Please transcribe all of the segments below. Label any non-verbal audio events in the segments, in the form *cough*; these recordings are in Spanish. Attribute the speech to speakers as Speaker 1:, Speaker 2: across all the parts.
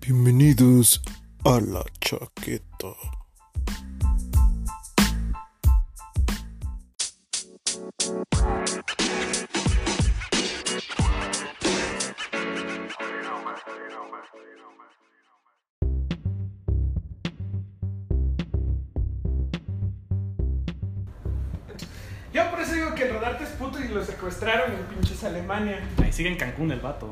Speaker 1: Bienvenidos a la chaqueta.
Speaker 2: Yo por eso digo que el Rodarte es puto y lo secuestraron en pinches Alemania.
Speaker 3: Ahí sigue en Cancún el vato.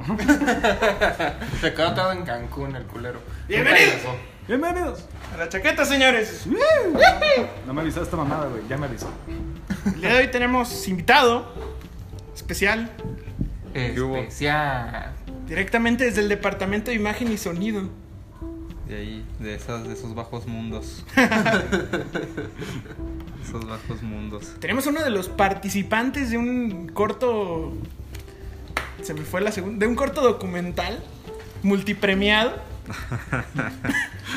Speaker 4: Se quedó todo en Cancún, el culero.
Speaker 2: ¡Bienvenidos!
Speaker 4: Nunca regresó.
Speaker 3: Bienvenidos.
Speaker 2: A la chaqueta, señores.
Speaker 3: No me avisó esta mamada, güey. Ya me avisó.
Speaker 2: El día de hoy tenemos invitado especial
Speaker 5: Eh,
Speaker 4: Especial.
Speaker 2: directamente desde el Departamento de Imagen y Sonido.
Speaker 5: De ahí, de, esas, de esos bajos *laughs* mundos. esos bajos mundos.
Speaker 2: Tenemos uno de los participantes de un corto. Se me fue la segunda. De un corto documental multipremiado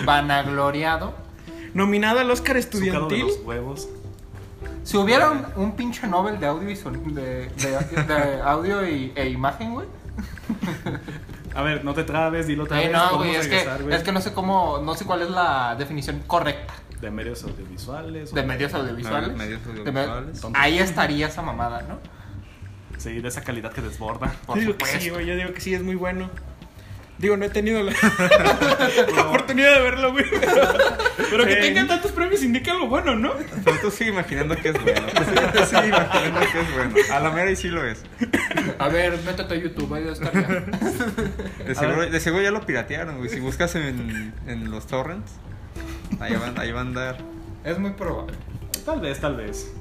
Speaker 4: Vanagloriado.
Speaker 2: nominado al Oscar
Speaker 3: Sucado de
Speaker 2: Estudiantil.
Speaker 3: los huevos.
Speaker 4: Si hubiera un, un pinche Nobel de audio y son- de, de- de audio y- e imagen, güey.
Speaker 3: A ver, no te trabes, dilo otra
Speaker 4: Eh,
Speaker 3: vez.
Speaker 4: no,
Speaker 3: podemos
Speaker 4: güey, es que,
Speaker 3: regresar, güey.
Speaker 4: es que no sé cómo, no sé cuál es la definición correcta
Speaker 3: De medios audiovisuales.
Speaker 4: de
Speaker 3: o-
Speaker 4: medios audiovisuales.
Speaker 5: Me- medios
Speaker 4: De me-
Speaker 5: audiovisuales.
Speaker 4: Ahí estaría esa mamada, ¿no?
Speaker 3: Sí, de esa calidad que desborda.
Speaker 4: *laughs* Por
Speaker 2: Yo digo que
Speaker 4: supuesto.
Speaker 2: sí, güey. Yo digo que sí, es muy bueno. Digo, no he tenido la, la oportunidad de verlo, *laughs* güey. Pero, pero que
Speaker 3: Sí.
Speaker 2: tengan tantos premios indica algo bueno, ¿no?
Speaker 5: Pero tú sigue imaginando que es *laughs* bueno. Tú sigue imaginando que es bueno. A la mera y sí lo es.
Speaker 4: A ver, métete a YouTube, ahí estaría.
Speaker 5: De seguro, de seguro ya lo piratearon, güey. Si buscas en, en los torrents, ahí van, ahí van a andar.
Speaker 4: *laughs* es muy probable.
Speaker 3: Tal vez, tal vez.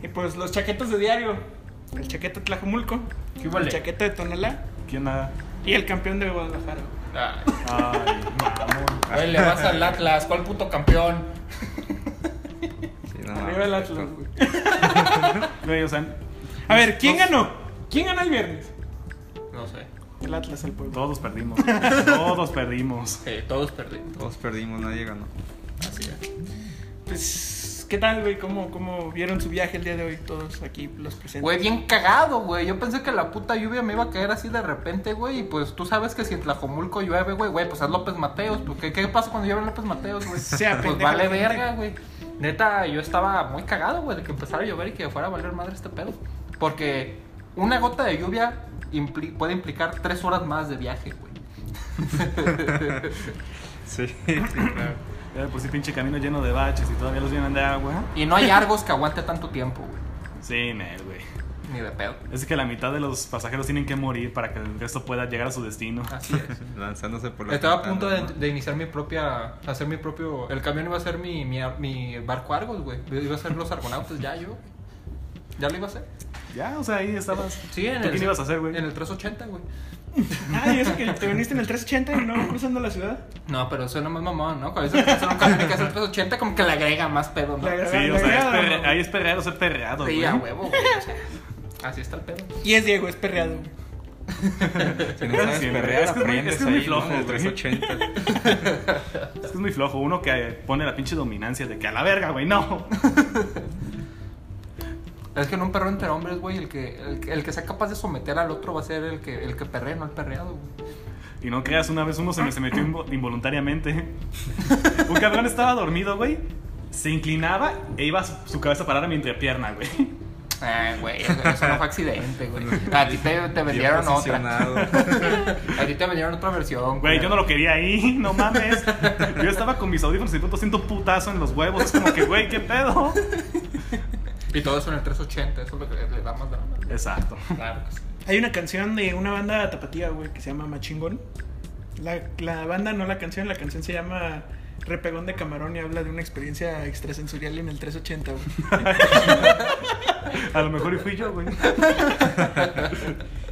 Speaker 2: Y pues los chaquetos de diario. El chaqueta de Tlajumulco.
Speaker 4: ¿Qué huele?
Speaker 2: El chaqueta de Tonalá.
Speaker 3: ¿Quién ha...?
Speaker 2: Y el campeón de Guadalajara.
Speaker 4: Ay,
Speaker 3: Ay, mamón.
Speaker 4: güey, le vas al Atlas, ¿cuál puto campeón?
Speaker 5: Sí, no,
Speaker 2: Arriba el
Speaker 5: mames,
Speaker 2: Atlas,
Speaker 5: esto-
Speaker 2: Ah, güey.
Speaker 3: Güey, o sea,
Speaker 2: A ver, ¿quién ganó? ¿Quién ganó el viernes?
Speaker 4: No sé.
Speaker 2: El Atlas al pueblo.
Speaker 3: todos perdimos. güey. Todos perdimos.
Speaker 4: Sí, Eh, todos perdimos.
Speaker 5: Todos perdimos, nadie ganó.
Speaker 4: Así es.
Speaker 2: Pues, ¿qué tal, güey? ¿Cómo, ¿Cómo vieron su viaje el día de hoy todos aquí los presentes?
Speaker 4: Güey, bien cagado, güey. Yo pensé que la puta lluvia me iba a caer así de repente, güey. Y pues tú sabes que si en Tlajomulco llueve, güey, güey, pues es López Mateos. Pues, ¿qué, ¿Qué pasa cuando llueve en López
Speaker 2: *laughs*
Speaker 4: Mateos, güey?
Speaker 2: Se apendeja
Speaker 4: pues vale
Speaker 2: la gente.
Speaker 4: verga, güey. Neta, yo estaba muy cagado, güey, de que empezara a llover y que fuera a valer madre este pedo. Porque una gota de lluvia impli- puede implicar tres horas más de viaje, güey.
Speaker 5: Sí, *laughs* sí, claro.
Speaker 3: Ya de por si pinche camino lleno de baches y todavía los vienen de agua.
Speaker 4: Y
Speaker 2: *laughs*
Speaker 4: no hay argos que aguante tanto tiempo, güey.
Speaker 3: Sí, nel, güey.
Speaker 4: Ni de pedo.
Speaker 3: Es que la mitad de los pasajeros tienen que morir para que el resto pueda llegar a su destino.
Speaker 4: Así es.
Speaker 5: Lanzándose por la
Speaker 4: Estaba a
Speaker 5: ventana,
Speaker 4: punto de,
Speaker 5: ¿no?
Speaker 4: de iniciar mi propia. Hacer mi propio. El camión iba a ser mi, mi, mi barco Argos, güey. Iba a ser los Argonautas, ya yo. Ya lo iba a hacer.
Speaker 3: Ya, o sea, ahí estabas.
Speaker 4: Sí, en
Speaker 3: ¿Tú
Speaker 4: el.
Speaker 3: quién ibas a hacer, güey?
Speaker 4: En el 380, güey.
Speaker 2: Ah, y eso que te viniste en el 380 y no cruzando la ciudad.
Speaker 4: No, pero suena más mamón, ¿no? Cuando dicen que hacer un camión y que hace el 380, como que le agrega más pedo, ¿no?
Speaker 2: Le agrega-
Speaker 3: Sí, o sea, es
Speaker 2: Perreado,
Speaker 3: perre-
Speaker 2: ¿no?
Speaker 3: ahí es perreado ser perreado,
Speaker 4: Sí,
Speaker 3: güey.
Speaker 4: a huevo, güey. o sea, Así está el pedo.
Speaker 2: Y es Diego, es perreado. güey.
Speaker 5: Si no sabes
Speaker 3: Sí,
Speaker 5: perrear,
Speaker 3: es que es muy-
Speaker 5: aprendes
Speaker 3: es que es muy
Speaker 5: ahí, ¿no?
Speaker 3: flojo,
Speaker 5: En el
Speaker 3: güey.
Speaker 5: 380.
Speaker 3: Es que es muy flojo. Uno que pone la pinche dominancia de que a la verga, güey, no.
Speaker 4: Es que en un perro entre hombres, güey, el que, el, que- el que sea capaz de someter al otro va a ser el que, el que perrea, no el perreado, güey.
Speaker 3: Y no creas, una vez uno se me se metió invo- involuntariamente. *laughs* Un cabrón estaba dormido, güey. Se inclinaba e iba su, su cabeza a parar a mi entrepierna, güey.
Speaker 4: Ah, güey, eso no fue accidente,
Speaker 5: *laughs*
Speaker 4: güey. A ti te, te
Speaker 5: Bien
Speaker 4: vendieron otra. *laughs*
Speaker 5: posicionado.
Speaker 4: A ti te vendieron otra versión.
Speaker 3: Güey, yo no lo quería ahí, no mames. Yo estaba con mis audífonos y de pronto siento un putazo en los huevos. Es como que, güey, ¿qué pedo?
Speaker 4: Y todo eso en el 380, eso es lo que le da más drama.
Speaker 3: Exacto.
Speaker 4: Claro que sí.
Speaker 2: Hay una canción de una banda tapatía, güey, que se llama Machingón. La, la banda, no la canción, la canción se llama Repegón de Camarón y habla de una experiencia extrasensorial en el 380, güey.
Speaker 3: A lo mejor y fui yo, güey.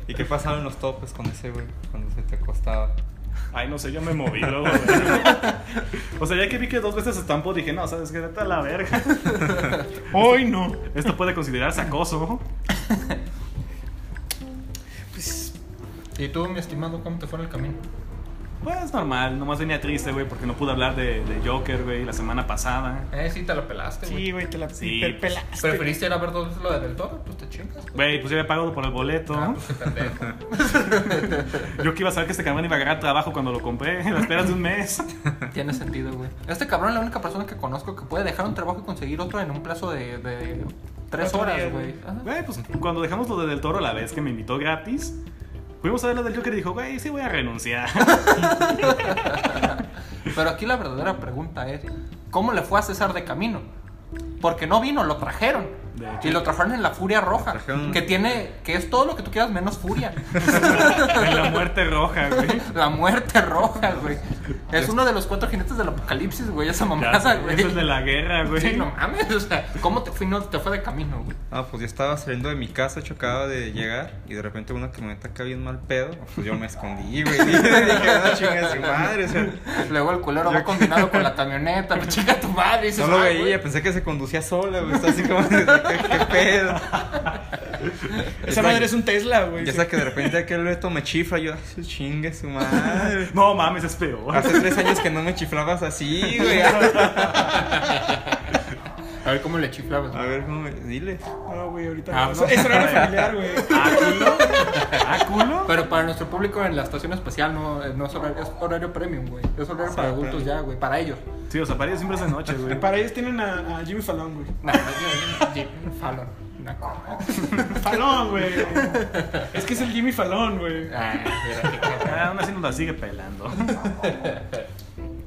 Speaker 5: ¿Y qué pasaba en los topes con ese güey? Cuando se te acostaba.
Speaker 3: Ay, no sé, yo me moví
Speaker 4: *laughs*
Speaker 3: luego, güey. O sea, ya que vi que dos veces estampó, dije, no, sabes que vete a la
Speaker 4: *laughs*
Speaker 3: verga.
Speaker 2: ¡Hoy no!
Speaker 3: Esto puede considerarse acoso.
Speaker 2: Pues
Speaker 4: ¿Y tú, mi estimado, cómo te fue en el camino?
Speaker 3: Pues normal, nomás venía triste, güey, porque no pude hablar de, de Joker, güey, la semana pasada.
Speaker 4: Eh, sí, te la pelaste, güey.
Speaker 2: Sí, güey, te la
Speaker 3: Sí.
Speaker 5: pues,
Speaker 2: hiperpelaste.
Speaker 4: ¿Preferiste ir a ver dos veces lo de Del Toro? Pues te chingas.
Speaker 3: Güey, pues yo había pagado por el boleto.
Speaker 4: Ah, pues eh. qué pendejo.
Speaker 3: Yo que iba a saber que este cabrón iba a agarrar trabajo cuando lo compré, en las esperas de
Speaker 4: *laughs*
Speaker 3: un mes.
Speaker 4: Tiene sentido, güey. Este cabrón es la única persona que conozco que puede dejar un trabajo y conseguir otro en un plazo de, de tres
Speaker 2: Cuatro
Speaker 4: horas,
Speaker 2: días,
Speaker 4: güey. Ajá.
Speaker 3: Güey, pues cuando dejamos lo de Del Toro la vez que me invitó gratis, fuimos a ver la del Joker y dijo, güey, sí voy
Speaker 4: *laughs*
Speaker 3: a renunciar.
Speaker 4: Pero aquí la verdadera pregunta es, ¿cómo le fue a César de Camino? Porque no vino, lo trajeron.
Speaker 3: De hecho.
Speaker 4: Y lo trajeron en la Furia Roja,
Speaker 5: Trajeron-
Speaker 4: que tiene, que es todo lo que tú quieras menos furia. *laughs*
Speaker 3: en la muerte roja, güey.
Speaker 4: la muerte roja, güey. Es uno de los cuatro jinetes del apocalipsis, güey, esa mamada,
Speaker 3: Ya,
Speaker 4: güey.
Speaker 3: Eso es de la guerra, güey.
Speaker 4: Sí, no mames, o sea, ¿cómo te fui? No, te fue de camino, güey.
Speaker 5: Ah, pues yo estaba saliendo de mi casa, chocaba de llegar y de repente una camioneta acá bien mal pedo. Pues yo me escondí, güey. Y dije, no chingas su madre, o sea.
Speaker 4: Luego el culero va combinado con la camioneta, *laughs* me chinga tu madre. y dices,
Speaker 5: No lo
Speaker 4: "Ay, güey".
Speaker 5: veía, pues. pensé que se conducía sola, güey. Está así como, ¿qué, qué *laughs* pedo?
Speaker 2: Esa madre es un Tesla, güey.
Speaker 5: Ya sabes que de repente aquel Beto me chifla, yo, ay, su chingue su madre.
Speaker 3: No mames, es peor.
Speaker 5: Hace tres años que no me chiflabas así, güey.
Speaker 4: A ver cómo le chiflabas.
Speaker 5: A
Speaker 4: güey.
Speaker 5: ver, ¿cómo me... dile.
Speaker 2: No, güey, ahorita
Speaker 4: Ah,
Speaker 2: no.
Speaker 5: pues,
Speaker 4: no.
Speaker 2: Eso
Speaker 5: *laughs*
Speaker 2: no era familiar, güey.
Speaker 3: ¿A culo? ¿A culo?
Speaker 4: Pero para nuestro público en la estación espacial no, eh, no es, horario, es horario premium, güey. Es horario para adultos ya, güey. Para ellos.
Speaker 3: Sí, o sea, para ellos siempre es de noche, güey.
Speaker 2: Para ellos tienen a, a Jimmy Fallon, güey.
Speaker 4: Nah, yo- yo- yo- Fallon. Nah, ¿cómo?
Speaker 2: Fallon, güey. Es que es el Jimmy Fallon, güey. Jimmy
Speaker 4: Ah, mira, qué cabrón.
Speaker 3: Ah, aún así nos la sigue pelando. *laughs*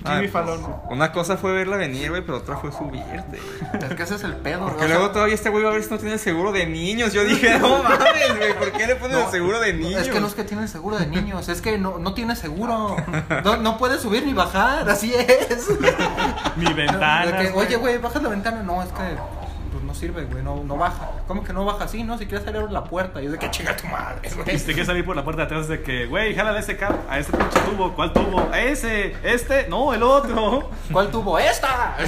Speaker 5: Ah, pues,
Speaker 2: Fallon. güey.
Speaker 5: Una cosa fue verla venir, güey, pero otra fue subirte. güey.
Speaker 4: Es que ese es el pedo, güey.
Speaker 5: Porque
Speaker 4: O sea,
Speaker 5: luego todavía este güey va a ver si no tiene seguro de niños. Yo dije, no mames, güey, ¿por qué le pones
Speaker 4: No,
Speaker 5: el seguro de
Speaker 4: no,
Speaker 5: niños?
Speaker 4: Es que no es que tiene seguro de niños, es que no, no tiene seguro. No, no puede subir ni bajar, así es.
Speaker 3: Mi
Speaker 4: De que,
Speaker 3: ventana.
Speaker 4: Oye, güey, baja la ventana. No, es que pues no sirve, güey, no, no baja. ¿Cómo que no baja así, no? Si quieres salir, abre la puerta. Y es de que chinga tu madre, güey.
Speaker 3: Y si te quieres salir por la puerta de atrás de que, güey, jala de ese cable, a ese pinche tubo, ¿cuál tubo? ¿A ese? ¿Este? No, el otro.
Speaker 4: ¿Cuál tuvo esta?
Speaker 3: Y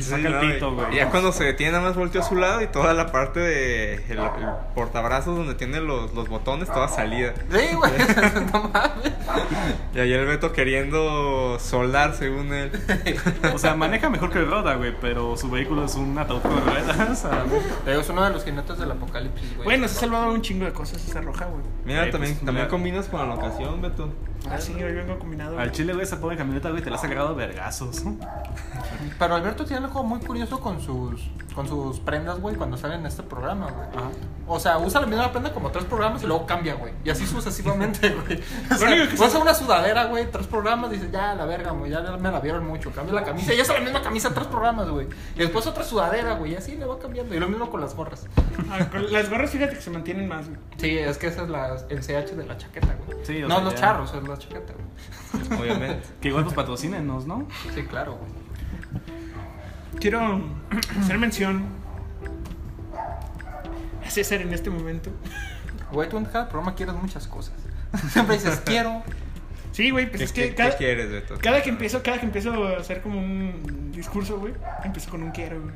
Speaker 5: Sí,
Speaker 3: saca
Speaker 5: no,
Speaker 3: el pito,
Speaker 5: y-
Speaker 3: güey.
Speaker 5: Ya cuando se detiene, nada más volteó a su lado y toda la parte de el, el portabrazos donde tiene los, los botones, toda salida.
Speaker 4: Sí, güey, *laughs* no mames.
Speaker 5: Y ahí el Beto queriendo soldar, según él.
Speaker 3: O sea, maneja mejor que Roda, güey, pero su vehículo es un ataúd con ruedas. *laughs* a la mierda.
Speaker 4: Te digo, es uno de los jinetes del apocalipsis, güey.
Speaker 2: Güey, nos ha salvado un chingo de cosas esa roja, güey.
Speaker 5: Mira,
Speaker 3: Eh,
Speaker 5: también,
Speaker 3: pues,
Speaker 5: también
Speaker 3: mira.
Speaker 5: combinas con la locación, Beto.
Speaker 2: Así, hoy vengo combinado.
Speaker 5: Ah,
Speaker 2: güey.
Speaker 3: Al chile, güey, esa pobre camioneta, güey, te la has agarrado a vergazos. *laughs*
Speaker 4: Pero Alberto tiene algo muy curioso con sus, con sus prendas, güey, cuando salen en este programa, güey.
Speaker 3: Ajá.
Speaker 4: O sea, usa la misma prenda como tres programas y luego cambia, güey. Y así sucesivamente, *laughs* güey. O
Speaker 2: Lo único que
Speaker 4: sea, usa una sudadera, güey, tres programas, dices, ya, la verga, güey, ya me la vieron mucho. Cambia la camisa y usa la misma camisa tres programas, güey. Y después otra sudadera, güey, y así le va cambiando. Y lo mismo con las gorras.
Speaker 2: Ah, con las gorras, fíjate que se mantienen más, güey.
Speaker 4: Sí, es que esa es la, el CH de la chaqueta, güey.
Speaker 3: Sí, o
Speaker 4: no,
Speaker 3: sea,
Speaker 4: los
Speaker 3: ya.
Speaker 4: charros, es la chaqueta, güey.
Speaker 5: Obviamente.
Speaker 3: Que igual, pues patrocínenos, ¿no?
Speaker 4: Sí, claro, güey.
Speaker 2: Quiero hacer mención a César en este momento.
Speaker 4: Güey, tú en cada programa quieres muchas cosas. *laughs* Siempre dices, quiero.
Speaker 2: Sí, güey, pues
Speaker 5: ¿Qué,
Speaker 2: es que
Speaker 5: qué-
Speaker 2: cada,
Speaker 5: qué quieres, Beto?
Speaker 2: cada que empiezo, cada que empiezo a hacer como un discurso, güey, empiezo con un quiero, güey.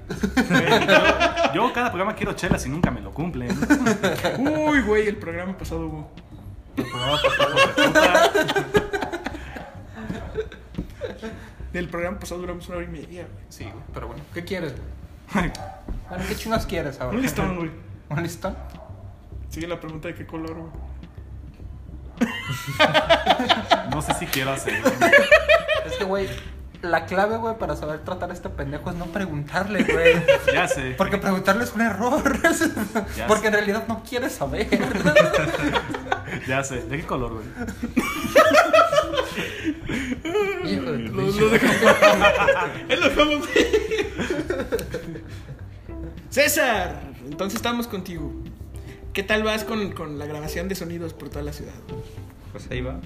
Speaker 3: Güey, yo- Yo cada programa quiero chelas y nunca me lo cumplen. *laughs*
Speaker 2: Uy, güey, el programa pasado hubo.
Speaker 4: El programa pasado,
Speaker 2: Del programa pasado duramos una hora y media, güey.
Speaker 4: Sí, güey, pero bueno, ¿qué quieres, güey? Bueno, ¿qué chinos quieres ahora?
Speaker 2: Un listón, güey.
Speaker 4: *laughs* ¿Un listón?
Speaker 2: Sigue la pregunta de qué color, güey.
Speaker 3: No sé si quiero hacer.
Speaker 4: Es que, güey, la clave, güey, para saber tratar a este pendejo es no preguntarle, güey.
Speaker 3: Ya sé.
Speaker 4: Porque preguntarle es un error.
Speaker 3: Ya
Speaker 4: Porque
Speaker 3: sé.
Speaker 4: en realidad no quiere saber. *laughs*
Speaker 3: Ya sé. ¿De qué color, güey?
Speaker 4: Hijo de tu
Speaker 2: Lo,
Speaker 4: pinche-
Speaker 2: lo dejamos. Él lo dejamos. César, entonces estamos contigo. ¿Qué tal vas con, con la grabación de sonidos por toda la ciudad?
Speaker 5: Pues ahí va.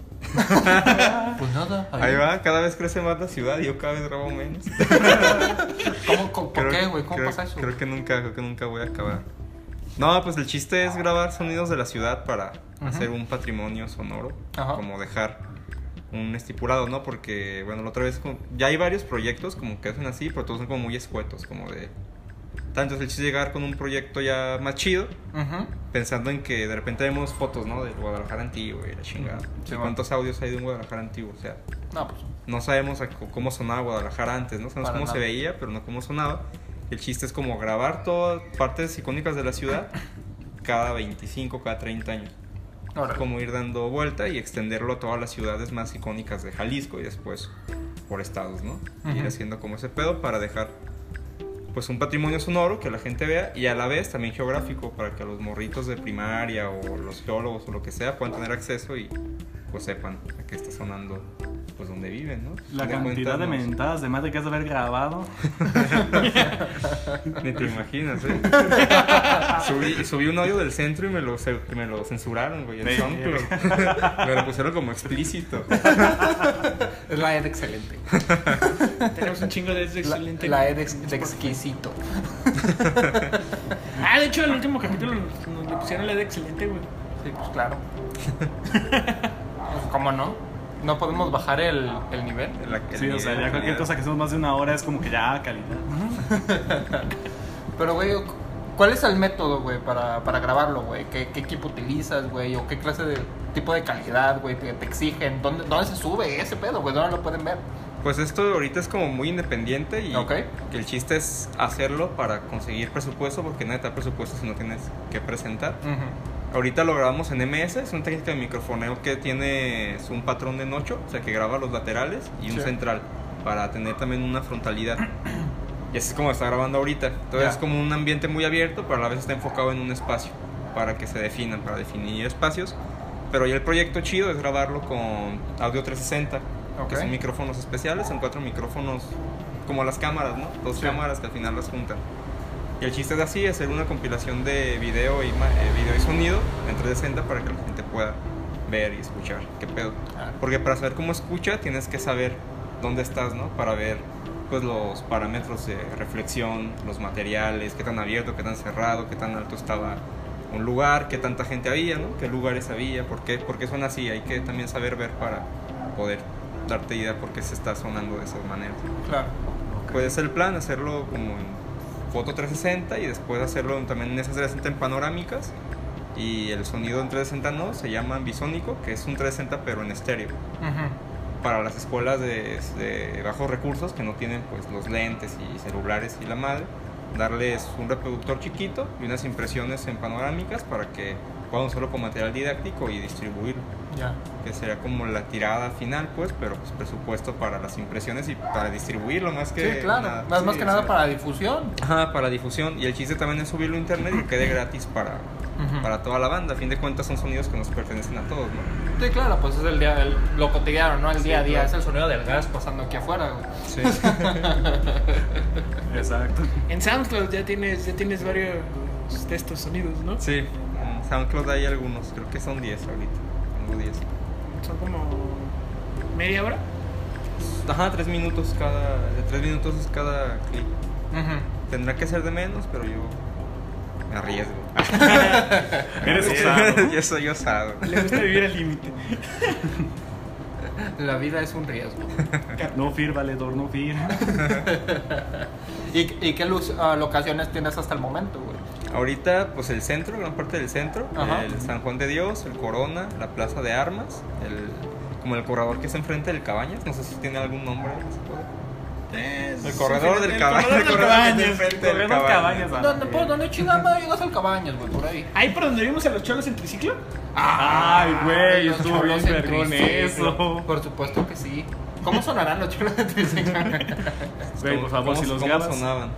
Speaker 4: Pues nada.
Speaker 5: Ahí va, cada vez crece más la ciudad y yo cada vez grabo menos.
Speaker 4: ¿Cómo, cómo- por
Speaker 5: Creo-
Speaker 4: qué, güey? ¿Cómo
Speaker 5: creo-
Speaker 4: pasa eso?
Speaker 5: Creo que nunca, creo que nunca voy a acabar. No, pues el chiste es grabar sonidos de la ciudad para
Speaker 4: Ujú.
Speaker 5: hacer un patrimonio sonoro,
Speaker 4: Ajá.
Speaker 5: como dejar un estipulado, ¿no? Porque, bueno, la otra vez como- ya hay varios proyectos como que hacen así, pero todos son como muy escuetos, como de tal, Entonces el chiste es llegar con un proyecto ya más chido,
Speaker 4: Ujú.
Speaker 5: pensando en que de repente vemos fotos, ¿no? Del Guadalajara antiguo y la chingada.
Speaker 4: Sí,
Speaker 5: ¿Y
Speaker 4: va.
Speaker 5: ¿Cuántos audios hay de un Guadalajara antiguo? O sea,
Speaker 4: No, pues.
Speaker 5: no sabemos a c- cómo sonaba Guadalajara antes, ¿no? Sabemos
Speaker 4: Para
Speaker 5: cómo se
Speaker 4: nada.
Speaker 5: veía, pero no cómo sonaba. El chiste es como grabar todas partes icónicas de la ciudad cada 25, cada 30 años.
Speaker 4: órale.
Speaker 5: Como ir dando vuelta y extenderlo a todas las ciudades más icónicas de Jalisco y después por estados, ¿no? Y Ir
Speaker 4: Ujú.
Speaker 5: haciendo como ese pedo para dejar pues un patrimonio sonoro que la gente vea y a la vez también geográfico para que los morritos de primaria o los geólogos o lo que sea puedan tener acceso y pues sepan a qué está sonando pues donde viven, ¿no?
Speaker 3: La
Speaker 5: Al fin de
Speaker 3: cantidad de
Speaker 5: cuentas, nos-
Speaker 3: mentadas de madre que has de haber grabado.
Speaker 5: *laughs* Ni te imaginas,
Speaker 3: *laughs*
Speaker 5: ¿eh? subí, subí un audio del centro y me lo, ce- me lo censuraron, güey. en
Speaker 3: Sí. eh.
Speaker 5: SoundCloud. *laughs* me lo pusieron como explícito.
Speaker 4: Es la ed excelente.
Speaker 2: Tenemos un chingo de eso
Speaker 4: La,
Speaker 2: excelente.
Speaker 4: la ed ex- de exquisito.
Speaker 2: Ah, de hecho, el último capítulo nos, nos le pusieron la de excelente, güey.
Speaker 4: Sí, pues claro. *laughs* Pues, ¿Cómo no? No podemos bajar el, el nivel.
Speaker 5: La- el
Speaker 3: Sí, o sea,
Speaker 5: nivel
Speaker 3: ya
Speaker 5: de
Speaker 3: cualquier
Speaker 5: calidad.
Speaker 3: cosa que hacemos más de una hora es como que ya calidad.
Speaker 4: Pero, güey, ¿cuál es el método, güey, para, para grabarlo, güey? ¿Qué, qué equipo utilizas, güey? ¿O qué clase de tipo de calidad, güey, que te exigen? ¿Dónde, ¿Dónde se sube ese pedo, güey? ¿Dónde lo pueden ver?
Speaker 5: Pues esto ahorita es como muy independiente y
Speaker 4: Ok.
Speaker 5: que el chiste es hacerlo para conseguir presupuesto porque nadie te da presupuesto si no tienes que presentar.
Speaker 4: Mm. Ujú.
Speaker 5: Ahorita lo grabamos en MS, es una técnica de microfoneo que tiene es un patrón de nocho, o sea que graba los laterales y un
Speaker 4: Sí.
Speaker 5: central para tener también una
Speaker 4: *coughs*
Speaker 5: frontalidad. Y así es como está grabando ahorita. Entonces
Speaker 4: Ya.
Speaker 5: es como un ambiente muy abierto, pero a la vez está enfocado en un espacio para que se definan, para definir espacios. Pero ya el proyecto chido es grabarlo con audio 360,
Speaker 4: Ok.
Speaker 5: que son micrófonos especiales, son cuatro micrófonos como las cámaras, ¿no? Dos
Speaker 4: Sí.
Speaker 5: cámaras que al final las juntan. Y el chiste es así, es hacer una compilación de video y, ma- eh, video y sonido en 360 para que la gente pueda ver y escuchar. ¿Qué pedo?
Speaker 4: Ah.
Speaker 5: Porque para saber cómo escucha tienes que saber dónde estás, ¿no? Para ver pues los parámetros de reflexión, los materiales, qué tan abierto, qué tan cerrado, qué tan alto estaba un lugar, qué tanta gente había, ¿no? Qué lugares había, por qué, por qué son así. Hay que también saber ver para poder darte idea por qué se está sonando de esas maneras.
Speaker 4: Claro.
Speaker 5: Puede ser el plan hacerlo como en foto 360 y después hacerlo en- también en esas 360 en panorámicas. Y el sonido en 360 no, se llama bisónico, que es un 360 pero en estéreo.
Speaker 4: Ujú.
Speaker 5: Para las escuelas de, de bajos recursos que no tienen pues los lentes y celulares y la madre, darles un reproductor chiquito y unas impresiones en panorámicas para que puedan usarlo como material didáctico y distribuirlo
Speaker 4: Ya.
Speaker 5: que sería como la tirada final, pues, pero pues presupuesto para las impresiones y para distribuirlo más que
Speaker 4: Sí, claro.
Speaker 5: nada.
Speaker 4: más, más
Speaker 5: Sí,
Speaker 4: que
Speaker 5: o
Speaker 4: nada
Speaker 5: sea,
Speaker 4: para difusión.
Speaker 5: ajá, para difusión y el chiste también es subirlo a internet y que quede gratis para
Speaker 4: Ujú.
Speaker 5: para toda la banda. A fin de cuentas son sonidos que nos pertenecen a todos, ¿no?
Speaker 4: Sí, claro, pues es el día, el- lo cotidiano, ¿no? El día a día.
Speaker 5: claro.
Speaker 4: Es el sonido del gas pasando aquí afuera, güey.
Speaker 5: Sí.
Speaker 3: Exacto.
Speaker 2: En SoundCloud ya tienes, ya tienes varios de estos sonidos, ¿no?
Speaker 5: sí. En SoundCloud hay algunos, creo que son 10 ahorita. Tengo 10.
Speaker 2: Son como media hora.
Speaker 5: Ajá, 3 minutos cada de 3 minutos es cada clip.
Speaker 4: Ujú.
Speaker 5: Tendrá que ser de menos, pero yo me arriesgo.
Speaker 3: Eres
Speaker 5: *laughs*
Speaker 3: usado.
Speaker 5: yo soy osado.
Speaker 2: Le gusta vivir al límite.
Speaker 4: La vida es un riesgo.
Speaker 3: No fir, valedor, no fir.
Speaker 5: *laughs*
Speaker 4: ¿Y, y qué lu- ah, locaciones tienes hasta el momento, güey?
Speaker 5: Ahorita, pues el centro, gran parte del centro,
Speaker 4: Ajá.
Speaker 5: el San Juan de Dios, el Corona, la Plaza de Armas, el, como el corredor que está enfrente del Cabañas, no sé si tiene algún nombre. no se puede. El corredor del Cabañas.
Speaker 2: corredor del Cabañas.
Speaker 5: enfrente del
Speaker 3: Corredor cabañas.
Speaker 5: Cabañas.
Speaker 4: ¿Dónde, pues, ¿dónde chingada llegas al cabañas, güey? Por ahí.
Speaker 2: Ahí por donde vimos a los cholos en triciclo.
Speaker 3: Ay, güey,
Speaker 4: Los
Speaker 3: estuvo bien
Speaker 4: cholos en
Speaker 3: vergón
Speaker 4: triciclo.
Speaker 3: eso.
Speaker 4: Por supuesto que sí. ¿Cómo sonarán los cholos de triciclo?
Speaker 3: Güey, por favor,
Speaker 5: ¿Cómo-
Speaker 3: si los
Speaker 5: cómo
Speaker 3: grabas.
Speaker 5: sonaban?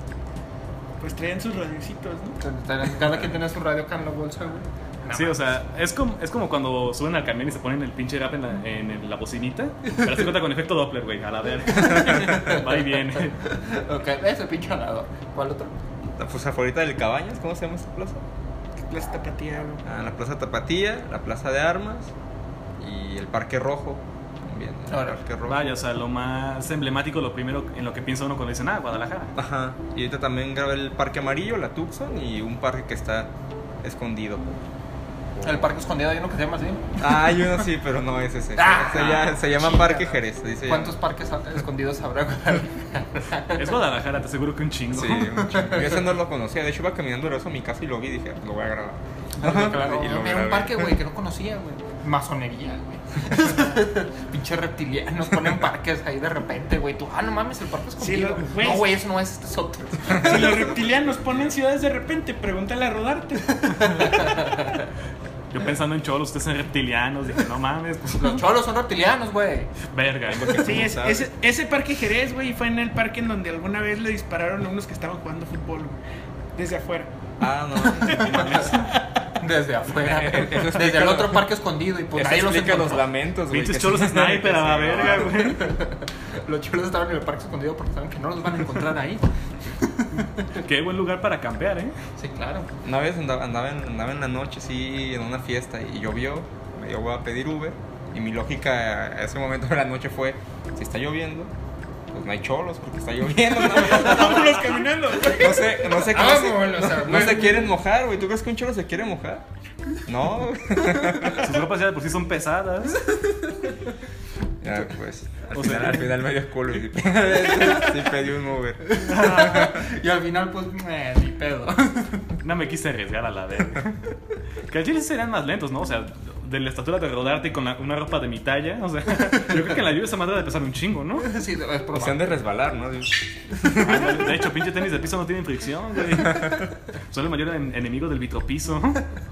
Speaker 2: Pues traían sus radiocitos, ¿no?
Speaker 4: Cada quien tiene su radio acá en la bolsa, güey.
Speaker 3: Sí, o sea, es como, es como cuando suben al camión y se ponen el pinche rap en la, en el- la bocinita. Pero se cuenta con efecto Doppler, güey, a la verga. *laughs* Va y viene.
Speaker 4: Ok, ese pinche nadador. ¿Cuál otro?
Speaker 5: Pues afuera del Cabañas, ¿cómo se llama esta plaza?
Speaker 2: Plaza Tapatía, güey.
Speaker 5: Ah, la Plaza Tapatía, la Plaza de Armas y el Parque Rojo. También, el
Speaker 4: Ahora,
Speaker 5: Parque Rojo.
Speaker 3: Vaya, o sea, lo más emblemático, lo primero en lo que piensa uno cuando dicen, ah, Guadalajara.
Speaker 5: Ajá. Y ahorita también grabé el Parque Amarillo, la Tucson y un parque que está escondido.
Speaker 4: El parque escondido hay uno que se llama así.
Speaker 5: Ah, hay uno sí, pero no es ese.
Speaker 4: Ah,
Speaker 5: se, llama, se llama
Speaker 4: chingada.
Speaker 5: Parque Jerez. así se llama.
Speaker 4: ¿Cuántos parques a- escondidos habrá?
Speaker 3: Es Guadalajara, te aseguro que un chingo.
Speaker 5: Sí, un chingo. Yo ese no lo conocía. De hecho, iba caminando de regreso a mi casa y lo vi y dije, "Ah, pues lo voy a grabar.
Speaker 4: Ah, claro,
Speaker 5: Y lo
Speaker 4: era
Speaker 5: grabé.
Speaker 4: un parque, güey, que no conocía, güey. Masonería, güey. *laughs* Pinche reptilianos ponen parques ahí de repente, güey. Tú, ah, no mames, el parque escondido.
Speaker 2: lo- güey.
Speaker 4: no, güey, eso no es, este es otro.
Speaker 2: Si los reptilianos ponen ciudades de repente, pregúntale a Rodarte.
Speaker 3: Yo pensando en cholos, ustedes son reptilianos. Dije, no mames, pues, *laughs*
Speaker 4: Los cholos son reptilianos, güey.
Speaker 3: verga.
Speaker 2: Sí, es-
Speaker 5: sabes?
Speaker 2: ese, ese parque Jerez, güey, fue en el parque en donde alguna vez le dispararon a unos que estaban jugando fútbol, güey, desde afuera.
Speaker 5: Ah, no.
Speaker 4: Desde afuera.
Speaker 5: Eh, eh, eso
Speaker 4: Desde
Speaker 5: explica
Speaker 4: el
Speaker 5: lo-
Speaker 4: otro parque escondido. Y pues
Speaker 5: Eso
Speaker 4: ahí los
Speaker 5: explica los
Speaker 4: encontró.
Speaker 5: lamentos, güey.
Speaker 3: Pinches
Speaker 5: que *laughs*
Speaker 3: cholos
Speaker 5: sí,
Speaker 3: sniper a la
Speaker 5: que se
Speaker 3: verga,
Speaker 5: grabaron.
Speaker 3: güey.
Speaker 4: Los cholos estaban en el parque escondido porque saben que no los van a encontrar ahí.
Speaker 3: Qué buen lugar para campear, ¿eh?
Speaker 4: Sí, claro.
Speaker 5: Una vez andaba, andaba, en, andaba en la noche, sí, en una fiesta y llovió. Me yo voy a pedir Uber. Y mi lógica a ese momento de la noche fue: si está lloviendo, pues no hay cholos porque está lloviendo. No,
Speaker 2: *laughs*
Speaker 5: *laughs*
Speaker 2: Vámonos caminando.
Speaker 5: No sé, no sé,
Speaker 3: Ah,
Speaker 5: no se-
Speaker 4: Vámonos,
Speaker 5: no- no
Speaker 4: hermano.
Speaker 5: se quieren mojar, güey. ¿Tú crees que un cholo se quiere mojar?
Speaker 3: *laughs*
Speaker 5: No.
Speaker 3: Sus ropas ya de por sí son pesadas.
Speaker 5: Ya, pues. Al,
Speaker 3: O
Speaker 5: final,
Speaker 3: sea-
Speaker 5: al final me dio *laughs* culo y sí, sí pedí un Uber.
Speaker 4: Y al final, pues, me ni pedo. *laughs*
Speaker 3: No me quise arriesgar a la verga. Que al chile sí serían más lentos, ¿no? O sea, de la estatura de rodarte y con la- una ropa de mi talla. O sea, *laughs* yo creo que en la lluvia esa madre ha de pesar un chingo, ¿no?
Speaker 4: Sí, es
Speaker 5: O
Speaker 4: probable.
Speaker 5: sea, Pues, han de resbalar, ¿no?
Speaker 3: Ah, De hecho, pinche tenis de piso no tienen fricción, güey. Son el mayor en- enemigo del vitropiso,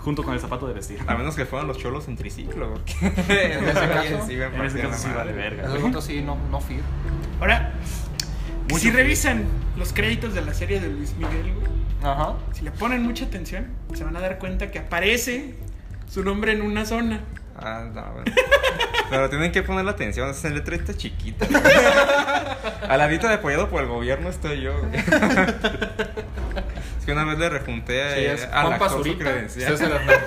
Speaker 3: junto con el zapato de vestir.
Speaker 5: A menos que fueran los cholos en triciclo. porque- *laughs*
Speaker 4: En ese caso-
Speaker 5: sí me
Speaker 3: En ese
Speaker 5: partía
Speaker 3: caso
Speaker 5: la
Speaker 3: sí vale
Speaker 5: madre.
Speaker 3: verga.
Speaker 4: Esos
Speaker 3: güey.
Speaker 4: otros sí, no, no fear.
Speaker 2: Ahora,
Speaker 3: Mucho
Speaker 2: si
Speaker 3: frío.
Speaker 2: revisan los créditos de la serie de Luis Miguel, güey,
Speaker 4: Ajá.
Speaker 2: si le ponen mucha atención, se van a dar cuenta que aparece su nombre en una zona.
Speaker 5: Ah, no, bueno. Pero tienen que poner la atención, esa letra está chiquita. A la de apoyado por el gobierno estoy yo. güey. Es que una vez le rejunté a,
Speaker 4: Sí, es
Speaker 5: Eh, a la
Speaker 4: Juan
Speaker 5: cosa
Speaker 4: Pazurita.
Speaker 5: credencial.
Speaker 4: César Hernández.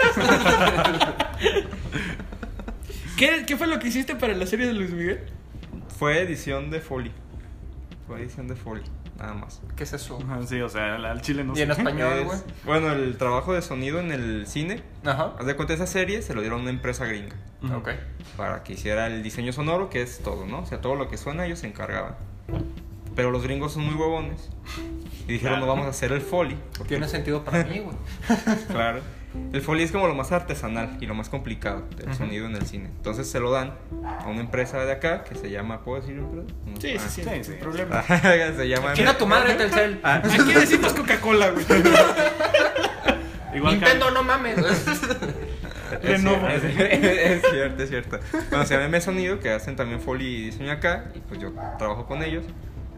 Speaker 5: *laughs*
Speaker 2: ¿Qué, ¿Qué fue lo que hiciste para la serie de Luis Miguel?
Speaker 5: Fue edición de Foley. Fue edición de Foley, nada más.
Speaker 4: ¿Qué es eso?
Speaker 3: Ajá, Ah, Sí, o sea, al- al chile no
Speaker 4: Y
Speaker 3: sé.
Speaker 4: en español,
Speaker 5: Es-
Speaker 4: güey.
Speaker 5: bueno, el trabajo de sonido en el cine.
Speaker 4: Ajá.
Speaker 5: Haz de cuenta, esa serie se lo dieron a una empresa gringa
Speaker 3: Ujú.
Speaker 4: Ok.
Speaker 5: para que hiciera el diseño sonoro, que es todo, ¿no? O sea, todo lo que suena ellos se encargaban. Pero los gringos son muy huevones y dijeron,
Speaker 3: Claro.
Speaker 5: no vamos a hacer el Foley. porque-
Speaker 4: Tiene sentido para mí,
Speaker 5: *laughs*
Speaker 4: güey.
Speaker 5: Claro. El Foley es como lo más artesanal y lo más complicado del
Speaker 4: Ujú.
Speaker 5: sonido en el cine. Entonces se lo dan a una empresa de acá que se llama, ¿puedo decir empresa? No.
Speaker 2: Sí,
Speaker 5: Ah. *laughs*
Speaker 2: sí, sí,
Speaker 3: sí,
Speaker 2: sin
Speaker 3: sí.
Speaker 2: problema.
Speaker 5: se llama...
Speaker 4: Chinga tu madre, Telcel.
Speaker 5: Ah,
Speaker 2: Aquí decimos Coca-Cola, güey.
Speaker 3: Ah. Igual que-
Speaker 4: Nintendo, no mames.
Speaker 5: *laughs* Es
Speaker 2: Lenovo.
Speaker 5: cierto, Es, es cierto, es cierto. Bueno, se llama M Sonido, que hacen también Foley y diseño acá, y pues yo trabajo con ellos,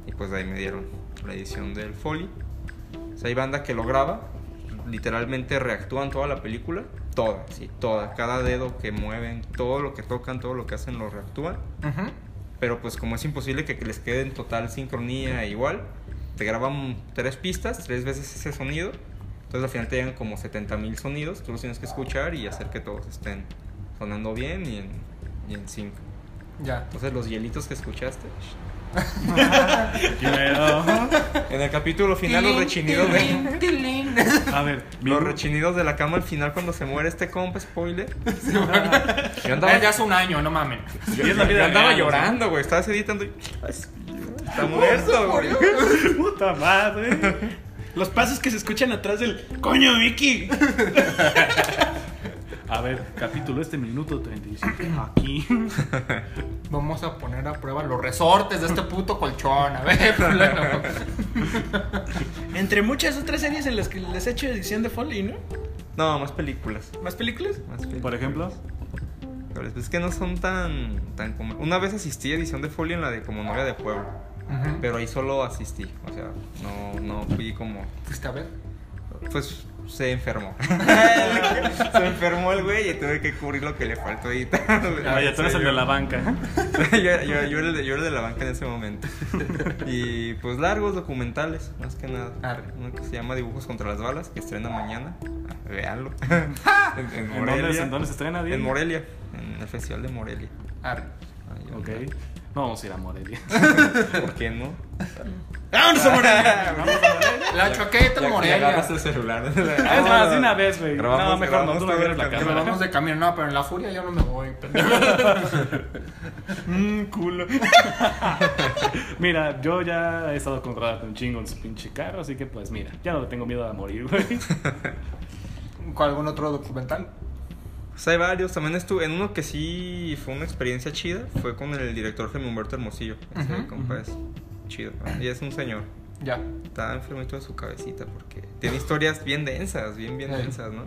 Speaker 5: y pues de ahí me dieron la edición del Foley. O sea, hay banda que lo graba, literalmente reactúan toda la película, toda, sí, toda, cada dedo que mueven, todo lo que tocan, todo lo que hacen lo reactúan,
Speaker 4: Ujú.
Speaker 5: pero pues como es imposible que les quede en total sincronía e igual, te graban tres pistas, tres veces ese sonido, entonces al final te llegan como 70 mil sonidos, tú los tienes que escuchar y hacer que todos estén sonando bien y en, y en sync.
Speaker 4: Ya.
Speaker 5: Entonces los hielitos que escuchaste,
Speaker 3: Primero.
Speaker 5: en el capítulo final los
Speaker 4: Tilín,
Speaker 5: rechinidos de...
Speaker 4: tilín, tilín.
Speaker 5: *laughs*
Speaker 3: A ver, mi-
Speaker 5: Los rechinidos de la cama al final cuando se muere este compa, spoiler. Yo andaba,
Speaker 4: Desde hace Eh, un año, no
Speaker 5: *laughs*
Speaker 4: mamen.
Speaker 3: Y es la vida
Speaker 5: yo andaba
Speaker 3: real, ¿no?
Speaker 5: llorando, güey. Estabas editando y... "Ay, Está muerto, güey.
Speaker 3: Puta madre.
Speaker 2: Los pasos que se escuchan atrás del coño, Vicky.
Speaker 3: A ver, capítulo este minuto 37. Aquí.
Speaker 4: Vamos a poner a prueba los resortes de este puto colchón. A ver, *laughs* fulano.
Speaker 2: Entre muchas otras series en las que les he hecho edición de Foley, ¿no?
Speaker 5: No, más películas.
Speaker 2: ¿Más películas?
Speaker 5: Más películas.
Speaker 3: Por ejemplo.
Speaker 5: Pero pues es que no son tan, tan como... Una vez asistí a edición de folio en la de como novia de pueblo,
Speaker 4: Ujú.
Speaker 5: pero ahí solo asistí, o sea, no, no fui como...
Speaker 4: Fuiste a ver.
Speaker 5: Pues se enfermó. *laughs* se enfermó el güey y tuve que cubrir lo que le faltó editar. güey.
Speaker 3: Vaya, tú eres Ah, el de la banca.
Speaker 5: *laughs* yo, yo, yo era el de, yo era el de la banca en ese momento. Y pues largos documentales, más que nada.
Speaker 4: Arre.
Speaker 5: Uno que se llama Dibujos contra las balas, que estrena mañana. Ah, Véanlo.
Speaker 3: *laughs*
Speaker 5: en,
Speaker 3: ¿En
Speaker 5: en Morelia.
Speaker 3: dónde, se- en dónde se estrena, Diego?
Speaker 5: En Morelia, en el Festival de Morelia.
Speaker 4: Arre.
Speaker 5: Ahí
Speaker 3: Ok.
Speaker 5: anda. *laughs*
Speaker 3: No vamos a ir a Morelia.
Speaker 5: ¿Por qué no? ¡Vámonos a Morelia!
Speaker 3: Vamos a Morelia.
Speaker 4: Ah, La choqueta
Speaker 5: Ya-
Speaker 4: en
Speaker 5: ya
Speaker 4: Morelia.
Speaker 5: agarraste el *laughs* celular.
Speaker 3: Es más, de una vez, güey.
Speaker 5: Ah, Grabamos-
Speaker 3: No, mejor no,
Speaker 5: grabamos
Speaker 3: tú no
Speaker 5: todo
Speaker 3: quieres
Speaker 5: el
Speaker 3: la
Speaker 4: Que
Speaker 5: camino.
Speaker 3: cámara.
Speaker 4: nos vamos de camino. No, pero en la furia yo no me voy. pendejo.
Speaker 5: *laughs*
Speaker 3: Mmm, culo. *laughs* mira, yo ya he estado controlado un chingo en su pinche carro, así que pues mira, ya no le tengo miedo a morir, güey.
Speaker 4: ¿Con algún otro documental?
Speaker 5: Pues hay varios. También estuve en uno que sí fue una experiencia chida. Fue con el director Jaime Humberto Hermosillo. Ese
Speaker 4: Ujú.
Speaker 5: compa es chido. Y es un señor.
Speaker 4: Ya.
Speaker 5: Está enfermito de su cabecita porque tiene historias bien densas, bien, bien
Speaker 4: Sí.
Speaker 5: densas, ¿no?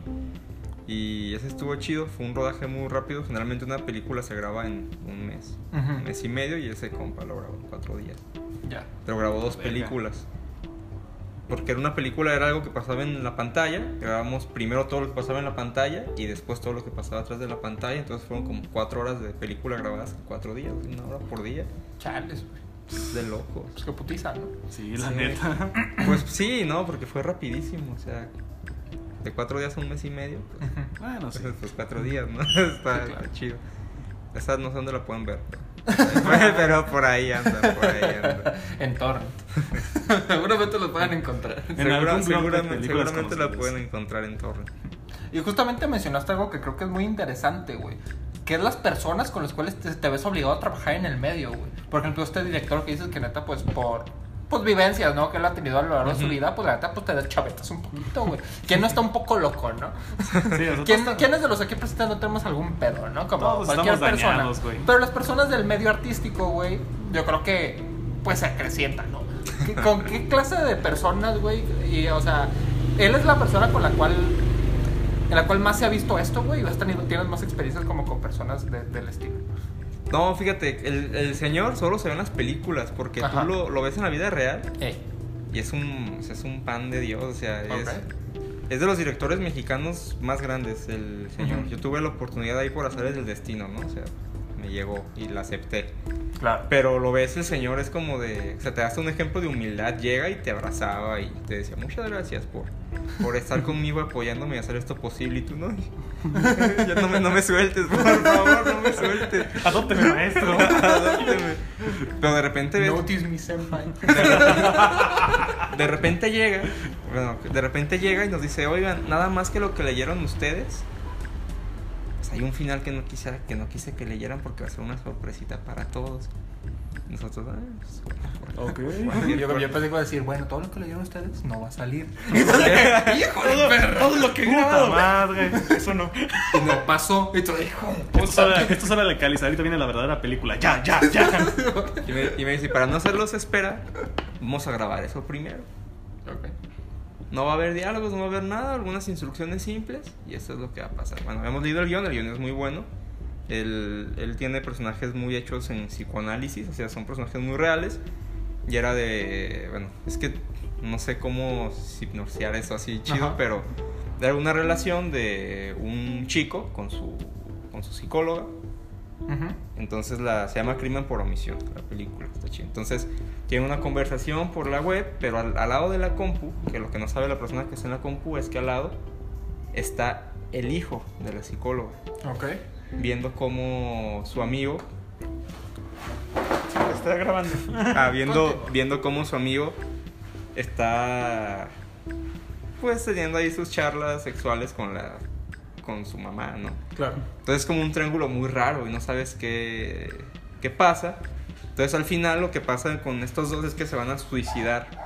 Speaker 5: Y ese estuvo chido. Fue un rodaje muy rápido. Generalmente una película se graba en un mes,
Speaker 4: Ujú.
Speaker 5: un mes y medio. Y ese compa lo grabó en cuatro días.
Speaker 4: Ya.
Speaker 5: Pero grabó dos
Speaker 3: Verga.
Speaker 5: películas. Porque era una película, era algo que pasaba en la pantalla. Grabamos primero todo lo que pasaba en la pantalla y después todo lo que pasaba atrás de la pantalla. Entonces fueron como cuatro horas de película grabadas en cuatro días, una hora por día.
Speaker 4: Chales, güey.
Speaker 5: De locos.
Speaker 4: Pues que putiza, ¿no? *laughs*
Speaker 3: Sí, la
Speaker 5: Sí.
Speaker 3: neta.
Speaker 5: Pues sí, no, porque fue rapidísimo. O sea, de cuatro días a un mes y medio, pues,
Speaker 3: Bueno, sí.
Speaker 5: pues, cuatro días, ¿no? *laughs* Está,
Speaker 4: Sí, claro.
Speaker 5: está chido. Esa no sé dónde la pueden ver.
Speaker 3: *laughs*
Speaker 5: Pero, pero por ahí anda, por ahí anda.
Speaker 4: En torrent. *laughs* Seguramente los pueden encontrar.
Speaker 3: En algún blog de
Speaker 5: seguramente
Speaker 3: películas
Speaker 5: seguramente la
Speaker 3: conocidas.
Speaker 5: pueden encontrar en Torre.
Speaker 4: Y justamente mencionaste algo que creo que es muy interesante, güey. Que es las personas con las cuales te, te ves obligado a trabajar en el medio, güey. Por ejemplo, este director que dices que neta, pues por pues vivencias, ¿no? Que él ha tenido a lo largo de su vida, pues la neta, pues te deschavetas un poquito, güey. ¿Quién no está un poco loco, no?
Speaker 3: Sí, nosotros
Speaker 4: ¿Quién,
Speaker 3: ta-
Speaker 4: ¿Quiénes de los aquí presentes no tenemos algún pedo, no? Como
Speaker 3: Todos
Speaker 4: cualquier
Speaker 3: estamos
Speaker 4: persona.
Speaker 3: dañados, güey.
Speaker 4: Pero las personas del medio artístico, güey, yo creo que pues se acrecientan, ¿no? ¿Qué- ¿Con qué clase de personas, güey? Y, o sea, él es la persona con la cual en la cual más se ha visto esto, güey, y has tenido tienes más experiencias como con personas de- del estilo.
Speaker 5: No, fíjate, el, el señor solo se ve en las películas porque
Speaker 4: Ajá.
Speaker 5: tú lo, lo ves en la vida real
Speaker 4: Ey,
Speaker 5: y es un, o sea, es un pan de Dios. O sea, es,
Speaker 4: Ok.
Speaker 5: es de los directores mexicanos más grandes, el señor.
Speaker 4: Ujú.
Speaker 5: Yo tuve la oportunidad ahí por azares del destino, ¿no? O sea, me llegó y la acepté.
Speaker 4: claro.
Speaker 5: Pero lo ves, el señor es como de. O sea, te das un ejemplo de humildad. Llega y te abrazaba y te decía, muchas gracias por, por estar conmigo, apoyándome y hacer esto posible. Y tú no. *laughs* Ya no me, no me sueltes, por favor, no me sueltes.
Speaker 3: Adópteme,
Speaker 2: *laughs*
Speaker 5: *laughs*
Speaker 3: maestro.
Speaker 5: Adópteme. Pero de repente ves-
Speaker 4: Notice me senpai.
Speaker 5: de repente llega, bueno, de repente llega y nos dice, oigan, nada más que lo que leyeron ustedes, pues hay un final que no quise que no quise que leyeran porque va a ser una sorpresita para todos. Nosotros, "Ah, pues,
Speaker 3: ok.
Speaker 4: Yo, *laughs* yo pensé que iba a decir, bueno, todo lo que leyeron ustedes no va a *laughs* salir. *laughs*
Speaker 2: Todo, todo lo que he
Speaker 3: Puta
Speaker 2: grabado.
Speaker 3: madre.
Speaker 2: Eso no.
Speaker 4: Y no pasó. Y tú, hijo, de
Speaker 3: Esto sale, esto sale de Cáliz, ahorita viene la verdadera película. Ya, ya, ya.
Speaker 5: Y me, y me dice, para no hacerlos espera, vamos a grabar eso primero.
Speaker 4: puta". Ok.
Speaker 5: No va a haber diálogos, no va a haber nada, algunas instrucciones simples y esto es lo que va a pasar. Bueno, hemos leído el guión, el guión es muy bueno. Él, él tiene personajes muy hechos en psicoanálisis, o sea, son personajes muy reales. Y era de, bueno, es que no sé cómo hipnosear eso así chido,
Speaker 4: Ajá.
Speaker 5: pero era una relación de un chico con su, con su psicóloga.
Speaker 4: Ujú.
Speaker 5: Entonces la, se llama Crimen por Omisión, la película, está chida. Entonces tiene una conversación por la web, pero al, al lado de la compu, que lo que no sabe la persona que está en la compu es que al lado está el hijo de la psicóloga,
Speaker 4: Ok.
Speaker 5: viendo cómo su amigo,
Speaker 2: Está grabando.
Speaker 5: ah,
Speaker 2: *laughs*
Speaker 5: viendo, viendo cómo su amigo está pues teniendo ahí sus charlas sexuales con la con su mamá, ¿no?
Speaker 4: Claro.
Speaker 5: Entonces es como un triángulo muy raro y no sabes qué, qué pasa. Entonces al final lo que pasa con estos dos es que se van a suicidar.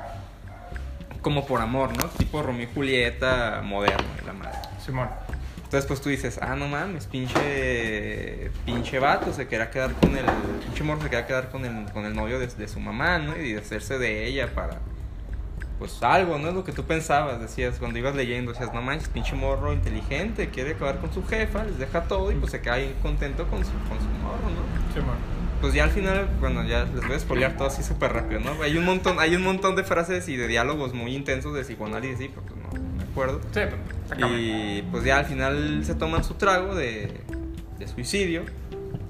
Speaker 5: Como por amor, ¿no? Tipo Romeo y Julieta moderno y la madre.
Speaker 4: Simón.
Speaker 5: Entonces pues tú dices, ah, no mames, pinche, pinche vato se quería quedar con el... Pinche morro se quería quedar con el, con el novio de, de su mamá, ¿no? Y hacerse de ella para... Pues algo, ¿no? Es lo que tú pensabas, decías, cuando ibas leyendo, decías, no manches, pinche morro inteligente, quiere acabar con su jefa, les deja todo y pues se cae contento con su, con su morro, ¿no?
Speaker 4: Simón.
Speaker 5: Pues ya al final, bueno, ya les voy a spoilear todo así súper rápido, ¿no? Hay un montón, hay un montón de frases y de diálogos muy intensos de psicoanálisis, sí, pero pues no, no me acuerdo.
Speaker 4: Sí, pero se acaba.
Speaker 5: Y pues ya al final se toman su trago de, de suicidio.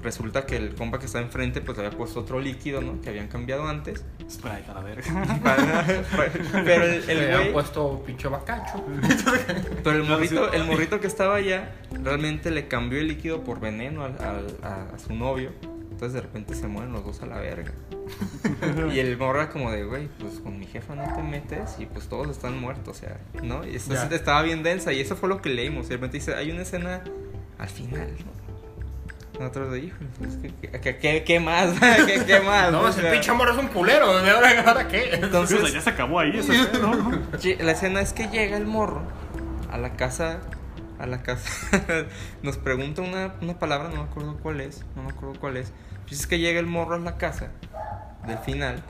Speaker 5: Resulta que el compa que está enfrente pues le había puesto otro líquido, ¿no? Que habían
Speaker 4: *laughs*
Speaker 5: cambiado antes.
Speaker 3: Espera, a la verga.
Speaker 5: Para- pero el,
Speaker 4: Le
Speaker 5: el
Speaker 4: han
Speaker 5: güey,
Speaker 4: puesto pinche *laughs* bacacho.
Speaker 5: pero el morrito, el
Speaker 4: *laughs*
Speaker 5: morrito que estaba allá realmente le cambió el líquido por veneno al- al- a, a su novio. entonces de repente se mueren los dos a la
Speaker 4: *laughs*
Speaker 5: verga. y el morro era como de, güey, pues con mi jefa no te metes y pues todos están muertos, o sea, ¿no? Y eso
Speaker 4: Ya.
Speaker 5: sí estaba bien densa y eso fue lo que leímos. Y de repente dice, hay una escena al final, ¿no? Nosotros de, híjole, pues, ¿qué, qué, qué, qué más? *laughs* ¿Qué, qué
Speaker 4: *laughs*
Speaker 5: más?
Speaker 4: No,
Speaker 5: O
Speaker 4: ese
Speaker 5: sea,
Speaker 4: pinche amor es un culero, ¿de ahora, ahora qué?
Speaker 3: Sí, o sea,
Speaker 5: Entonces,
Speaker 3: ya se acabó ahí ese pedo, ¿no?
Speaker 5: Sí, La escena es que llega el morro a la casa. A la casa. *laughs* Nos pregunta una, una palabra, no me acuerdo cuál es. No me acuerdo cuál es. Pues es que llega el morro a la casa del final.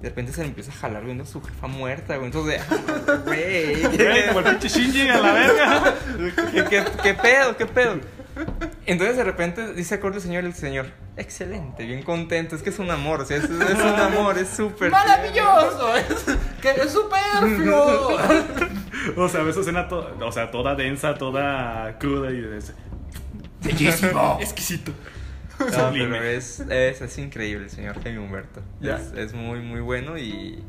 Speaker 5: De repente se le empieza a jalar viendo a su jefa muerta, güey. Entonces, de, ah,
Speaker 3: *laughs*
Speaker 5: güey,
Speaker 3: Güey, como el pinche Shinji a la verga.
Speaker 5: ¿qué, qué, qué pedo? ¿Qué pedo? Entonces, de repente, dice acorde el señor, el señor, excelente, bien contento. Es que es un amor, o sea, es, es un amor, es súper.
Speaker 4: ¡Maravilloso! *laughs* Es, que es superfluo.
Speaker 3: O sea, esa escena, to- o sea, toda densa, toda cruda y de-
Speaker 4: *laughs* Bellísimo.
Speaker 2: Exquisito.
Speaker 4: *laughs*
Speaker 5: No,
Speaker 3: Sublime.
Speaker 5: pero es, es, es increíble el señor Jaime Humberto.
Speaker 4: Ya.
Speaker 5: Es, es muy, muy bueno y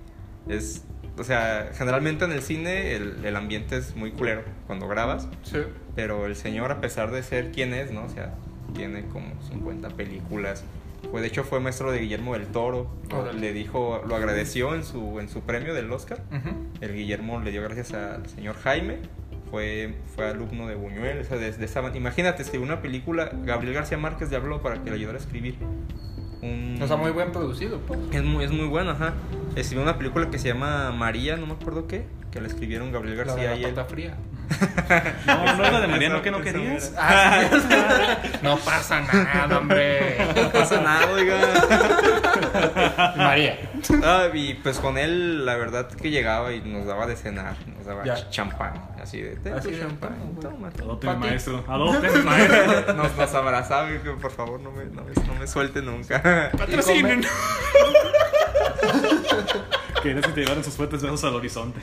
Speaker 5: es... O sea, generalmente en el cine el, el ambiente es muy culero cuando grabas,
Speaker 4: Sí.
Speaker 5: pero el señor a pesar de ser quien es, ¿no? O sea, tiene como 50 películas. Pues de hecho fue maestro de Guillermo del Toro. Lo-
Speaker 4: Órale.
Speaker 5: Le dijo, lo agradeció en su, en su premio del Oscar.
Speaker 4: Ujú.
Speaker 5: El Guillermo le dio gracias al señor Jaime. Fue, fue alumno de Buñuel. o sea, de- de esa- imagínate, escribió una película. Gabriel García Márquez le habló para que le ayudara a escribir. Un-
Speaker 4: O sea, muy bien producido, pues.
Speaker 5: Es muy, es muy bueno, ajá. Escribió una película que se llama María, no me acuerdo qué. Que la escribieron Gabriel
Speaker 4: La de
Speaker 5: García
Speaker 4: la
Speaker 5: y él.
Speaker 4: pata *laughs* fría.
Speaker 3: No, no es la de Mariano
Speaker 5: Esa-
Speaker 3: que no
Speaker 5: esa
Speaker 3: querías.
Speaker 4: Ah, sí. no pasa nada, hombre.
Speaker 5: *laughs* No pasa nada, oiga. *laughs*
Speaker 4: María.
Speaker 5: Ah, y pues con él, la verdad que llegaba y nos daba de cenar. Nos daba
Speaker 4: Ya.
Speaker 5: ch- champán. Así de. "Ten
Speaker 4: Así
Speaker 5: tu
Speaker 4: de, "Toma,
Speaker 5: champán. Toma, toma".
Speaker 3: Adopten
Speaker 4: Pati.
Speaker 3: maestro. Adopten *laughs* maestro.
Speaker 5: *laughs* Nos, nos abrazaba y que por favor no me, no me, no me suelte nunca. *laughs*
Speaker 2: Patrocinen.
Speaker 4: come.
Speaker 3: Querías que te llevaran sus fuertes besos al horizonte.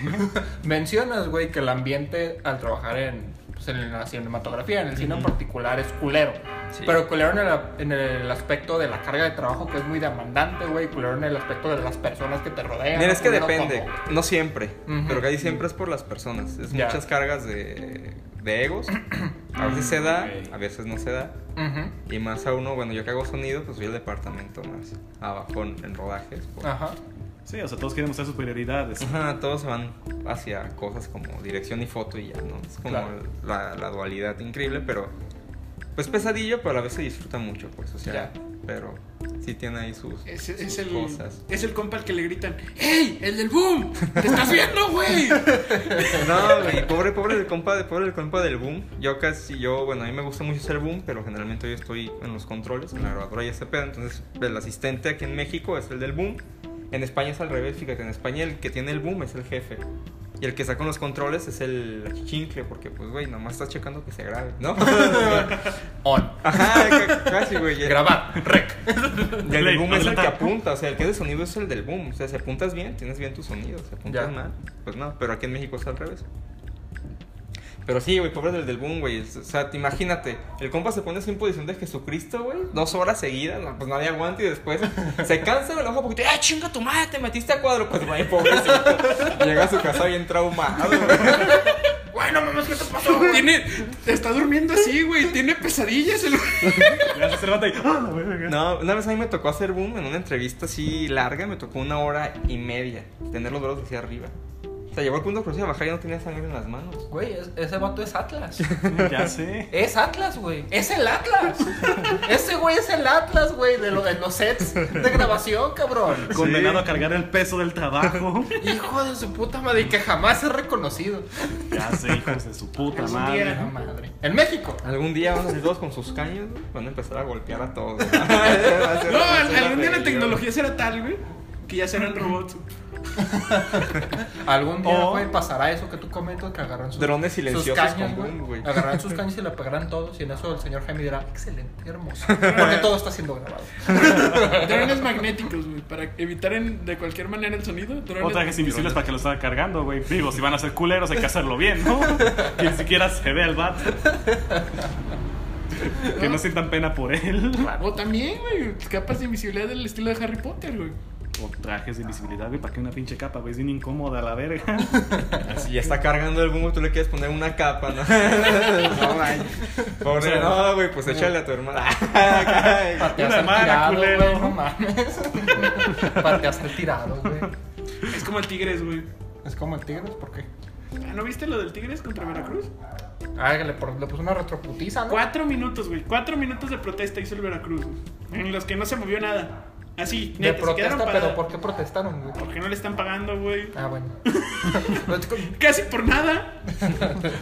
Speaker 4: Mencionas, güey, que el ambiente al trabajar en, pues, en la cinematografía, en el cine en particular, es culero.
Speaker 5: Sí.
Speaker 4: Pero culero en el, en el aspecto de la carga de trabajo que es muy demandante, güey. Culero en el aspecto de las personas que te rodean.
Speaker 5: Mira, es que
Speaker 4: culero
Speaker 5: depende,
Speaker 4: como-
Speaker 5: no siempre,
Speaker 4: Ujú.
Speaker 5: pero casi siempre es por las personas, es
Speaker 4: Ya.
Speaker 5: muchas cargas de,
Speaker 4: *clears throat*
Speaker 5: de egos, a veces se da,
Speaker 3: ok.
Speaker 5: a veces no se da,
Speaker 4: Ujú,
Speaker 5: y más a uno, bueno, yo que hago sonido, pues soy el departamento más abajo en, en rodajes. pues.
Speaker 4: Ajá.
Speaker 3: Sí, o sea, todos quieren mostrar sus prioridades.
Speaker 5: Ajá, todos se van hacia cosas como dirección y foto y ya, ¿no? Es como
Speaker 4: Claro.
Speaker 5: la, la dualidad increíble, pero pues pesadillo, pero a veces se disfruta mucho, pues, o sea,
Speaker 4: Ya.
Speaker 5: pero sí tiene ahí sus,
Speaker 2: Es,
Speaker 5: sus
Speaker 2: es, el,
Speaker 5: cosas.
Speaker 2: es el compa al que le gritan, ¡Hey! ¡El del boom! ¡Te estás viendo,
Speaker 3: *laughs*
Speaker 2: güey!
Speaker 5: No, güey, pobre, pobre del compa, de- pobre del compa del boom. Yo casi, yo, bueno, a mí me gusta mucho hacer boom, pero generalmente yo estoy en los controles, en la grabadora y ese pedo. Entonces, el asistente aquí en México es el del boom. En España es al revés, fíjate, en España el que tiene el boom es el jefe. Y el que está con los controles es el chincle, porque pues, güey, nomás estás checando que se grabe, ¿no? *laughs*
Speaker 4: On.
Speaker 5: Ajá, ca- casi, güey. Y el-
Speaker 4: Grabar. Rec.
Speaker 5: y el
Speaker 3: Play,
Speaker 5: del boom es el que
Speaker 3: adelantar.
Speaker 5: apunta, o sea, el que es de sonido es el del boom. O sea, si apuntas bien, tienes bien tu sonido. Si apuntas
Speaker 4: Ya.
Speaker 5: mal, pues no. Pero aquí en México es al revés. Pero sí, güey, pobre del del boom, güey. O sea, te- imagínate, el compa se pone así en posición de Jesucristo, güey. Dos horas seguidas, no, pues nadie aguanta y después se cansa, lo baja un poquito. ¡Ah, chinga tu madre! Te metiste a cuadro. Pues güey, pobrecito. Llega a su casa bien traumado, güey.
Speaker 4: Güey, no mames, ¿qué te pasó?
Speaker 2: Tiene, está durmiendo así, güey. Tiene pesadillas
Speaker 5: *laughs*
Speaker 2: el güey.
Speaker 3: Le haces el vato y. ¡Ah, la verga!
Speaker 5: No, una vez a mí me tocó hacer boom en una entrevista así larga, me tocó una hora y media tener los dedos hacia arriba. O sea, llegó al punto crucial de bajar y no tenía sangre en las manos.
Speaker 4: Güey, es- ese vato es Atlas.
Speaker 3: Ya sé.
Speaker 4: Es Atlas, güey. Es el Atlas. Ese güey es el Atlas, güey, de, lo- de los sets de grabación, cabrón.
Speaker 3: Condenado a cargar el peso del trabajo.
Speaker 4: Hijo de su puta madre, y que jamás es reconocido.
Speaker 3: Ya sé, hijos de su puta
Speaker 2: Algún
Speaker 3: madre.
Speaker 2: día.
Speaker 4: La madre. En México.
Speaker 5: Algún día van a ser todos con sus caños, güey, van a empezar a golpear a todos. *laughs*
Speaker 2: No, al- algún día la tecnología será tal, güey, que ya serán robots.
Speaker 4: Algún día,
Speaker 3: O-
Speaker 4: güey, pasará eso que tú comentas que agarran sus,
Speaker 5: Drones
Speaker 4: sus
Speaker 5: silenciosos
Speaker 4: cañas,
Speaker 5: con
Speaker 4: güey.
Speaker 5: boom, güey.
Speaker 4: Agarrarán
Speaker 2: *laughs*
Speaker 4: sus cañas y la pegarán todos. Y en eso el señor Jaime dirá, excelente,
Speaker 2: *laughs*
Speaker 4: hermoso. Porque todo está siendo grabado.
Speaker 2: Drones magnéticos, güey, para evitar en- de cualquier manera el sonido. drones-
Speaker 3: O trajes invisibles para que lo estaba cargando, güey. Digo, si van a ser culeros, hay que hacerlo bien, ¿no? Que ni siquiera se vea el vato. Que no sientan pena por él.
Speaker 2: O también, güey, capas de invisibilidad del estilo de Harry Potter, güey.
Speaker 3: O trajes de invisibilidad, güey, para que una pinche capa, güey, es bien incómoda la verga. *laughs*
Speaker 5: Si ya está cargando el búho, tú le quieres poner una capa, ¿no? *laughs* no, man. Pobre, no, güey, pues échale a tu hermana.
Speaker 2: *laughs*
Speaker 4: Para te
Speaker 3: Una
Speaker 4: hacer
Speaker 3: mala,
Speaker 4: tirado,
Speaker 3: culero.
Speaker 4: güey, no mames. *laughs* Para te hacer tirado, güey.
Speaker 2: Es como el Tigres, güey.
Speaker 4: Es como el Tigres, ¿por qué?
Speaker 2: Ah, ¿No viste lo del Tigres contra Veracruz?
Speaker 4: Ah, que le, por- le puso una retroputiza, ¿no?
Speaker 2: Cuatro minutos, güey. Cuatro minutos de protesta hizo el Veracruz, güey. En los que no se movió nada. Así,
Speaker 4: De
Speaker 2: neta, se quedaron
Speaker 4: protesta,
Speaker 2: parados.
Speaker 4: pero ¿por qué protestaron, güey?
Speaker 2: Porque no le están pagando, güey. *laughs*
Speaker 4: Ah, bueno.
Speaker 2: Casi por nada.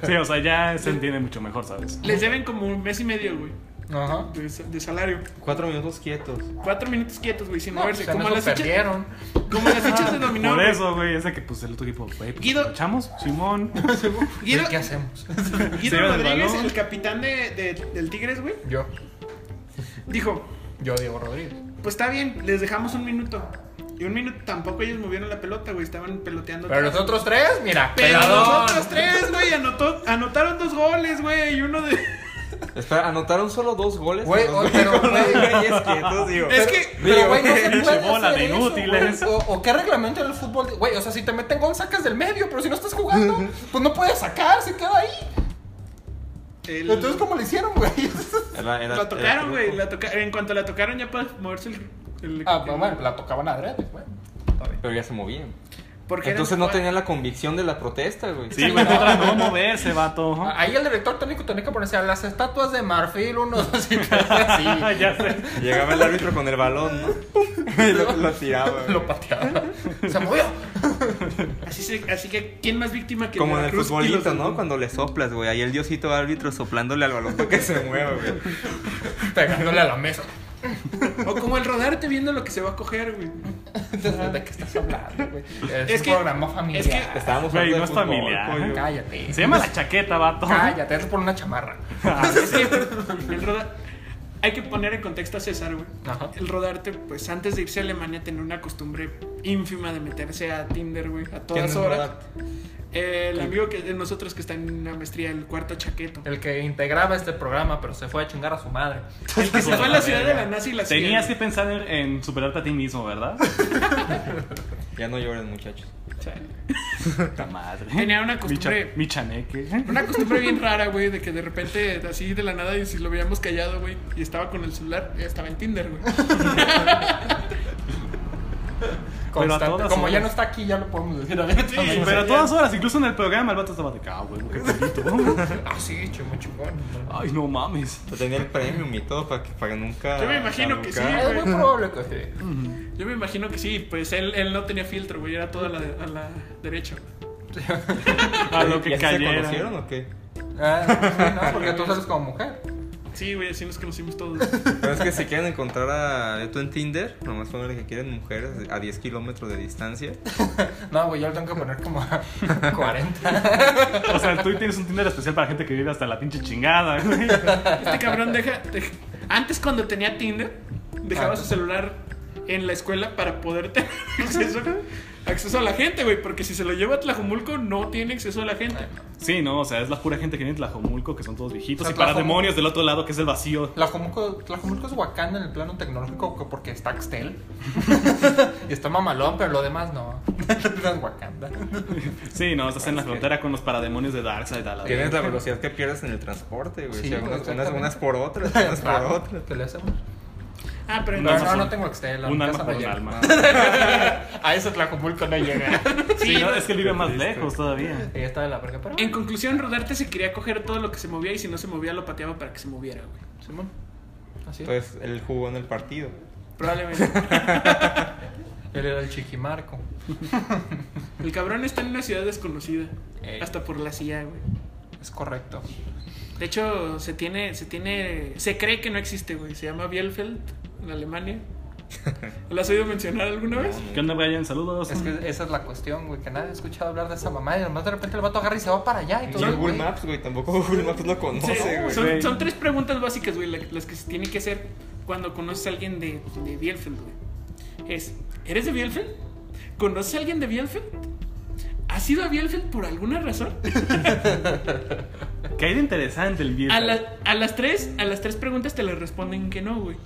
Speaker 3: Sí, o sea, ya se entiende mucho mejor, ¿sabes?
Speaker 2: Les deben como un mes y medio, güey,
Speaker 4: Ajá.
Speaker 2: de, sa- de salario.
Speaker 5: Cuatro minutos quietos.
Speaker 2: Cuatro minutos quietos, güey, sin
Speaker 4: No,
Speaker 2: moverse.
Speaker 4: pues en
Speaker 2: como,
Speaker 4: eso
Speaker 2: las fichas,
Speaker 4: perdieron.
Speaker 2: como las
Speaker 4: *laughs*
Speaker 2: fichas de dominó.
Speaker 3: Por
Speaker 2: güey.
Speaker 3: eso, güey, es de que pues el otro equipo, güey, pues,
Speaker 2: Guido-
Speaker 3: ¿lo echamos? Simón.
Speaker 2: *laughs* Guido,
Speaker 4: Güey, ¿Qué hacemos?
Speaker 2: Guido
Speaker 3: Se iba del
Speaker 2: Rodríguez,
Speaker 3: balón.
Speaker 2: el capitán de, de- del Tigres, güey,
Speaker 4: Yo,
Speaker 2: dijo:
Speaker 4: yo, Diego Rodríguez.
Speaker 2: Pues está bien, les dejamos un minuto. Y un minuto tampoco ellos movieron la pelota, güey, estaban peloteando.
Speaker 4: Pero los otros tres, mira,
Speaker 2: Pero
Speaker 4: peladón.
Speaker 2: los otros tres, güey, anotó- anotaron dos goles, güey, y uno de...
Speaker 5: Espera, anotaron solo dos goles.
Speaker 4: Güey,
Speaker 5: ¿no?
Speaker 4: o- pero,
Speaker 5: Con los
Speaker 4: güey.
Speaker 5: güeyes quietos, digo.
Speaker 2: oh, Es
Speaker 4: Pero-
Speaker 2: que-
Speaker 4: pero güey, no se
Speaker 3: Pinche
Speaker 4: puede
Speaker 3: bola
Speaker 4: hacer
Speaker 3: de
Speaker 4: eso,
Speaker 3: inútiles.
Speaker 4: güey. o, o qué reglamento del fútbol, de- güey, o sea, si te meten gol sacas del medio, pero si no estás jugando, *laughs* pues no puedes sacar, se queda ahí.
Speaker 2: el-
Speaker 4: Entonces, ¿cómo le hicieron, güey? *laughs*
Speaker 5: Era- era-
Speaker 2: La tocaron,
Speaker 5: era-
Speaker 2: güey, la toca- en cuanto la tocaron ya puede moverse el... el-
Speaker 4: ah, pero bueno, la tocaban adrede, güey.
Speaker 5: Pero ya se movían.
Speaker 2: Porque eran-
Speaker 5: Entonces no tenían la convicción de la protesta, güey.
Speaker 3: Sí, güey, no otra no moverse, vato.
Speaker 4: Ah, Ahí el director técnico tenía que ponerse a las estatuas de marfil, *laughs* unos así, así.
Speaker 3: ya sé.
Speaker 5: Llegaba el árbitro con el balón, *laughs* ¿no? Y lo, lo tiraba.
Speaker 4: *laughs*
Speaker 5: güey.
Speaker 4: Lo pateaba. Se movió.
Speaker 2: Así, se- así que, ¿quién más víctima que
Speaker 5: Como en el
Speaker 2: Veracruz y los
Speaker 5: futbolito,
Speaker 2: del-
Speaker 5: ¿no? Cuando le soplas, güey. Ahí el diosito árbitro soplándole al balón para que se mueva, güey.
Speaker 4: Pegándole a la mesa. *laughs*
Speaker 2: O como el rodarte viendo lo que se va a coger, güey.
Speaker 4: Entonces, ¿de qué estás hablando, güey? Es,
Speaker 2: Es
Speaker 4: un
Speaker 2: que-
Speaker 4: programa familiar.
Speaker 2: es que-
Speaker 5: Estábamos
Speaker 3: Güey,
Speaker 5: hablando
Speaker 3: no
Speaker 5: de
Speaker 3: es
Speaker 5: fútbol,
Speaker 3: familiar.
Speaker 5: pollo.
Speaker 4: Cállate.
Speaker 3: Se llama la chaqueta, vato.
Speaker 4: Cállate, hazlo por una chamarra.
Speaker 2: Es que el roda- Hay que poner en contexto a César, güey.
Speaker 4: Ajá.
Speaker 2: El rodarte, pues antes de irse a Alemania, tenía una costumbre ínfima de meterse a Tinder, güey, a
Speaker 5: ¿Quién
Speaker 2: todas
Speaker 5: es
Speaker 2: horas.
Speaker 5: Rodarte?
Speaker 2: El amigo que de nosotros que está en la maestría, el cuarto chaqueto.
Speaker 4: El que integraba este programa, pero se fue a chingar a su madre.
Speaker 2: El que se fue a la ciudad de la nazi y la
Speaker 3: Tenías que
Speaker 2: ciudad.
Speaker 3: pensar en, en superarte a ti mismo, ¿verdad?
Speaker 5: Ya no lloren, muchachos.
Speaker 2: O sea,
Speaker 3: Puta madre.
Speaker 2: Tenía una
Speaker 3: Mi
Speaker 2: costumbre.
Speaker 3: cha- Mi chaneque.
Speaker 2: Una costumbre bien rara, güey, de que de repente, así de la nada, y si lo veíamos callado, güey, y estaba con el celular, estaba en Tinder, güey.
Speaker 3: Pero a
Speaker 4: Constante.
Speaker 3: todas
Speaker 4: Como ya
Speaker 3: horas.
Speaker 4: no está aquí, ya lo podemos decir.
Speaker 2: Sí,
Speaker 3: Pero a todas horas, incluso en el programa, el vato estaba de "Ah, güey, qué bonito. *laughs*
Speaker 4: Ah, sí, chingón, chingón.
Speaker 3: Ay, no mames.
Speaker 5: Yo Tenía el premium y todo para que, para que nunca.
Speaker 2: Yo me imagino
Speaker 5: para
Speaker 2: que
Speaker 5: nunca-
Speaker 2: sí.
Speaker 4: Es *laughs* muy probable que sí.
Speaker 2: *laughs* Yo me imagino que sí, pues él, él no tenía filtro, güey, era toda la, a la derecha.
Speaker 3: A lo
Speaker 5: ¿Y
Speaker 3: que
Speaker 5: así ¿Se conocieron
Speaker 3: cayera.
Speaker 5: o qué?
Speaker 4: Ah, no, sí, no, porque tú sales como mujer.
Speaker 2: Sí, güey, así nos conocimos todos.
Speaker 5: Pero es que si quieren encontrar a tú en Tinder, nomás pongan que quieren mujeres a 10 kilómetros de distancia.
Speaker 4: No, güey, yo lo tengo que poner como *laughs* a 40.
Speaker 3: O sea, tú tienes un Tinder especial para gente que vive hasta la pinche chingada, güey.
Speaker 2: Este cabrón deja, deja- Antes cuando tenía Tinder, dejaba su celular en la escuela para poder tener *laughs* acceso, acceso a la gente, güey, porque si se lo lleva a Tlajumulco, no tiene acceso a la gente.
Speaker 3: Sí, no, o sea, es la pura gente que viene en Tlajomulco, que son todos
Speaker 4: O
Speaker 3: viejitos.
Speaker 4: sea,
Speaker 3: y para
Speaker 4: Tlajomulco-
Speaker 3: demonios del otro lado, que es el vacío.
Speaker 4: La Jomulco, la Jomulco es Wakanda en el plano tecnológico co- porque está Axtel. *laughs* y está mamalón, pero lo demás no. *laughs* no es Wakanda.
Speaker 3: Sí, no, estás en la frontera con los parademonios de Darkseid a la
Speaker 5: Tienes
Speaker 3: vez.
Speaker 5: la velocidad que pierdes en el transporte, güey.
Speaker 4: Sí,
Speaker 5: O sea, unas, unas,
Speaker 4: exactamente.
Speaker 5: unas por otras,
Speaker 4: *laughs*
Speaker 5: unas por
Speaker 4: Raro,
Speaker 5: otras.
Speaker 4: ¿Qué le hacemos?
Speaker 2: Ah, pero
Speaker 3: No,
Speaker 4: No,
Speaker 2: entonces...
Speaker 4: no,
Speaker 3: sí.
Speaker 4: no tengo Axtel. a mi
Speaker 3: Un alma
Speaker 4: casa
Speaker 3: por
Speaker 4: no
Speaker 3: un
Speaker 4: llega.
Speaker 3: alma.
Speaker 4: *laughs* A eso Tlajomulco no llega.
Speaker 3: Sí, no, es que él vive más lejos todavía.
Speaker 4: Ella está de la verga, pero.
Speaker 2: En conclusión, Rodarte se quería coger todo lo que se movía y si no se movía lo pateaba para que se moviera, güey.
Speaker 4: Simón. Así es.
Speaker 5: Entonces, él jugó en Pues, el partido.
Speaker 2: Probablemente.
Speaker 4: Él era el chiquimarco.
Speaker 2: El cabrón está en una ciudad desconocida.
Speaker 4: Ey.
Speaker 2: Hasta por la CIA, güey.
Speaker 4: Es correcto.
Speaker 2: De hecho, se tiene, se tiene, se cree que no existe, güey. Se llama Bielfeld en Alemania. ¿Lo has oído mencionar alguna vez?
Speaker 3: ¿Qué onda, Brian? Saludos.
Speaker 4: Es que esa es la cuestión, güey, que nadie ha escuchado hablar de esa mamá y además de repente el vato agarra y se va para allá y todo.
Speaker 5: Ni
Speaker 4: güey.
Speaker 5: Google Maps, güey. Tampoco Google Maps lo conoce,
Speaker 2: Sí,
Speaker 5: güey.
Speaker 2: son,
Speaker 3: güey.
Speaker 2: son tres preguntas básicas, güey, la- las que se tiene que hacer cuando conoces a alguien de, de Bielfeld, güey. Es, ¿eres de Bielfeld? ¿Conoces a alguien de Bielfeld? ¿Has ido a Bielfeld por alguna razón?
Speaker 3: ¿Qué hay de interesante el viejo?
Speaker 5: *laughs*
Speaker 2: A, la- a las tres, a las tres preguntas te las responden que no, güey.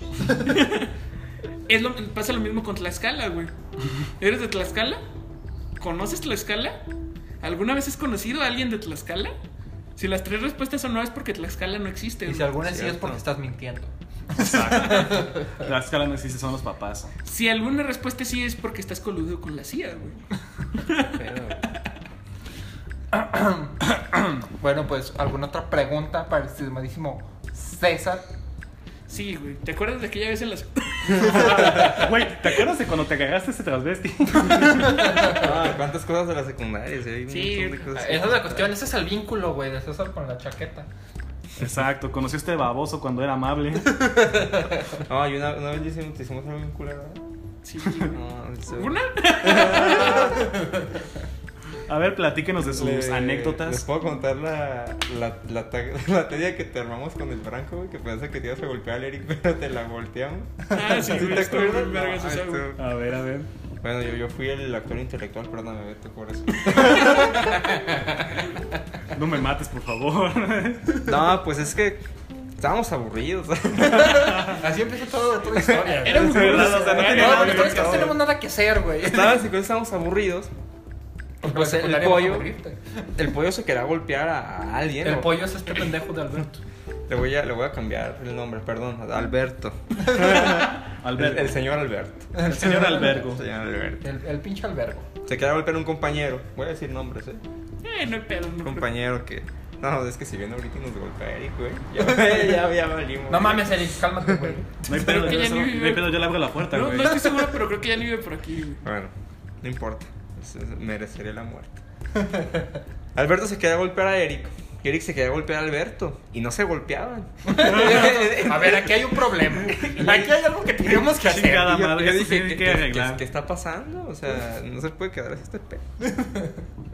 Speaker 2: Es lo- pasa lo mismo con Tlaxcala, güey. ¿Eres de Tlaxcala? ¿Conoces Tlaxcala? ¿Alguna vez has conocido a alguien de Tlaxcala? Si las tres respuestas son no, es porque Tlaxcala no existe.
Speaker 4: Y si
Speaker 2: güey.
Speaker 4: alguna sí es
Speaker 5: Cierto.
Speaker 4: porque estás mintiendo.
Speaker 3: Exacto. La escala no existe, son los papás.
Speaker 2: Si alguna respuesta sí es porque estás coludido con la CIA, güey.
Speaker 4: Bueno, pues, ¿alguna otra pregunta para el estimadísimo César?
Speaker 2: Sí, güey. ¿Te acuerdas de aquella vez en las...
Speaker 3: *laughs*
Speaker 2: *laughs*
Speaker 3: Güey, ¿te acuerdas de cuando te cagaste ese transvesti?
Speaker 5: Ah, cuántas cosas de la secundaria, Pues sí, hay un
Speaker 2: Sí,
Speaker 5: montón de cosas.
Speaker 4: Ah, Esa es la cuestión, ese es el vínculo, güey, de César con la chaqueta.
Speaker 3: Exacto, conocí a este baboso cuando era amable.
Speaker 5: No, y una, una vez hicimos, te hicimos algo bien culero. ¿no?
Speaker 2: Sí, güey.
Speaker 5: No, eso-
Speaker 2: ¿Una?
Speaker 3: A ver, platíquenos de sus
Speaker 5: Le- Les
Speaker 3: anécdotas.
Speaker 5: puedo contar la, la, la, ta- *laughs* la teoría que te armamos con el branco, güey, que pensé que te ibas a golpear al Eric, *laughs* pero te la volteamos.
Speaker 2: Ah, sí,
Speaker 5: *laughs* ¿Sí
Speaker 2: güey.
Speaker 5: te
Speaker 2: estuvo bien
Speaker 5: acuerdas?
Speaker 2: vergas
Speaker 5: No,
Speaker 2: esa, güey.
Speaker 5: estuvo-
Speaker 3: A ver, a ver.
Speaker 5: Bueno, yo, yo fui el actor intelectual, perdóname, Beto, por eso.
Speaker 3: No me mates, por favor.
Speaker 5: No, pues es que estábamos aburridos. *laughs*
Speaker 4: Así empieza toda otra historia.
Speaker 2: Era muy
Speaker 5: Sí, verdad,
Speaker 2: bueno,
Speaker 5: o sea, no
Speaker 2: güey.
Speaker 5: tenía
Speaker 4: No,
Speaker 5: nada
Speaker 4: la
Speaker 5: que
Speaker 4: verdad es que no
Speaker 5: ver.
Speaker 4: tenemos nada que hacer, güey. *laughs*
Speaker 5: Estábamos, pues, estábamos aburridos.
Speaker 4: Porque
Speaker 5: Pues
Speaker 4: la
Speaker 5: el
Speaker 4: secundaria vas a
Speaker 5: pollo.
Speaker 4: morirte.
Speaker 5: El pollo se quería golpear a alguien.
Speaker 4: El
Speaker 5: o-
Speaker 4: pollo es este pendejo de Alberto.
Speaker 5: Le voy a, le voy a cambiar el nombre, perdón, a Alberto. El,
Speaker 3: Alberto.
Speaker 5: el señor Alberto.
Speaker 3: El señor Albergo.
Speaker 5: El señor Alberto.
Speaker 4: El, el pinche albergo.
Speaker 5: Se quería golpear un compañero. Voy a decir nombres, ¿eh?
Speaker 2: Eh, no hay pedo. no
Speaker 5: Un
Speaker 2: creo.
Speaker 5: compañero que. No, es que si viene ahorita y nos golpea Eric, güey. *laughs* Ya, ya, ya valimos.
Speaker 4: No mames, eh. Eric, cálmate, *laughs* güey.
Speaker 3: No hay
Speaker 2: Espero
Speaker 3: pedo,
Speaker 2: que
Speaker 3: yo,
Speaker 2: ya
Speaker 3: eso-
Speaker 2: ni
Speaker 3: no
Speaker 2: vive.
Speaker 3: hay pedo, yo le abro la puerta,
Speaker 2: No,
Speaker 3: güey.
Speaker 2: no estoy seguro, pero creo que ya ni vive por aquí, güey.
Speaker 5: Bueno, no importa. Es- es- Merecería la muerte. Alberto se quería golpear a Eric. Y Eric se quería golpear a Alberto. Y no se golpeaban.
Speaker 4: A ver, aquí hay un problema. Aquí hay algo que tenemos que hacer.
Speaker 3: Chingada.
Speaker 5: Y yo-
Speaker 3: madre,
Speaker 5: yo
Speaker 3: esto
Speaker 5: dije,
Speaker 3: tiene
Speaker 5: ¿qué,
Speaker 3: que
Speaker 5: qué-
Speaker 3: arreglar.
Speaker 5: qué- qué está pasando? O sea, no se puede quedar así este pedo.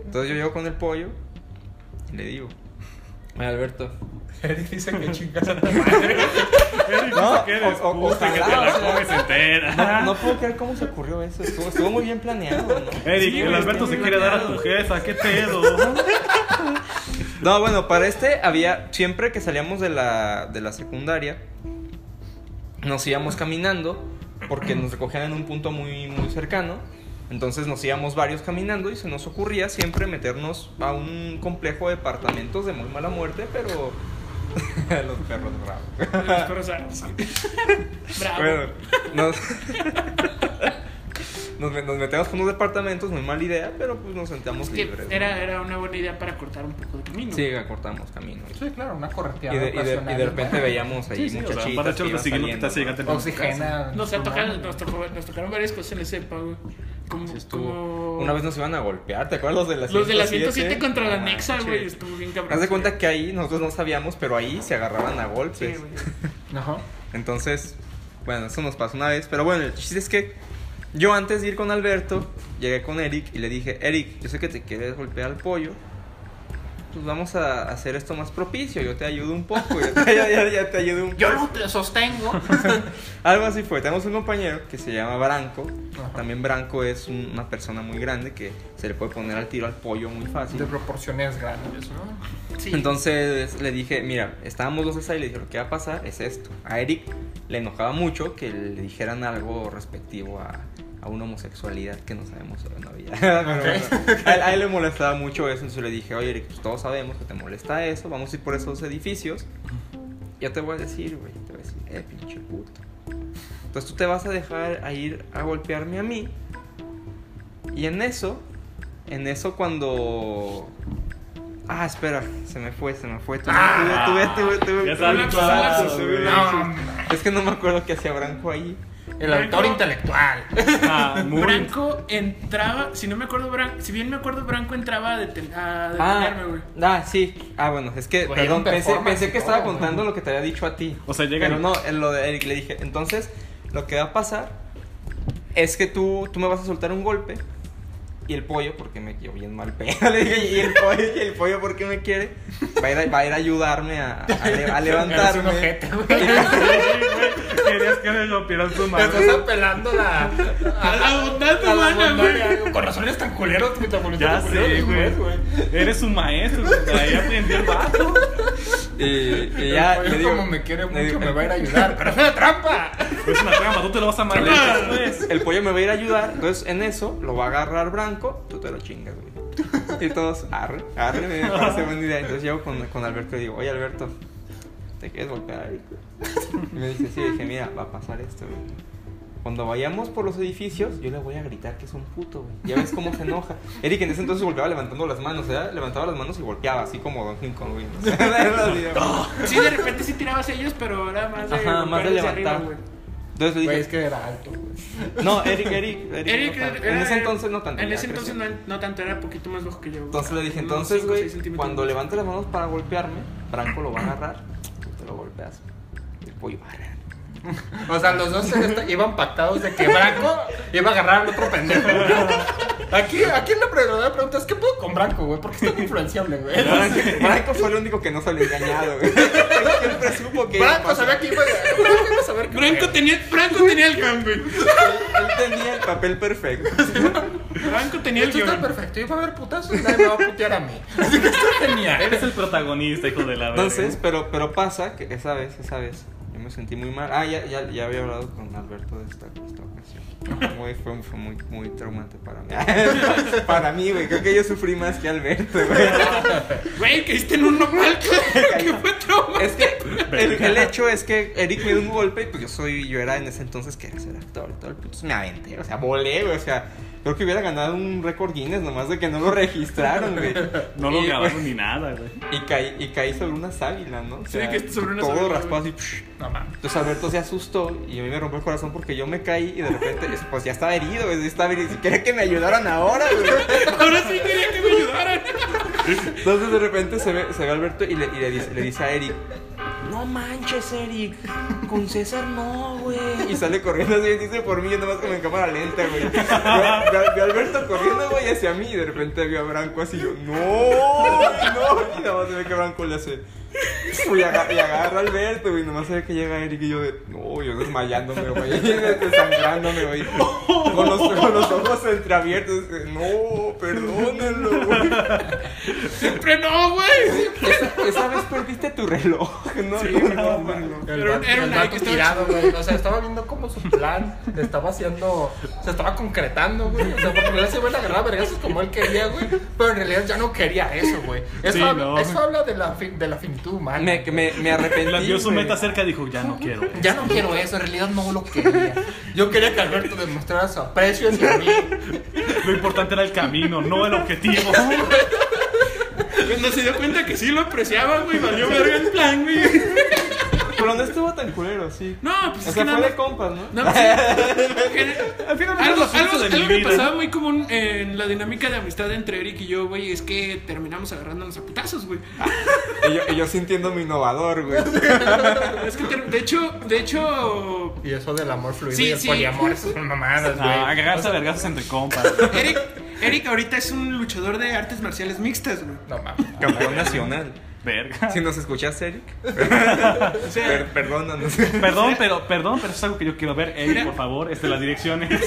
Speaker 5: Entonces yo llego con el pollo y le digo, "Oye, Alberto.
Speaker 4: Eric dice que chingas a tu madre.
Speaker 3: Eric,
Speaker 5: No,
Speaker 3: dice que eres
Speaker 5: o- o-
Speaker 3: puta, que te
Speaker 5: ojalá,
Speaker 3: la
Speaker 5: o sea.
Speaker 3: comes entera.
Speaker 5: No, no puedo creer cómo se ocurrió eso. Estuvo, estuvo muy bien planeado, ¿no?
Speaker 3: Eric,
Speaker 2: Sí,
Speaker 3: Eh, el
Speaker 2: güey,
Speaker 3: Alberto
Speaker 2: estoy
Speaker 3: se
Speaker 2: muy
Speaker 3: quiere dar a tu
Speaker 2: bloqueado.
Speaker 3: jefa, qué pedo.
Speaker 5: No, bueno, para este había. Siempre que salíamos de la, de la secundaria, nos íbamos caminando. Porque nos recogían en un punto muy, muy cercano. Entonces nos íbamos varios caminando y se nos ocurría siempre meternos a un complejo de departamentos de muy mala muerte, pero. *laughs* Los perros bravos.
Speaker 2: Los perros sanos. *laughs* Bravo.
Speaker 5: Bueno, nos. *laughs* Nos, nos metemos con unos departamentos, muy mala idea, pero pues nos sentamos
Speaker 2: Es que
Speaker 5: libres. ¿no?
Speaker 2: era, era una buena idea para cortar un poco de camino.
Speaker 5: Sí, cortamos camino.
Speaker 4: Sí, claro, una correteada.
Speaker 5: Y de, y de- y de
Speaker 4: ocasional,
Speaker 5: repente
Speaker 4: ¿no?
Speaker 5: veíamos ahí
Speaker 3: Sí, sí, o sea,
Speaker 5: muchachitas.
Speaker 3: para echar
Speaker 5: que
Speaker 3: los
Speaker 5: iban
Speaker 3: siguientes
Speaker 5: saliendo,
Speaker 3: hasta llegar
Speaker 5: ¿no?
Speaker 3: a-
Speaker 4: Oxigena.
Speaker 2: Nos,
Speaker 4: pulmones.
Speaker 2: tocaron, nos, tocó- nos tocaron varias cosas en ese pago. Como,
Speaker 5: Sí, estuvo.
Speaker 2: como...
Speaker 5: Una vez nos iban a golpear, ¿te acuerdas los de la
Speaker 2: Los de la
Speaker 5: 107?
Speaker 2: 107 contra la
Speaker 5: No
Speaker 2: Nexa,
Speaker 5: manches.
Speaker 2: güey. Estuvo bien cabrón.
Speaker 5: Haz de cuenta que ahí nosotros no sabíamos, pero ahí se agarraban a
Speaker 2: Sí,
Speaker 5: golpes.
Speaker 2: güey.
Speaker 4: Ajá.
Speaker 5: Entonces, bueno, eso nos pasó una vez. Pero bueno, el chiste es que yo antes de ir con Alberto, llegué con Eric y le dije, Eric, yo sé que te quieres golpear al pollo. Pues vamos a hacer esto más propicio. Yo te ayudo un poco. Yo te, ya- *laughs* ya- ya te ayudo un
Speaker 4: Yo lo te- sostengo.
Speaker 5: Algo así fue. Tenemos un compañero que se llama Branco.
Speaker 4: Ajá.
Speaker 5: También Branco es un- una persona muy grande que se le puede poner al tiro al pollo muy fácil.
Speaker 4: De proporciones grandes, ¿no?
Speaker 2: Sí.
Speaker 5: Entonces le dije, mira, estábamos los dos ahí y le dije, lo que va a pasar es esto. A Eric le enojaba mucho que le dijeran algo respectivo a, a una homosexualidad que no sabemos sobre una vida. Pero bueno, a, él, a él le molestaba mucho eso, entonces le dije, oye Eric, pues todos sabemos que te molesta eso, vamos a ir por esos edificios. Ya te voy a decir, güey, te voy a decir, eh, pinche puto. Entonces tú te vas a dejar a ir a golpearme a mí. Y en eso, en eso cuando... Ah, espera, se me fue, se me fue. Tuve, tuve, tuve, tuve, tuve-
Speaker 3: Ah. Ya
Speaker 5: tuve-
Speaker 3: sabes, clavazo,
Speaker 5: tuve- tuve-
Speaker 3: güey.
Speaker 4: Ah,
Speaker 5: Es que no me acuerdo qué hacía Branco ahí.
Speaker 4: El autor intelectual.
Speaker 5: *laughs*
Speaker 3: Ah, muy-
Speaker 2: Branco entraba, si no me acuerdo, Branco, si bien me acuerdo, Branco entraba a, deten- a
Speaker 5: Ah,
Speaker 2: detenerme, güey.
Speaker 5: ah, sí. Ah, bueno, es que,
Speaker 4: Güey, era
Speaker 5: perdón,
Speaker 4: un
Speaker 5: pensé,
Speaker 4: performance
Speaker 5: pensé que
Speaker 4: y
Speaker 5: estaba
Speaker 4: todo,
Speaker 5: contando
Speaker 4: güey.
Speaker 5: lo que te había dicho a ti.
Speaker 3: O sea, llegan-
Speaker 5: Pero no, en lo de Eric le dije, entonces, lo que va a pasar es que tú, tú me vas a soltar un golpe y el pollo, porque me quiero bien mal pedo, *laughs* le dije, y el pollo, y el pollo porque me quiere, va a ir a, va a, ir a ayudarme a, a
Speaker 4: *laughs*
Speaker 5: le-
Speaker 4: Eres
Speaker 5: a
Speaker 4: un
Speaker 5: levantarme.
Speaker 4: ojete, güey.
Speaker 3: Querías que le rompieran su madre.
Speaker 4: Estás apelando la,
Speaker 2: A la bondad
Speaker 4: a la
Speaker 2: humana,
Speaker 4: bondad. Con razón eres tan culero que te volviste
Speaker 3: Ya
Speaker 4: tan culero
Speaker 3: sé,
Speaker 4: después,
Speaker 3: güey. Eres un maestro, güey.
Speaker 5: *laughs*
Speaker 3: Ahí aprendí el vato.
Speaker 5: Y, y
Speaker 4: El
Speaker 5: ya
Speaker 4: pollo
Speaker 5: le digo,
Speaker 4: como me quiere
Speaker 5: le
Speaker 4: mucho,
Speaker 5: digo, *laughs*
Speaker 4: me va a ir a ayudar. ¡Pero es una trampa!
Speaker 3: Es una trama, tú te lo vas a marcar después.
Speaker 5: El pollo me va a ir a ayudar, entonces en eso lo va a agarrar Branco, tú te lo chingas, güey. Y todos, arre, arre, me parece buena idea. Entonces llego con, con Alberto y digo, oye Alberto, ¿te quieres voltear ahí? Y me dice, sí, dije, mira, va a pasar esto, güey. Cuando vayamos por los edificios, yo le voy a gritar que es un puto, güey. Ya ves cómo se enoja. Eric en ese entonces golpeaba levantando las manos, ¿verdad? Levantaba las manos y golpeaba, así como Don Lincoln, güey. *laughs* O sea, era así, güey.
Speaker 2: Sí, de repente sí tirabas ellos, pero era más de.
Speaker 5: Ajá, más de
Speaker 2: golpear hacia arriba,
Speaker 5: levantar.
Speaker 2: güey.
Speaker 5: Entonces le dije,
Speaker 4: Güey, es que era alto, güey.
Speaker 5: no, Eric, Eric, Eric.
Speaker 2: Eric
Speaker 5: no tanto.
Speaker 2: era-
Speaker 5: en ese entonces no tanto.
Speaker 2: En
Speaker 5: ya
Speaker 2: ese
Speaker 5: creció.
Speaker 2: entonces no, no tanto, era poquito más bajo que yo. güey.
Speaker 5: Entonces le dije,
Speaker 2: Unos
Speaker 5: entonces,
Speaker 2: cinco,
Speaker 5: güey,
Speaker 2: seis centímetros
Speaker 5: cuando
Speaker 2: más.
Speaker 5: levante las manos para golpearme, Branco lo va a agarrar, tú te lo golpeas. Y el pollo, arre.
Speaker 4: O sea, los dos est- iban pactados de que Branco iba a agarrar al otro pendejo. güey. Aquí, aquí la pre- la verdadera pregunta es: ¿qué puedo con Branco, güey? Porque está muy influenciable, güey.
Speaker 5: Branco- Branco fue el único que no salió engañado, güey. *laughs* Siempre supo que. iba a
Speaker 4: Branco
Speaker 5: pasar.
Speaker 4: sabía que iba a. Branco iba a
Speaker 5: *laughs*
Speaker 4: saber que.
Speaker 2: Franco tenía, Franco tenía el guión, güey.
Speaker 5: Él tenía el papel perfecto.
Speaker 2: Franco tenía el
Speaker 4: Esto está
Speaker 2: guión.
Speaker 4: perfecto, iba a haber putazos y nadie me va a putear a mí. Así que está genial.
Speaker 3: Eres el protagonista, hijo de la verga.
Speaker 5: Entonces, pero, pero pasa que esa vez, esa vez, yo me sentí muy mal. Ah, ya, ya, ya había hablado con Alberto de esta, esta ocasión. Muy, fue, fue muy, muy traumante para mí. *laughs* para mí, güey. Creo que yo sufrí más que Alberto, güey.
Speaker 2: Güey, caíste en un nopal, güey, *laughs* que fue trauma. *laughs*
Speaker 5: Es que el, el hecho es que Eric me dio un golpe y pues yo soy, yo era en ese entonces que era ser actor y todo el puto, me aventé, o sea, volé, güey, o sea, creo que hubiera ganado un récord Guinness nomás de que no lo registraron, güey.
Speaker 3: No lo
Speaker 5: Y,
Speaker 3: grabaron
Speaker 5: güey,
Speaker 3: ni nada, güey.
Speaker 5: Y caí, y caí sobre una sábila, ¿no? O
Speaker 2: Sí, que sobre una
Speaker 5: todo
Speaker 2: sábila,
Speaker 5: raspado
Speaker 2: güey.
Speaker 5: así. psh.
Speaker 4: No mames.
Speaker 5: Entonces Alberto se asustó y a mí me rompió el corazón porque yo me caí y de repente, pues ya estaba herido, güey, estaba herido, y quería que me ayudaran ahora, güey.
Speaker 2: Ahora sí quería que me ayudaran.
Speaker 5: Entonces de repente se ve, se ve Alberto y, le, y le, dice, le dice a Eric, no manches Eric, con César no, güey. Y sale corriendo así, dice por mí, yo nomás como en cámara lenta, güey. Ve a- ve a- ve a Alberto corriendo, güey, hacia mí y de repente vio a Branco así, yo, no, no. Y nada más se ve que Branco le hace... Y agarra, y agarra a Alberto, güey, nomás se ve que llega Eric y yo de, no, yo desmayándome, güey, *laughs* desangrándome, güey. Con los, con los ojos entreabiertos, no, perdónenlo, güey.
Speaker 2: Siempre no, güey.
Speaker 5: Esa, esa vez perdiste tu reloj, *laughs* ¿no?
Speaker 2: Sí,
Speaker 5: No,
Speaker 2: perdí
Speaker 5: no,
Speaker 2: mi
Speaker 5: man.
Speaker 2: reloj.
Speaker 4: El
Speaker 2: Era un-
Speaker 4: vato-
Speaker 2: era
Speaker 4: el
Speaker 2: un Nike
Speaker 4: vato
Speaker 2: que estaba
Speaker 4: tirado, güey. O sea, estaba viendo cómo su plan estaba haciendo. Se estaba concretando, güey. O sea, porque él se iba a agarrar vergazos como él quería, güey. Pero en realidad ya no quería eso, güey. Eso,
Speaker 3: Sí,
Speaker 4: habla,
Speaker 3: no.
Speaker 4: eso habla de la, fi- de la finitud humana.
Speaker 5: Me, me, me arrepentí.
Speaker 3: La vio su
Speaker 5: güey.
Speaker 3: meta cerca y dijo, ya no quiero. güey.
Speaker 4: Ya no quiero eso, en realidad no lo quería. Yo quería que Alberto demostrara su aprecio hacia mí.
Speaker 3: Lo importante era el camino, no el objetivo. *laughs*
Speaker 2: Cuando se dio cuenta que sí lo apreciaba, güey, valió verga el plan, güey.
Speaker 5: Pero no estuvo tan culero, sí.
Speaker 2: No, pues
Speaker 5: o
Speaker 2: es
Speaker 5: sea,
Speaker 2: que
Speaker 5: fue
Speaker 2: nada.
Speaker 5: de compas, ¿no? Ah,
Speaker 2: nada
Speaker 5: *laughs*
Speaker 2: más- que-
Speaker 3: Al final,
Speaker 2: Algo,
Speaker 3: los hijos
Speaker 2: algo,
Speaker 3: de mi
Speaker 2: algo que
Speaker 3: vida.
Speaker 2: pasaba muy común en la dinámica de amistad entre Eric y yo, güey, es que terminamos agarrándonos a putazos, güey. *laughs*
Speaker 5: Y yo, y yo sintiéndome innovador, güey.
Speaker 2: Es que, ter- de hecho, de hecho,
Speaker 4: Y eso del amor fluido
Speaker 2: Sí,
Speaker 4: y el
Speaker 2: sí.
Speaker 4: poliamor, esas son mamadas,
Speaker 3: No,
Speaker 4: güey.
Speaker 3: Ah, agarrarse a vergazos entre compas.
Speaker 2: Eric, Eric ahorita es un luchador de artes marciales mixtas, güey. *laughs*
Speaker 4: No mames.
Speaker 5: Campeón nacional.
Speaker 3: Verga.
Speaker 5: Si nos
Speaker 2: *laughs*
Speaker 5: escuchas, Eric,
Speaker 2: O sea,
Speaker 5: per- perdónanos.
Speaker 3: Perdón, pero, perdón, pero eso es algo que yo quiero ver. Eric, por favor, este, las direcciones.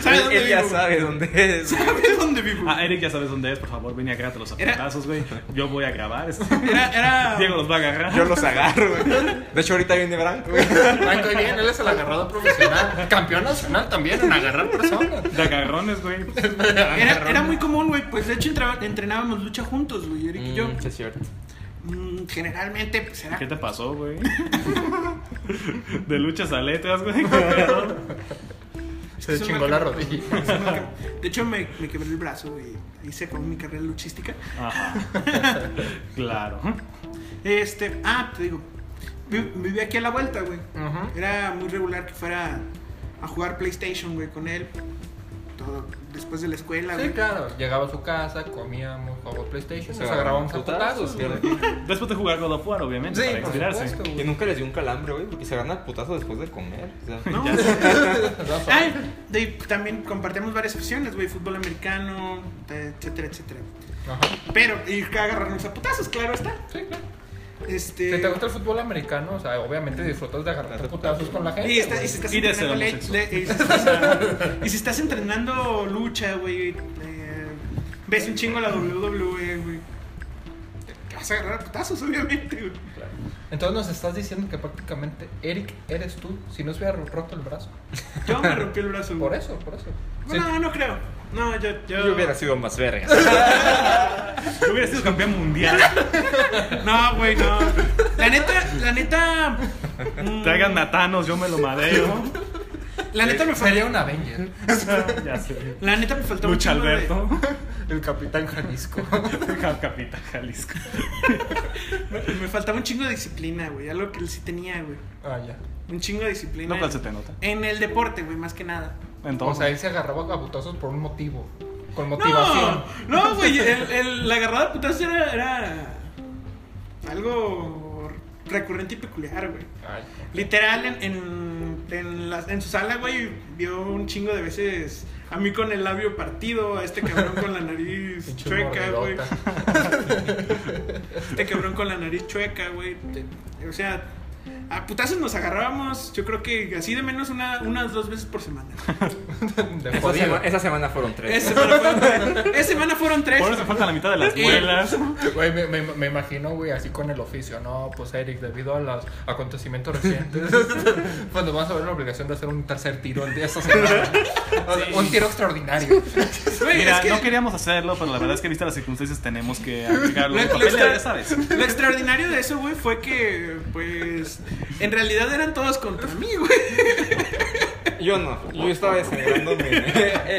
Speaker 2: ¿Sabe dónde
Speaker 5: Él ya
Speaker 2: vivo?
Speaker 5: sabe dónde es.
Speaker 2: ¿sabe dónde vivo?
Speaker 3: Ah, Eric, ya sabes dónde es, por favor, ven y agárrate los
Speaker 2: Era-
Speaker 3: zapatazos, güey. Yo voy a grabar. Este.
Speaker 2: Era, era.
Speaker 3: *laughs* Diego los va a agarrar.
Speaker 5: Yo los agarro, güey. De hecho, ahorita viene Branco, güey.
Speaker 4: Franco, bien, él es el agarrado profesional. Campeón nacional también en agarrar personas.
Speaker 3: De agarrones, güey.
Speaker 2: Era, era muy común, güey. Pues de hecho entraba- entrenábamos lucha juntos, güey, Eric y yo.
Speaker 5: Mm, sí, es cierto.
Speaker 2: Mm, generalmente, pues era.
Speaker 3: ¿Qué te pasó, güey? De luchas a letras, güey. Perdón.
Speaker 4: Se
Speaker 2: Es una
Speaker 4: chingó la
Speaker 2: que-
Speaker 4: rodilla.
Speaker 2: De hecho, me, me quebré el brazo, güey. Ahí se acabó mi carrera luchística.
Speaker 3: Ajá. Claro.
Speaker 2: Este, ah, te digo. vi- Vivía aquí a la vuelta, güey.
Speaker 4: Ujú.
Speaker 2: Era muy regular que fuera a jugar PlayStation, güey, con él. Todo después de la escuela,
Speaker 4: Sí,
Speaker 2: güey.
Speaker 4: claro. Llegaba a su casa, comíamos, jugaba PlayStation,
Speaker 5: Se
Speaker 4: nos agarrábamos a
Speaker 5: putazos,
Speaker 4: putazos. güey.
Speaker 5: *laughs*
Speaker 3: Después de jugar God of War, obviamente,
Speaker 4: Sí,
Speaker 3: para
Speaker 4: por
Speaker 3: estirarse.
Speaker 4: supuesto.
Speaker 5: Y nunca les dio un calambre, güey, porque se agarran a putazos después de comer. O
Speaker 2: *laughs*
Speaker 5: sea,
Speaker 2: No,
Speaker 4: güey.
Speaker 2: Ay, de- también compartíamos varias opciones, güey, fútbol americano, eh, etcétera, etcétera.
Speaker 4: Ajá.
Speaker 2: Pero, y que agarrarnos a putazos, claro está.
Speaker 4: Sí, claro.
Speaker 2: Este.
Speaker 4: Si te gusta el fútbol americano, o sea, obviamente disfrutas de agarrarte a putazos con la gente.
Speaker 2: Y, está-
Speaker 4: güey.
Speaker 2: y si estás
Speaker 3: Y de
Speaker 2: entrenando le-
Speaker 3: ser
Speaker 2: le- y si estás- y si estás entrenando lucha, güey, eh, ves E, un chingo la WWE, güey. Te vas a agarrar a putazos, obviamente, güey.
Speaker 4: Entonces nos estás diciendo que prácticamente Eric eres tú si no se hubiera roto el brazo.
Speaker 2: Yo me rompí el brazo.
Speaker 4: Por eso, por eso.
Speaker 2: No, no, no creo. No, yo. Yo,
Speaker 5: Yo hubiera sido más verga. *laughs*
Speaker 3: Yo hubiera sido campeón mundial.
Speaker 2: No, güey, no. La neta, la neta. mm,
Speaker 3: Traigan a Thanos, yo me lo madeo.
Speaker 2: La neta me
Speaker 4: Sería
Speaker 2: faltó.
Speaker 4: un Avenger.
Speaker 3: ya sé.
Speaker 2: La neta me faltó un
Speaker 3: Lucha
Speaker 2: chingo de-
Speaker 3: Alberto.
Speaker 4: El Capitán Jalisco.
Speaker 3: Capita Jalisco.
Speaker 2: Me, me faltaba un chingo de disciplina, güey. Algo que él sí tenía, güey.
Speaker 4: Ah, ya.
Speaker 2: Un chingo de disciplina.
Speaker 3: Lo cual se te nota.
Speaker 2: En el deporte, güey, más que nada.
Speaker 4: O sea,
Speaker 3: Entonces,
Speaker 4: él se agarraba a putazos por un motivo. Con motivación.
Speaker 2: No, no, güey. el- el- la agarrada de putas era, era algo recurrente y peculiar, güey.
Speaker 4: Ay,
Speaker 2: Literal, en, en, en la- en su sala, güey, vio un chingo de veces a mí con el labio partido, a este cabrón con la nariz
Speaker 4: *laughs* pinche
Speaker 2: chueca, güey. *laughs*
Speaker 4: mordidota.
Speaker 2: Este cabrón con la nariz chueca, güey. Te- O sea, a putazos nos agarrábamos, yo creo que así de menos una, unas dos veces por
Speaker 3: *laughs*
Speaker 2: semana.
Speaker 4: De
Speaker 5: Esa
Speaker 4: jodido.
Speaker 5: semana, esa semana fueron tres.
Speaker 2: Esa semana fueron tres. Esa semana fueron tres.
Speaker 3: por eso falta la mitad de las muelas.
Speaker 4: Güey, me, me- me imagino, güey, así con el oficio, ¿no? Pues Eric, debido a los acontecimientos recientes, *laughs* pues nos vamos a ver la obligación de hacer un tercer tiro el día de esta semana. O sea, Un tiro extraordinario.
Speaker 2: Güey,
Speaker 3: Mira,
Speaker 2: es que
Speaker 3: no queríamos hacerlo, pero la verdad es que vista las circunstancias tenemos que aplicarlo.
Speaker 2: Lo-
Speaker 3: El
Speaker 2: lo
Speaker 3: papel
Speaker 2: extra-
Speaker 3: ya sabes.
Speaker 2: Lo extraordinario de eso, güey, fue que, pues, en realidad eran todos contra mí, güey.
Speaker 5: Yo no. Yo estaba desangrándome *laughs*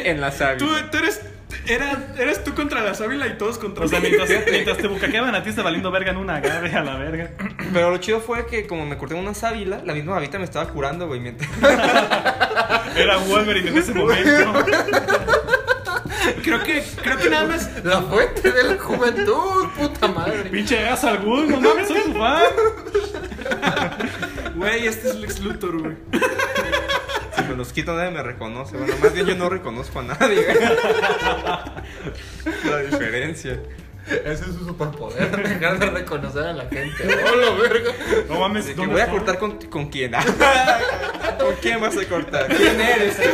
Speaker 5: en la savia.
Speaker 2: Tú, tú eres, era, eres tú contra la sábila y todos contra
Speaker 3: O sea,
Speaker 2: mí.
Speaker 3: mientras, mientras te bucaqueaban a ti, está valiendo verga en una agave a la verga.
Speaker 5: Pero lo chido fue que como me corté una sábila, la misma babita me estaba curando, güey. Mientras... *laughs*
Speaker 3: Era Wolverine en ese momento.
Speaker 2: Creo que, creo que nada más.
Speaker 4: La fuente de la juventud, puta madre.
Speaker 3: Pinche gas al Wolverine, no mames, soy su fan.
Speaker 2: Güey, este es Lex Luthor, güey.
Speaker 5: Si me los quito nadie me reconoce. Bueno, más bien yo no reconozco a nadie. *laughs* la diferencia.
Speaker 4: Ese es su superpoder, *laughs* dejar de reconocer a la gente. ¡Hola, verga!
Speaker 3: No mames,
Speaker 5: De que
Speaker 3: ¿dónde
Speaker 5: voy a
Speaker 3: estoy?
Speaker 5: cortar con, con quién. *laughs* ¿Con quién vas a cortar? ¿Quién eres tú?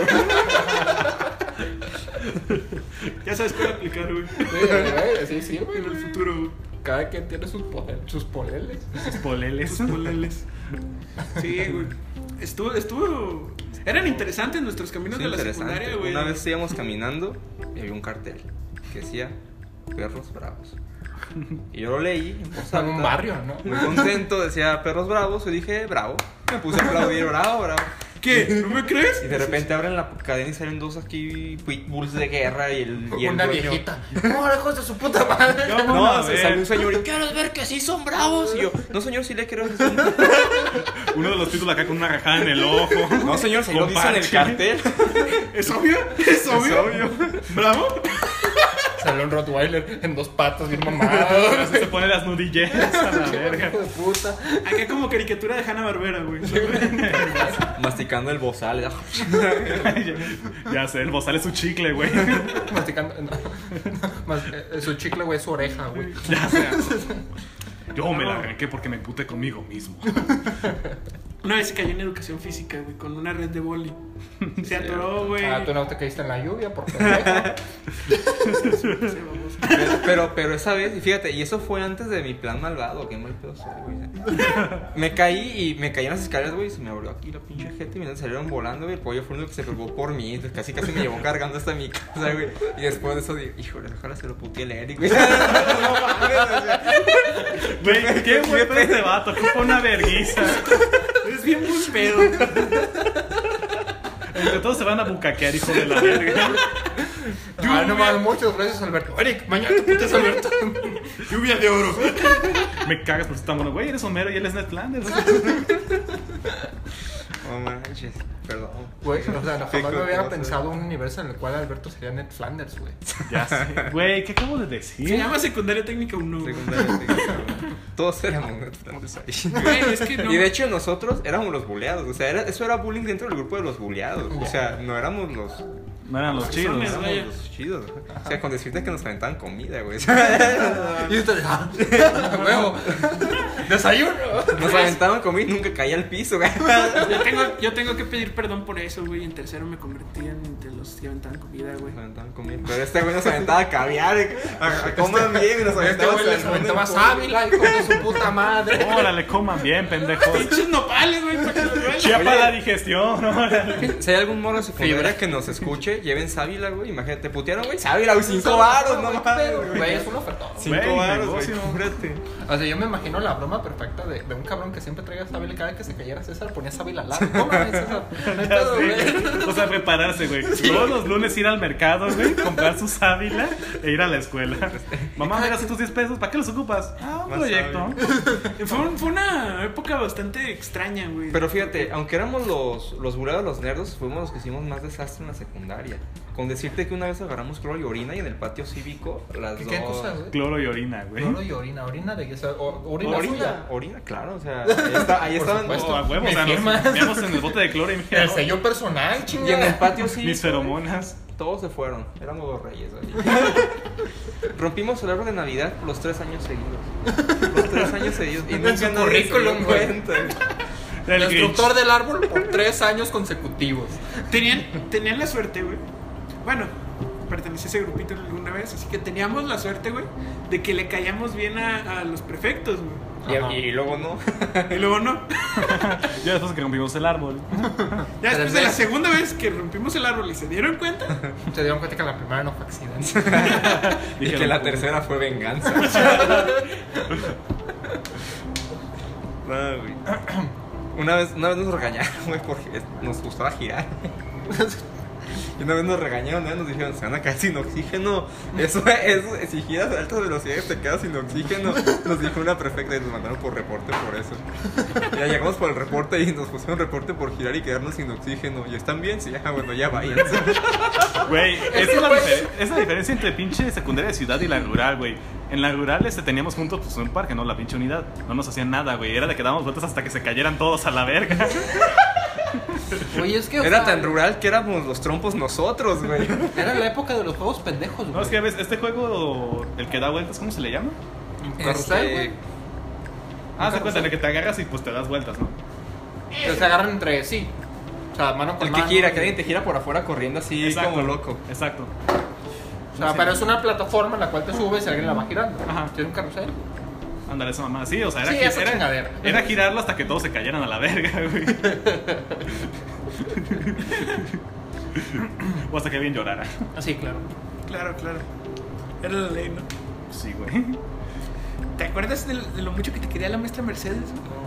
Speaker 2: Ya sabes cuál aplicar, güey.
Speaker 4: Sí, güey, sí, sí, güey.
Speaker 2: En el futuro, güey.
Speaker 4: Cada quien tiene sus, poder, sus poleles.
Speaker 3: Sus poleles.
Speaker 2: Sus poleles. Sí, güey. Estuvo, estuvo. Eran interesantes nuestros caminos
Speaker 5: Sí,
Speaker 2: de la
Speaker 5: interesante.
Speaker 2: secundaria, güey.
Speaker 5: Una vez íbamos caminando y había un cartel que decía Perros Bravos. Y yo lo leí en voz
Speaker 4: En un
Speaker 5: alta.
Speaker 4: barrio, ¿no?
Speaker 5: Muy contento, decía Perros Bravos y dije Bravo. Me puse a aplaudir, bravo, bravo.
Speaker 2: ¿Qué? ¿No me crees?
Speaker 5: *laughs* Y de repente abren la cadena y salen dos aquí pitbulls de guerra y el, y el
Speaker 4: Una
Speaker 5: dueño-
Speaker 4: viejita. ¡No, lejos de su puta madre!
Speaker 3: Yo una
Speaker 5: No, se
Speaker 3: vez,
Speaker 5: salió un señor y quiero ver que sí son bravos. Y yo, no señor, sí le creo que son
Speaker 3: Uno de los títulos acá con una rajada en el ojo.
Speaker 5: No señor, se lo
Speaker 3: Con
Speaker 5: dice en el
Speaker 3: parche.
Speaker 5: cartel.
Speaker 2: ¿Es obvio? ¿Es obvio? ¿Bravo?
Speaker 4: Salió un Rottweiler en dos patas, bien mamado.
Speaker 3: Se pone las nudilleras a la verga.
Speaker 4: Hijo de puta.
Speaker 2: Acá como caricatura de Hanna Barbera, güey.
Speaker 5: Masticando el bozal. ah,
Speaker 3: Ya- Ya sé, el bozal es su chicle, güey.
Speaker 4: Masticando. no. Mas- eh, su chicle, güey, es su oreja, güey.
Speaker 3: Ya sé. Yo me la arranqué porque me puté conmigo mismo.
Speaker 2: Una vez se cayó en educación física, güey, con una red de
Speaker 5: *laughs*
Speaker 2: boli. Se atoró, güey.
Speaker 4: Ah, tú no te caíste en la lluvia, por pendejo.
Speaker 2: Se babó.
Speaker 5: Pero, pero esa vez, y fíjate, y eso fue antes de mi plan malvado, qué mal pedo soy, güey. Me caí y me caí en las escaleras, güey, y se me abrió aquí la pinche gente y me salieron volando, güey. El pollo fue uno que se preocupó por mí, entonces casi casi me llevó cargando hasta mi casa, güey. Y después de eso dije, híjole, ojalá se lo puté el
Speaker 4: *laughs*
Speaker 5: Eric, güey. No mames, o sea,
Speaker 3: Güey, qué buen pedo este vato. Ocupa una verguiza.
Speaker 2: Es bien muy pedo.
Speaker 3: Entre todos se van a bucaquear, hijo de la verga.
Speaker 4: ah, no mames, muchas gracias, Alberto. Eric, mañana te putas, Alberto.
Speaker 2: Lluvia de oro.
Speaker 3: Me cagas por ser tan bueno. Güey, eres Homero y él es Ned Flanders.
Speaker 5: No manches, perdón.
Speaker 4: Güey, o sea, no,
Speaker 5: Qué
Speaker 4: jamás me hubiera
Speaker 5: cosa.
Speaker 4: pensado un universo en el cual Alberto sería Ned Flanders, güey.
Speaker 3: Ya sé. Güey, ¿qué acabo de
Speaker 2: Se
Speaker 3: decir?
Speaker 2: llama secundaria técnica 1. güey.
Speaker 5: Secundaria, sí, cabrón. Todos éramos Netflix.
Speaker 2: Güey, es que no.
Speaker 5: Y de hecho nosotros éramos los buleados, o sea, era- eso era bullying dentro del grupo de los buleados, o sea, no éramos los,
Speaker 3: No eran los chidos.
Speaker 2: Personas,
Speaker 5: éramos
Speaker 2: Vaya.
Speaker 5: los chidos, ajá. o sea, con decirte que nos
Speaker 4: *laughs*
Speaker 5: *laughs* aventaban comida, güey, o sea,
Speaker 4: Y ustedes, ah, huevo. Desayuno.
Speaker 5: Nos aventaban comida y nunca caía al piso, güey.
Speaker 2: Yo tengo, yo tengo que pedir perdón por eso, güey. En tercero me convertí en de los que aventaban comida, güey.
Speaker 5: Nos aventaban comida. Pero este güey nos aventaba caviar. eh. A- a- Coman bien, y nos
Speaker 4: Este
Speaker 5: aventaba
Speaker 4: güey les
Speaker 5: salmón en
Speaker 4: aventaba
Speaker 5: polvo.
Speaker 4: sábila y con su puta madre.
Speaker 3: Órale, coman bien, pendejos.
Speaker 2: Pinches nopales, güey, para que los duela.
Speaker 3: Chiapa la digestión, *laughs* órale.
Speaker 5: Si hay algún morro de secundaria que nos escuche, lleven sábila, güey. Imagínate, te putearon, güey. Sábila, güey, cinco varos, no mames,
Speaker 4: Pero, güey, es un ofertón.
Speaker 5: Cinco
Speaker 3: Güey,
Speaker 5: varos, güey.
Speaker 3: negocio.
Speaker 5: cómprate.
Speaker 4: O sea, yo me imagino la broma perfecta de, de un cabrón que siempre traiga sábila y cada vez que se cayera César ponía sábila al lado. No mames,
Speaker 5: *laughs*
Speaker 4: César. No hay pedo,
Speaker 3: Sí,
Speaker 4: güey.
Speaker 3: güey. o sea, prepararse, güey. Todos los lunes ir al mercado, güey, comprar su sábila e ir a
Speaker 4: *laughs*
Speaker 3: la escuela. Mamá, mira, son tus 10 pesos, ¿para qué los ocupas? Ah, un
Speaker 5: Más
Speaker 3: proyecto.
Speaker 2: Fue, un- fue una época bastante extraña, güey.
Speaker 5: Pero fíjate, aunque éramos los, los buleados, los nerdos, fuimos los que hicimos más desastre en la secundaria. Con decirte que una vez agarramos cloro y orina y en el patio cívico las
Speaker 4: ¿Qué,
Speaker 5: dos...
Speaker 4: qué cosas, güey?
Speaker 3: Cloro y orina, güey.
Speaker 4: Cloro y orina, orina de o sea, o- orina,
Speaker 5: Orina,
Speaker 4: suya.
Speaker 5: orina, claro, o sea, ahí, está-
Speaker 4: *laughs*
Speaker 5: ahí
Speaker 4: Por
Speaker 5: estaban...
Speaker 4: supuesto.
Speaker 3: O a huevo,
Speaker 4: Mi
Speaker 3: o sea,
Speaker 4: firma.
Speaker 3: nos meamos en el bote de cloro y mira,
Speaker 4: El sello personal,
Speaker 5: Y en el
Speaker 4: chingada.
Speaker 5: patio cívico...
Speaker 3: mis feromonas.
Speaker 5: Todos se fueron, éramos los reyes.
Speaker 4: *laughs*
Speaker 5: ahí. Rompimos el árbol de Navidad los tres años seguidos. Los tres años seguidos. Y
Speaker 4: *laughs* En
Speaker 5: nunca
Speaker 4: su
Speaker 5: nadie
Speaker 4: currículum,
Speaker 5: se dio
Speaker 4: güey.
Speaker 5: cuenta,
Speaker 4: El
Speaker 3: Grinch.
Speaker 4: instructor del árbol por tres años consecutivos.
Speaker 2: Tenían, tenían la suerte, güey. Bueno, pertenecí a ese grupito alguna vez, así que teníamos la suerte, güey, de que le caíamos bien a, a los prefectos, güey.
Speaker 4: Ajá.
Speaker 5: Y, y luego no.
Speaker 2: Y luego
Speaker 5: *laughs*
Speaker 2: no.
Speaker 3: Ya después que rompimos el árbol.
Speaker 2: Ya
Speaker 4: Pero
Speaker 2: después de la
Speaker 4: es-
Speaker 2: segunda vez que rompimos el árbol y se dieron cuenta, *laughs*
Speaker 4: Se dieron cuenta que la primera no fue accidente.
Speaker 5: Y que
Speaker 3: Dijeron,
Speaker 5: la tercera fue venganza. No, güey. Una vez, una vez nos regañaron, güey, porque nos gustaba girar. Y una vez nos regañaron, ¿no? nos dijeron, se van a caer sin oxígeno. Eso es, si giras a altas velocidades te quedas sin oxígeno. Nos dijo una prefecta y nos mandaron por reporte por eso. Ya llegamos por el reporte y nos pusieron reporte por girar y quedarnos sin oxígeno. ¿Y están bien? Sí, ya, bueno, ya váyanse.
Speaker 3: Güey, esa es, la difer- es la diferencia entre pinche secundaria de ciudad y la rural, güey. En la rural este, teníamos juntos pues, un parque, ¿no? La pinche unidad. No nos hacían nada, güey. Era de que dábamos vueltas hasta que se cayeran todos a la verga.
Speaker 4: *laughs* Oye, es que. o
Speaker 5: Era
Speaker 4: sea,
Speaker 5: tan rural que éramos los trompos nosotros, güey.
Speaker 4: Era la época de los juegos pendejos, güey.
Speaker 3: No, es que ves, este juego, el que da vueltas, ¿cómo se le llama?
Speaker 4: Carrusel, güey.
Speaker 3: Ah, se cuenta, en el que te agarras y pues te das vueltas, ¿no?
Speaker 4: Pero se agarran entre sí. O sea, mano con
Speaker 5: El que
Speaker 4: mano.
Speaker 5: gira, que alguien te gira por afuera corriendo así como loco.
Speaker 3: Exacto.
Speaker 4: O sea, pero es una plataforma en la cual te subes y alguien la va girando.
Speaker 3: Ajá.
Speaker 4: Tiene un carrusel.
Speaker 3: Ándale, esa mamá. Sí, o sea, era,
Speaker 4: Sí,
Speaker 3: gi-
Speaker 4: esa chingadera.
Speaker 3: era, era girarlo hasta que todos se cayeran a la verga, *laughs* güey. o hasta que alguien llorara.
Speaker 4: Sí, claro.
Speaker 2: claro, claro. Era la ley, ¿no?
Speaker 3: Sí, güey.
Speaker 2: ¿Te acuerdas de, de lo mucho que te quería la maestra Mercedes? güey?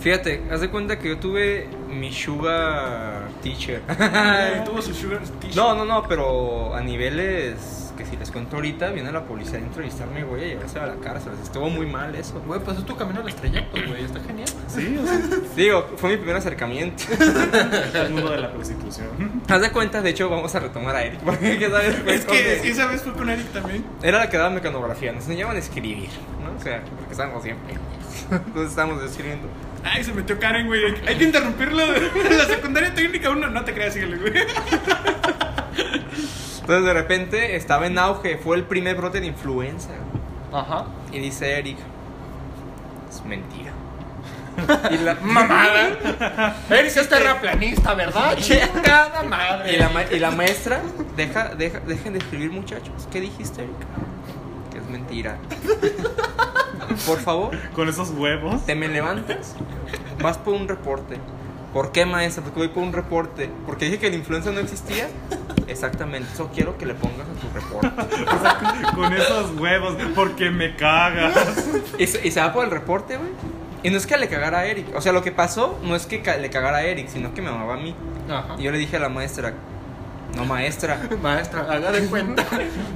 Speaker 5: Fíjate, haz de cuenta que yo tuve mi sugar teacher.
Speaker 2: Ay, tuvo su sugar teacher.
Speaker 5: No, no, no, pero a niveles que si les cuento ahorita, viene la policía a entrevistarme, güey, y llevarse a la cárcel. Estuvo muy mal eso.
Speaker 4: Güey, pues es tu camino al estrellato, güey. Está genial.
Speaker 3: Sí, o sea,
Speaker 5: Digo, fue mi primer acercamiento. *laughs*
Speaker 3: el mundo de la prostitución.
Speaker 5: Haz de cuenta, de hecho, vamos a retomar a Eric, *laughs* porque ¿qué sabes?
Speaker 2: Es que
Speaker 5: Porque
Speaker 2: es que esa vez fue con Eric también.
Speaker 5: Era la que daba mecanografía, nos enseñaban a escribir, ¿no? O sea, porque estábamos siempre. *laughs* Entonces estábamos escribiendo.
Speaker 2: Ay, se metió Karen, güey. Hay que interrumpirlo. *laughs* La secundaria técnica 1, no te creas, síguele, güey.
Speaker 5: Entonces de repente estaba en auge, fue el primer brote de influenza. güey.
Speaker 4: Ajá.
Speaker 5: Y dice Eric, es mentira.
Speaker 4: *laughs* Y la mamada. Eres este terraplanista, ¿verdad? Chingada madre.
Speaker 5: Y la, ma- y la maestra, deja, deja, dejen de escribir muchachos. ¿Qué dijiste, Eric? Que
Speaker 4: *laughs*
Speaker 5: es mentira. Por favor,
Speaker 3: Con esos huevos.
Speaker 5: te me levantas, vas por un reporte. ¿Por qué, maestra? Porque voy por un reporte. Porque dije que la influenza no existía. Exactamente, eso quiero que le pongas a tu reporte.
Speaker 3: O sea, con esos huevos. Porque me cagas.
Speaker 5: Y se, y se va por el reporte, güey. Y no es que le cagara a Eric. O sea, lo que pasó no es que ca- le cagara a Eric, sino que me amaba a mí.
Speaker 4: Ajá.
Speaker 5: Y yo le dije a la maestra, no maestra.
Speaker 4: Maestra, haga de *laughs* cuenta.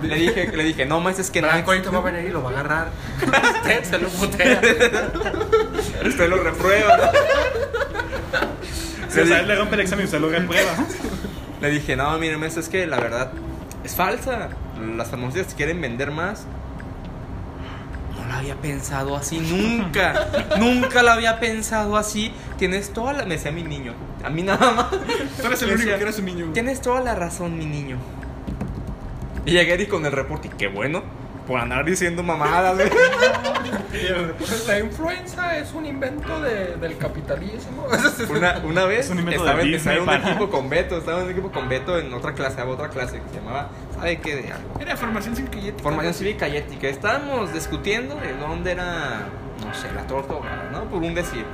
Speaker 5: Le dije, le dije, no maestra, es que no.
Speaker 4: Branco ahorita va a venir y lo va a agarrar. Usted se lo putea.
Speaker 5: Usted lo reprueba.
Speaker 3: Si a él le rompe el examen y se logra prueba.
Speaker 5: Le dije, no, mire maestra, es que la verdad es falsa. Las farmacias quieren vender más. No la había pensado así nunca. nunca la había pensado así. Tienes toda la... Me decía mi niño. A mí nada más.
Speaker 2: Tú eres el
Speaker 5: Yo
Speaker 2: único
Speaker 5: decía,
Speaker 2: que era su niño. güey.
Speaker 5: Tienes toda la razón, mi niño. Y llegué Eric con el reporte y qué bueno. por andar diciendo
Speaker 3: *laughs*
Speaker 5: mamadas, güey.
Speaker 4: Pues la influenza es un invento de- del *laughs* capitalismo.
Speaker 5: Una, una vez
Speaker 3: Es un invento
Speaker 5: estaba,
Speaker 3: de
Speaker 5: en-
Speaker 3: Disney
Speaker 5: estaba en un
Speaker 3: para-
Speaker 5: equipo con Beto, estaba en un equipo con Beto en otra clase, había otra clase que se llamaba, ¿sabe qué? De algo.
Speaker 2: Era formación sin quillete.
Speaker 5: Formación cívica y ética. Estábamos discutiendo de dónde era, no sé, la torta ahogada, ¿no? Por un decir.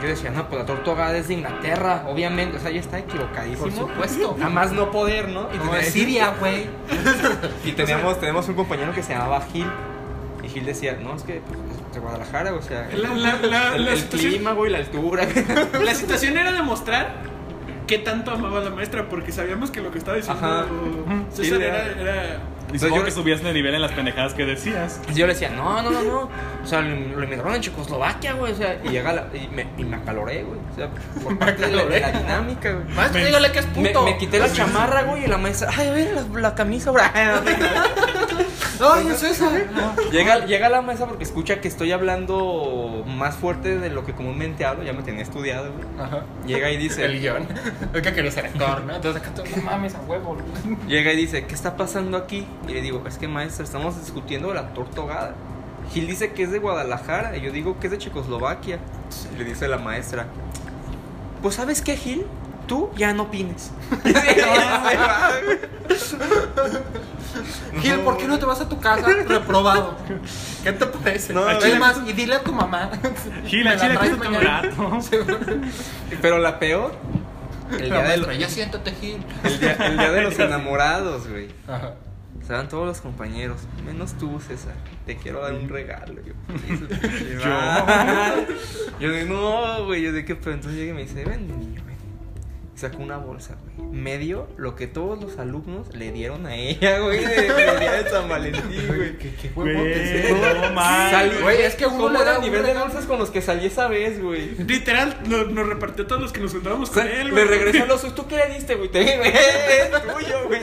Speaker 5: Yo decía, no, pues la torta ahogada es de Inglaterra, obviamente. O sea, ya está equivocadísimo.
Speaker 4: Por
Speaker 5: *laughs*
Speaker 4: supuesto.
Speaker 5: Nada más no poder, ¿no? Y
Speaker 4: No,
Speaker 5: tenía-
Speaker 4: es Siria, güey.
Speaker 5: *laughs* Y teníamos, tenemos un compañero que se llamaba Gil. Y Gil decía, no, es que pues, de Guadalajara, o sea, el,
Speaker 2: La, la, la,
Speaker 5: el
Speaker 2: la situación-
Speaker 5: clima, güey, la altura.
Speaker 2: La situación era demostrar que tanto amaba a la maestra, porque sabíamos que lo que estaba diciendo
Speaker 5: Ajá.
Speaker 2: César
Speaker 5: Sí,
Speaker 2: era,
Speaker 5: era-
Speaker 2: era-
Speaker 3: Y
Speaker 5: Entonces,
Speaker 3: supongo
Speaker 5: yo-
Speaker 3: "Oh, que subías de nivel en las pendejadas que decías.
Speaker 5: Y Pues yo le decía, no, no, no, no. O sea, lo lo emigraron en Checoslovaquia, güey. O sea, y llega la, y, me, y me acaloré, güey. O sea,
Speaker 4: *laughs*
Speaker 5: por parte de la, de la dinámica, güey.
Speaker 4: Más dígale que es
Speaker 5: Me,
Speaker 4: puto.
Speaker 5: me quité la chamarra, güey, y la maestra, ay, a ver, la, la camisa,
Speaker 4: *laughs*
Speaker 5: bra.
Speaker 4: No, no es ¿eh? eso.
Speaker 5: Llega, llega la maestra porque escucha que estoy hablando más fuerte de lo que comúnmente hablo, ya me tenía estudiado, güey.
Speaker 4: Ajá.
Speaker 5: Llega y
Speaker 4: El
Speaker 5: dice,
Speaker 4: guión. Es que quería ser actor, ¿no? Entonces acá tú, no mames, a huevo. güey.
Speaker 5: llega y dice, ¿qué está pasando aquí? Y le digo, es que maestra, estamos discutiendo la torta ahogada. Gil dice que es de Guadalajara y yo digo que es de Checoslovaquia. Y le dice la maestra, pues ¿sabes qué, Gil? Tú ya no opines. *laughs* Y se- y se va, güey.
Speaker 4: Gil, ¿por qué no te vas a tu casa? Reprobado. ¿Qué te parece?
Speaker 5: No,
Speaker 4: es
Speaker 5: güey.
Speaker 4: más, y dile a tu mamá.
Speaker 3: Gil,
Speaker 4: Me
Speaker 3: al
Speaker 4: la
Speaker 3: chile,
Speaker 4: traes
Speaker 3: quítate un
Speaker 4: mañana. *laughs*
Speaker 3: rato.
Speaker 5: Pero la peor, el
Speaker 4: La
Speaker 5: día, del-
Speaker 4: maestra, ya siéntate, Gil.
Speaker 5: el día- el día
Speaker 4: *laughs*
Speaker 5: de los enamorados, güey.
Speaker 4: Ajá.
Speaker 5: Se van todos los compañeros, menos tú, César. Te quiero dar un regalo. Yo,
Speaker 4: *laughs*
Speaker 5: *laughs* yo, yo de, no, güey. Yo de qué pero entonces llega y me dice, ven, niño, ven. Y sacó una bolsa, güey. Me dio lo que todos los alumnos le dieron a ella, güey, de, del día de
Speaker 4: *laughs*
Speaker 5: San Valentín, güey.
Speaker 4: Qué huevotes,
Speaker 3: Güey,
Speaker 4: eh.
Speaker 3: no
Speaker 5: Salí-
Speaker 3: mames.
Speaker 4: Güey, es que uno
Speaker 5: ¿Cómo
Speaker 4: le
Speaker 5: era
Speaker 4: da
Speaker 5: el
Speaker 4: un
Speaker 5: nivel de
Speaker 4: regalo?
Speaker 5: bolsas con los que salí esa vez, güey?
Speaker 2: Literal, lo- nos repartió a todos los que nos juntábamos
Speaker 5: O
Speaker 2: con
Speaker 5: sea,
Speaker 2: él.
Speaker 5: le
Speaker 2: güey.
Speaker 5: regresó los suyos. ¿Tú qué le diste, güey? Te
Speaker 4: *laughs*
Speaker 5: dije, güey, es tuyo, güey.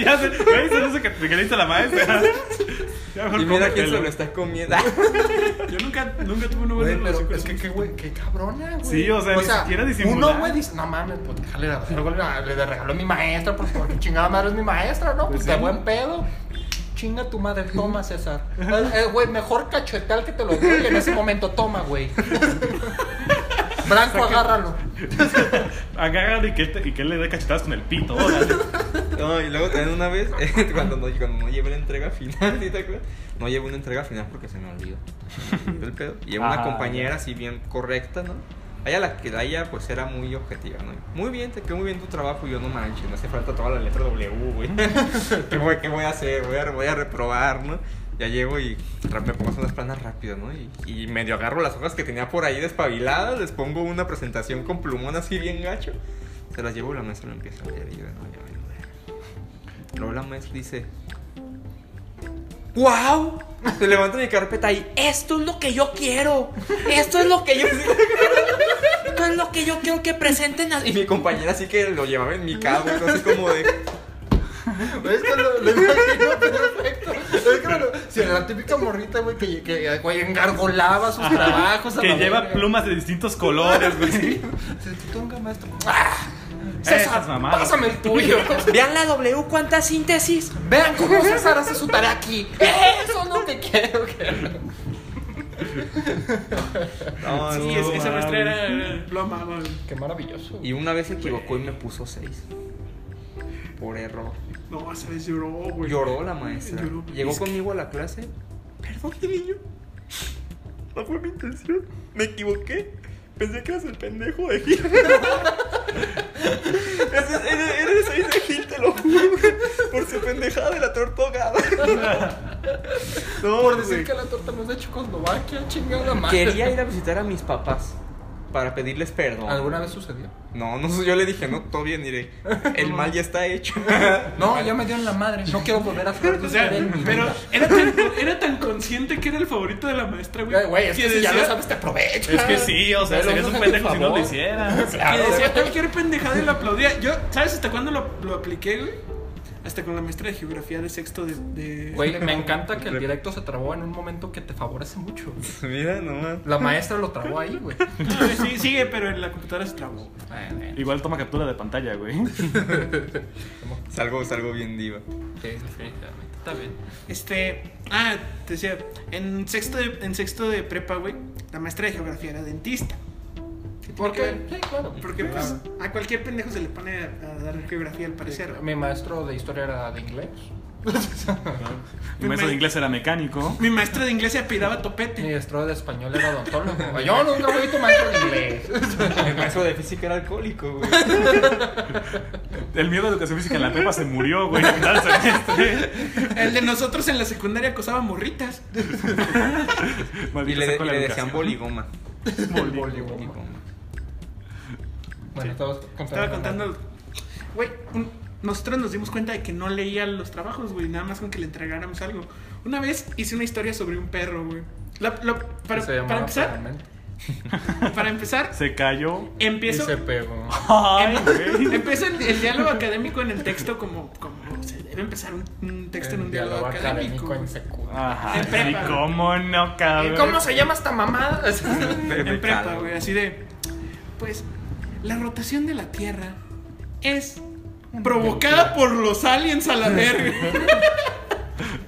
Speaker 3: Y *laughs* ya se, güey, se dice que te queriste a la maestra. Ya mejor
Speaker 5: Y mira quién se
Speaker 3: cómetelo.
Speaker 5: lo está comiendo.
Speaker 2: Yo nunca, nunca tuve una buena
Speaker 4: Güey, pero
Speaker 2: relación con
Speaker 4: es que
Speaker 2: eso.
Speaker 4: qué, güey, qué cabrona, güey.
Speaker 3: pues Sí, o sea, ni siquiera disimular.
Speaker 4: Uno, güey, dice, no mames, pues déjale, le regalo, le le regaló a mi maestra, pues porque chingada madre es mi maestra, ¿no? Pues, de buen pedo. Chinga tu madre, toma, César. Eh, eh, Güey, mejor cachetal que te lo doy en ese momento, toma,
Speaker 3: *laughs*
Speaker 4: güey. Branco, agárralo.
Speaker 3: Agárralo y que, él te- y que él le dé cachetadas con el pito. órale.
Speaker 5: No, y luego también una vez, *laughs* eh, cuando no, cuando no llevé la entrega final, ¿sí te acuerdas? No llevé una entrega final porque se me olvidó. Se me olvidó el pedo. Llevo una
Speaker 3: Ajá,
Speaker 5: compañera así bien correcta, ¿no? A Ella, la, que, a ella pues era muy objetiva, ¿no? Muy bien, te quedó muy bien tu trabajo y yo no manches, me hace falta toda la letra W, güey. *laughs* ¿Qué, voy, qué voy a hacer? Voy a, voy a reprobar, ¿no? Ya llego y ra- me pongo a hacer unas planas rápido, ¿no? Y, y medio agarro las hojas que tenía por ahí despabiladas, les pongo una presentación con plumón así bien gacho. Se las llevo y la maestra lo empieza a leer y yo, no, ya, ya, ya. Luego la maestra dice: ¡Wow! Se levanta mi carpeta y esto es lo que yo quiero. Esto es lo que yo. Esto es lo que yo quiero que presenten. a-". Y mi compañera así que lo llevaba en mi cabo, así como de.
Speaker 4: Es que lo, lo imagino perfecto. Es que lo- si era la típica morrita, güey, que, que güey, engargolaba sus trabajos. a
Speaker 3: que
Speaker 4: la
Speaker 3: lleva
Speaker 4: verga.
Speaker 3: plumas de distintos colores, güey.
Speaker 4: Se tunga, maestro. ¡Ah!
Speaker 3: Esas
Speaker 4: César,
Speaker 3: mamadas.
Speaker 4: pásame el tuyo.
Speaker 5: Vean la W, cuánta síntesis.
Speaker 4: Vean cómo César hace su tarea aquí. Eso no te quiero. que-
Speaker 5: No,
Speaker 2: Sí,
Speaker 5: no,
Speaker 2: es- esa
Speaker 5: ma.
Speaker 2: maestra era, era- lo amaba. güey.
Speaker 4: Qué maravilloso.
Speaker 5: Y una vez se equivocó y me puso 6. Por error.
Speaker 2: No, esa vez lloró, güey.
Speaker 5: Lloró la maestra.
Speaker 2: Lloró.
Speaker 5: Llegó
Speaker 2: Es que-
Speaker 5: conmigo a la clase. Perdón, niño. No fue mi intención. Me equivoqué. Pensé que eras el pendejo de *laughs* Gil. eres, eres- eres ahí de Gil, te lo juro. Por su pendejada de la torta *laughs* ahogada. No,
Speaker 4: Por
Speaker 5: güey.
Speaker 4: decir que la torta no es de Checoslovaquia, chingada madre.
Speaker 5: Quería ir a visitar a mis papás para pedirles perdón.
Speaker 4: ¿Alguna vez sucedió?
Speaker 5: No, no, yo le dije, no, todo bien, *laughs* diré. El mal ya está *laughs* hecho.
Speaker 4: No, ya me dieron la madre. No quiero volver a hacer
Speaker 2: O sea, pero era tan, era tan consciente que era el favorito de la maestra, güey.
Speaker 4: Güey, es que si ya
Speaker 2: decía-
Speaker 4: lo sabes, te aprovecho.
Speaker 3: Es que sí, o sea,
Speaker 4: Pero
Speaker 3: serías
Speaker 4: no
Speaker 3: un
Speaker 4: sé
Speaker 3: pendejo
Speaker 4: qué
Speaker 3: si no lo
Speaker 4: favor.
Speaker 3: hicieras.
Speaker 2: Que decía cualquier pendejada y lo aplaudía. Yo, ¿sabes hasta cuándo lo, lo apliqué, güey? Hasta con la maestra de geografía de sexto de. de-
Speaker 4: Güey, me encanta que el directo se trabó en un momento que te favorece mucho.
Speaker 5: Mira, nomás.
Speaker 4: La maestra lo trabó ahí, güey.
Speaker 2: Ah, Sí, sigue, pero en la computadora se trabó.
Speaker 4: Bueno,
Speaker 3: Igual toma captura de pantalla, güey.
Speaker 5: Salgo, salgo bien diva.
Speaker 4: sí, definitivamente. Está bien.
Speaker 2: Este, ah, te decía, en sexto de, en sexto de prepa, güey, la maestra de geografía era dentista. ¿Por qué?
Speaker 4: Sí, claro.
Speaker 2: Porque pues
Speaker 4: Ah.
Speaker 2: a cualquier pendejo se le pone a, a dar geografía al parecer. güey.
Speaker 4: Mi maestro de historia era de inglés.
Speaker 3: Mi maestro de inglés era mecánico.
Speaker 2: Mi maestro de inglés se apellidaba
Speaker 4: Mi
Speaker 2: Topete.
Speaker 4: maestro de español
Speaker 2: *laughs*
Speaker 4: era odontólogo. Yo nunca fui tu maestro de inglés.
Speaker 5: El maestro de física era alcohólico, güey.
Speaker 3: El miedo a educación física en la prepa se murió, güey. en tal semestre.
Speaker 2: El de nosotros en la secundaria acosaba morritas.
Speaker 5: Y
Speaker 3: *laughs* *laughs* Maldita
Speaker 5: le,
Speaker 3: sea con
Speaker 5: y
Speaker 3: la educación.
Speaker 5: le decían
Speaker 3: *laughs*
Speaker 5: boligoma.
Speaker 4: Voleibol.
Speaker 5: Boligoma.
Speaker 4: Bueno, estabas contando.
Speaker 2: Estaba contando. Güey, un- nosotros nos dimos cuenta de que no leía los trabajos, güey, nada más con que le entregáramos algo. Una vez hice una historia sobre un perro, güey. La- la-
Speaker 4: Que
Speaker 2: para,
Speaker 4: se
Speaker 2: para
Speaker 4: llamaba
Speaker 2: empezar,
Speaker 4: Pegamento.
Speaker 2: para empezar,
Speaker 3: Se cayó.
Speaker 4: Y
Speaker 2: empiezo.
Speaker 4: se pegó.
Speaker 3: Ay,
Speaker 2: Em-
Speaker 3: güey.
Speaker 2: Empieza el, el diálogo académico en el texto como, como se debe empezar un, un *laughs* texto en un diálogo, académico. Ah,
Speaker 4: en secu.
Speaker 3: Ajá,
Speaker 2: En
Speaker 3: sí,
Speaker 2: prepa.
Speaker 3: cómo no, cabrón.
Speaker 4: ¿Y cómo se llama
Speaker 2: *laughs*
Speaker 4: esta mamada? *laughs*
Speaker 2: en
Speaker 5: Bebe
Speaker 2: prepa,
Speaker 5: caldo.
Speaker 2: güey, así de. Pues, la rotación de la Tierra es provocada por los aliens a la
Speaker 4: *laughs*
Speaker 2: verga.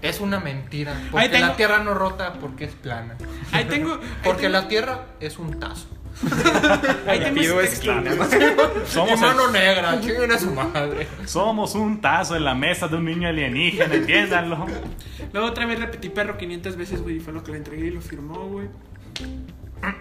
Speaker 4: es una mentira.
Speaker 2: Ahí
Speaker 4: Porque
Speaker 2: tengo-
Speaker 4: la tierra no rota porque es plana.
Speaker 2: Ahí tengo. ahí
Speaker 4: Porque
Speaker 2: tengo-
Speaker 4: la tierra es un tazo.
Speaker 2: Ahí tengo
Speaker 5: Tío,
Speaker 2: ese
Speaker 5: es
Speaker 2: texto.
Speaker 5: claro.
Speaker 3: Somos,
Speaker 4: Mi mano negra, chinguen a su madre.
Speaker 3: el- somos un tazo en la mesa de un niño alienígena, entiéndanlo.
Speaker 2: Luego otra vez repetí perro 500 veces, güey, y fue lo que le entregué y lo firmó, güey.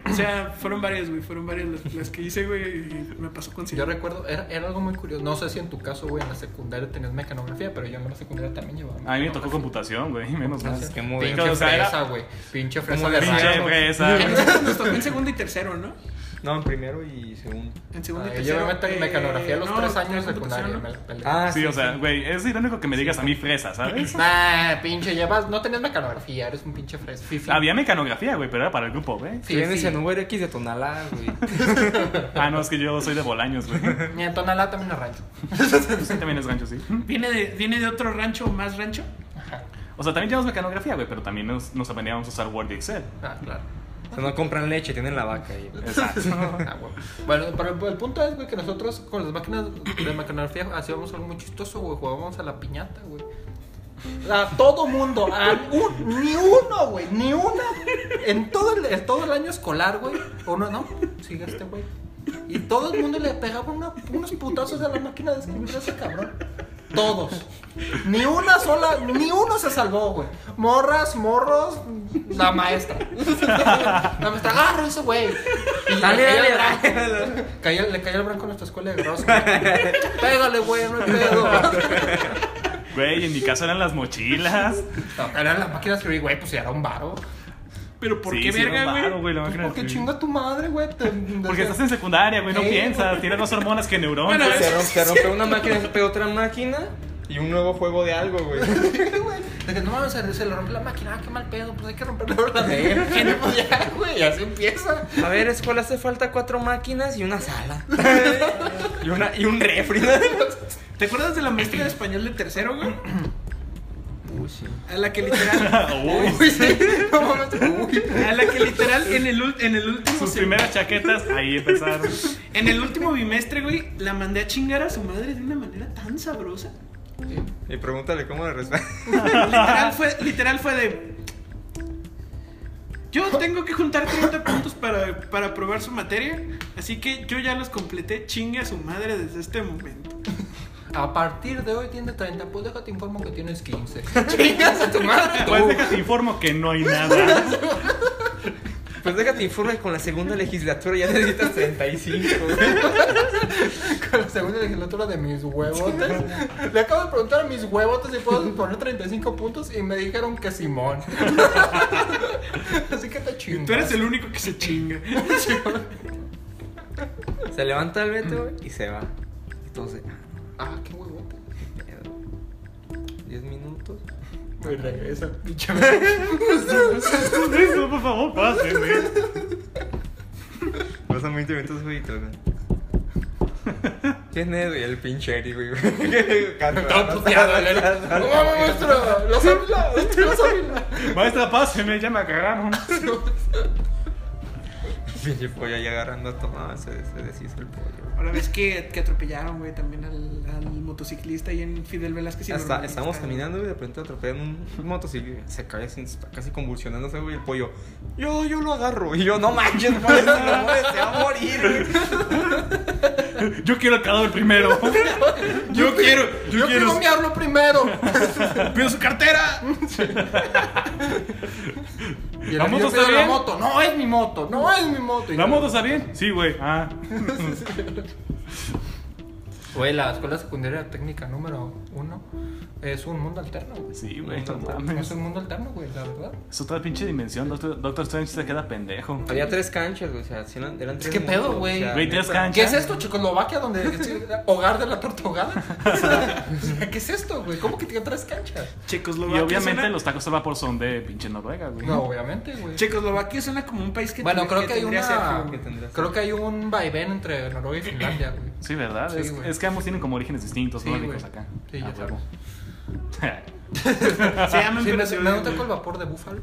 Speaker 2: O sea, fueron varias, güey, fueron varias las, las que hice, güey, y me pasó con
Speaker 4: Yo recuerdo, era, era algo muy curioso. No sé si en tu caso, güey, en la secundaria tenías mecanografía, pero yo en la secundaria también llevaba.
Speaker 3: A mí me
Speaker 4: mecanografía.
Speaker 3: tocó computación, güey, menos mal.
Speaker 5: Qué
Speaker 4: Pinche
Speaker 5: moderno.
Speaker 3: O sea, era-
Speaker 4: fresa, güey. Pinche fresa
Speaker 5: Como
Speaker 4: de
Speaker 5: pinche
Speaker 4: raro.
Speaker 3: fresa, güey.
Speaker 4: *laughs*
Speaker 2: Entonces nos tocó en segundo y tercero, ¿no?
Speaker 5: No, en primero y segundo.
Speaker 2: En segundo
Speaker 4: Ah,
Speaker 2: y
Speaker 4: yo
Speaker 2: tercero.
Speaker 4: me meto en
Speaker 2: eh,
Speaker 4: mecanografía a los
Speaker 2: no,
Speaker 4: tres años de
Speaker 2: computación,
Speaker 4: secundaria.
Speaker 2: ¿no?
Speaker 4: Me la pelé.
Speaker 5: Ah,
Speaker 3: Sí, o sea, güey, es irónico que me digas a mí fresa, ¿sabes?
Speaker 4: Nah, pinche, llevas. No tenías mecanografía, eres un pinche fresa. Fifi.
Speaker 3: Había mecanografía, güey, pero era para el grupo, güey.
Speaker 5: Si vienes
Speaker 4: Fifi.
Speaker 5: en Uber X de Tonalá, güey.
Speaker 3: Ah, no, es que yo soy de Bolaños, güey.
Speaker 4: Ni en Tonalá también es rancho.
Speaker 3: Sí, también es gancho, sí.
Speaker 2: ¿Viene de, ¿Viene de otro rancho más rancho?
Speaker 4: Ajá.
Speaker 3: O sea, también llevamos mecanografía, güey, pero también nos, nos aprendíamos a usar Word y Excel.
Speaker 4: Ah,
Speaker 3: *laughs*
Speaker 4: claro.
Speaker 5: O sea, no compran leche, tienen la vaca ahí.
Speaker 3: Exacto.
Speaker 4: Ah, güey. Bueno, pero el, el punto es, güey, que nosotros con las máquinas de mecanografía hacíamos algo muy chistoso, güey. Jugábamos a la piñata, güey. A todo mundo, a un- ni uno, güey, ni una. En todo el, en todo el año escolar, güey. Uno, no, sigue este, güey. Y todo el mundo le pegaba una- unos putazos a la máquina de escribir a ese cabrón. Todos. Ni una sola, ni uno se salvó, güey. Morras, morros, la maestra. La maestra, agarra ese güey. Y
Speaker 5: Dale,
Speaker 4: le caía
Speaker 5: *laughs* dale,
Speaker 4: el branco. Caía- le cayó el branco a nuestra escuela de grosso. Pégale, güey, no hay pedo.
Speaker 3: Güey, en mi caso eran las mochilas.
Speaker 4: No, era la máquina de escribir, güey, pues era un varo.
Speaker 2: ¿Pero por
Speaker 3: Sí,
Speaker 2: qué
Speaker 3: sí, era un
Speaker 2: verga,
Speaker 3: varo,
Speaker 2: güey?
Speaker 3: la
Speaker 4: Pues
Speaker 3: máquina de
Speaker 4: porque
Speaker 3: escribir.
Speaker 4: chinga tu madre, güey. te-
Speaker 3: Porque
Speaker 4: desde-
Speaker 3: estás en secundaria, güey, no
Speaker 4: Sí.
Speaker 3: piensas. Tienes más hormonas que neuronas.
Speaker 2: Bueno,
Speaker 5: Se, rom- se rompe una máquina, se pega otra máquina y un nuevo juego de algo, güey.
Speaker 4: güey. De que no mames, se, se le rompe la máquina, ah, qué mal pedo, pues hay *laughs* que romper la de Pues ya, güey, así empieza.
Speaker 5: A ver, escuela hace falta cuatro máquinas y una sala. y, una, y un refri. *laughs*
Speaker 2: ¿Te acuerdas de la maestra de español de tercero, güey? A la que literal,
Speaker 3: *laughs* Uy,
Speaker 4: Uy, sí, no mames, uy.
Speaker 2: a la que literal en el, ul- en el último
Speaker 3: sus
Speaker 2: sem-
Speaker 3: primeras chaquetas ahí empezaron. Pues,
Speaker 2: en el último bimestre, güey, la mandé a chingar a su madre de una manera tan sabrosa.
Speaker 5: Y pregúntale cómo le responde.
Speaker 2: Literal fue, literal fue de. Yo tengo que juntar 30 puntos para, para aprobar su materia, así que yo ya los completé, chingue a su madre desde este momento.
Speaker 4: A partir de hoy tiene 30, pues déjate informo que tienes 15. Chingas a tu madre,
Speaker 3: *laughs*
Speaker 4: tú.
Speaker 3: Pues déjate informo que no hay nada.
Speaker 5: Pues déjate informe con la segunda legislatura ya necesitas 35. güey.
Speaker 4: *laughs* Con la segunda legislatura de mis huevotes. Le acabo de preguntar a mis huevotes si puedo poner 35 puntos y me dijeron que Simón. *laughs* Así que te chingas.
Speaker 2: Tú eres el único que se chinga.
Speaker 5: Se levanta el Beto güey, y se va. Entonces,
Speaker 4: Ah, qué huevote.
Speaker 5: ah, pedo. 10 minutos.
Speaker 4: Güey, regresa, pinche.
Speaker 3: Eso, por favor, pase, güey.
Speaker 5: Pasan 20 minutos, güey. y todo, güey. ¿Quién es, güey? El pinche Eric, *laughs* güey.
Speaker 4: Todo puteado,
Speaker 5: *laughs*
Speaker 4: el Eric. ¡No mames, maestro! ¡Los Ávila! ¡Los Ávila!
Speaker 3: Maestra, páseme, ya me cagaron.
Speaker 5: pinche pollo ahí agarrando a todo. No, se, se deshizo el pollo.
Speaker 2: *laughs* Ahora ves que, que atropellaron, güey, también al, al motociclista y en Fidel Velázquez. y
Speaker 5: Hasta-
Speaker 2: Normandía,
Speaker 5: estábamos
Speaker 2: está-
Speaker 5: caminando y de pronto atropellan un, un motociclista. Se cae así, está casi convulsionándose, güey. El pollo, yo, yo lo agarro. Y yo, no manches, pollo, se va a morir, güey.
Speaker 3: Yo quiero el cadáver primero.
Speaker 2: Yo quiero, yo,
Speaker 4: Yo
Speaker 2: quiero,
Speaker 4: quiero mearlo primero.
Speaker 3: *laughs*
Speaker 2: pido su cartera.
Speaker 4: Y el
Speaker 3: ¿La
Speaker 4: amigo
Speaker 3: moto
Speaker 4: pide
Speaker 3: está
Speaker 4: la
Speaker 3: bien?
Speaker 4: moto. No es mi moto, no es mi moto. Y
Speaker 3: ¿La
Speaker 4: no.
Speaker 3: moto está bien? Sí, güey. Ah.
Speaker 4: Güey, la escuela secundaria técnica número uno es un mundo alterno, güey.
Speaker 3: Sí, güey, no
Speaker 4: Es
Speaker 3: mames.
Speaker 4: un mundo alterno, güey, la verdad.
Speaker 3: Es otra pinche dimensión. Doctor, Doctor Strange se queda pendejo.
Speaker 5: Había tres canchas, güey. O sea, sí eran, eran
Speaker 4: Es
Speaker 5: tres
Speaker 4: que pedo,
Speaker 5: mundos,
Speaker 4: güey.
Speaker 5: o sea,
Speaker 3: Güey, tres
Speaker 5: neta.
Speaker 3: canchas.
Speaker 4: ¿Qué es esto, Checoslovaquia, donde es el hogar de la torta ahogada? O sea, ¿Qué es esto, güey? ¿Cómo que tiene tres canchas?
Speaker 3: Y
Speaker 2: Checoslovaquia.
Speaker 3: obviamente
Speaker 2: suena-
Speaker 3: los tacos al vapor son de pinche Noruega, güey.
Speaker 4: No, obviamente, güey.
Speaker 2: Checoslovaquia suena como un país que
Speaker 4: Bueno,
Speaker 2: ten-
Speaker 4: creo que hay
Speaker 2: tendría
Speaker 4: una.
Speaker 2: Sergio, güey.
Speaker 5: que tendría
Speaker 4: Creo que hay un vaivén entre Noruega y Finlandia, güey.
Speaker 3: Sí, ¿verdad?
Speaker 4: Sí,
Speaker 3: es,
Speaker 4: güey.
Speaker 3: es que ambos tienen como orígenes distintos,
Speaker 4: Sí,
Speaker 3: ¿no? nórdicos
Speaker 4: güey.
Speaker 3: acá.
Speaker 4: Sí,
Speaker 3: Ah,
Speaker 4: ya
Speaker 3: huevo. *laughs*
Speaker 2: Se llaman,
Speaker 4: Sí,
Speaker 2: pero
Speaker 4: me,
Speaker 2: se
Speaker 4: me da
Speaker 2: odian,
Speaker 4: un taco
Speaker 2: güey.
Speaker 4: el vapor de búfalo.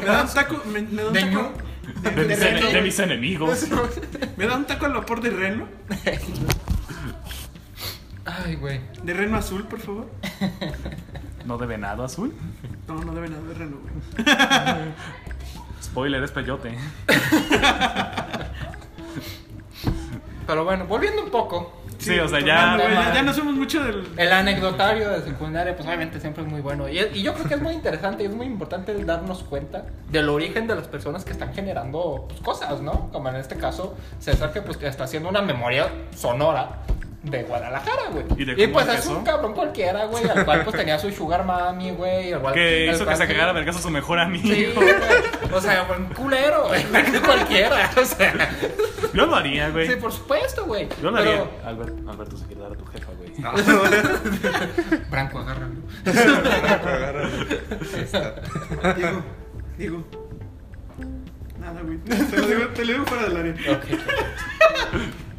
Speaker 2: Me da un taco. Me, me da un
Speaker 4: De
Speaker 2: taco.
Speaker 4: ñu.
Speaker 2: de-
Speaker 3: de,
Speaker 2: de
Speaker 4: *laughs*
Speaker 3: mis,
Speaker 2: reno,
Speaker 3: ene- de
Speaker 2: güey.
Speaker 3: mis enemigos.
Speaker 2: Me da un taco al vapor de reno.
Speaker 4: *laughs* Ay, güey.
Speaker 2: De reno azul, por favor.
Speaker 3: No de venado azul.
Speaker 2: No, no debe nada de reno, güey.
Speaker 3: Spoiler, es peyote.
Speaker 4: Pero bueno, volviendo un poco.
Speaker 3: Sí, o sea,
Speaker 2: retomando,
Speaker 3: ya-
Speaker 2: güey, ya, ya no somos mucho del.
Speaker 4: El anecdotario de secundaria, pues obviamente siempre es muy bueno. Y, y yo creo que es muy interesante y es muy importante el darnos cuenta del origen de las personas que están generando pues, cosas, ¿no? Como en este caso, César, que pues que está haciendo una memoria sonora de Guadalajara, güey.
Speaker 3: ¿Y
Speaker 4: Y,
Speaker 3: de cómo
Speaker 4: pues es
Speaker 3: empezó?
Speaker 4: un cabrón cualquiera, güey, al cual pues tenía su sugar mami, güey. al cual-
Speaker 3: Que
Speaker 4: al
Speaker 3: hizo que
Speaker 4: cual-
Speaker 3: se cagara vergas a su mejor amigo.
Speaker 4: Sí, güey. O sea, un culero, *laughs* güey. cualquiera, o sea.
Speaker 3: Yo lo haría, güey.
Speaker 4: Sí, por supuesto, güey.
Speaker 3: Yo lo
Speaker 4: Pero- Ah,
Speaker 3: haría. Albert- Alberto se quiere dar a tu jefa, güey.
Speaker 5: No,
Speaker 4: Branco, agárralo.
Speaker 5: agarra. Ahí está.
Speaker 2: Digo, digo. Nada, güey. Te lo digo, te lo digo fuera del área.
Speaker 4: Ok. *laughs*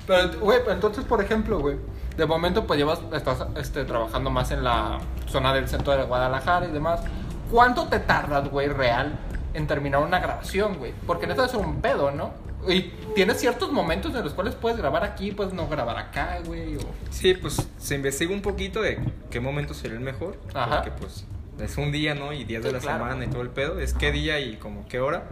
Speaker 4: Pero, güey, pero entonces, por ejemplo, güey, de momento, pues llevas, estás este, trabajando más en la zona del centro de Guadalajara y demás. ¿Cuánto te tardas, güey, real en terminar una grabación, güey? Porque neta es un pedo, ¿no? Y tienes ciertos momentos en los cuales puedes grabar aquí, puedes no grabar acá, güey. o-
Speaker 5: Sí, pues se investiga un poquito de qué momento sería el mejor.
Speaker 4: Ajá.
Speaker 5: Porque pues es un día, ¿no? Y días de
Speaker 4: Sí,
Speaker 5: la
Speaker 4: claro.
Speaker 5: semana y todo el pedo. Es qué día y como qué hora.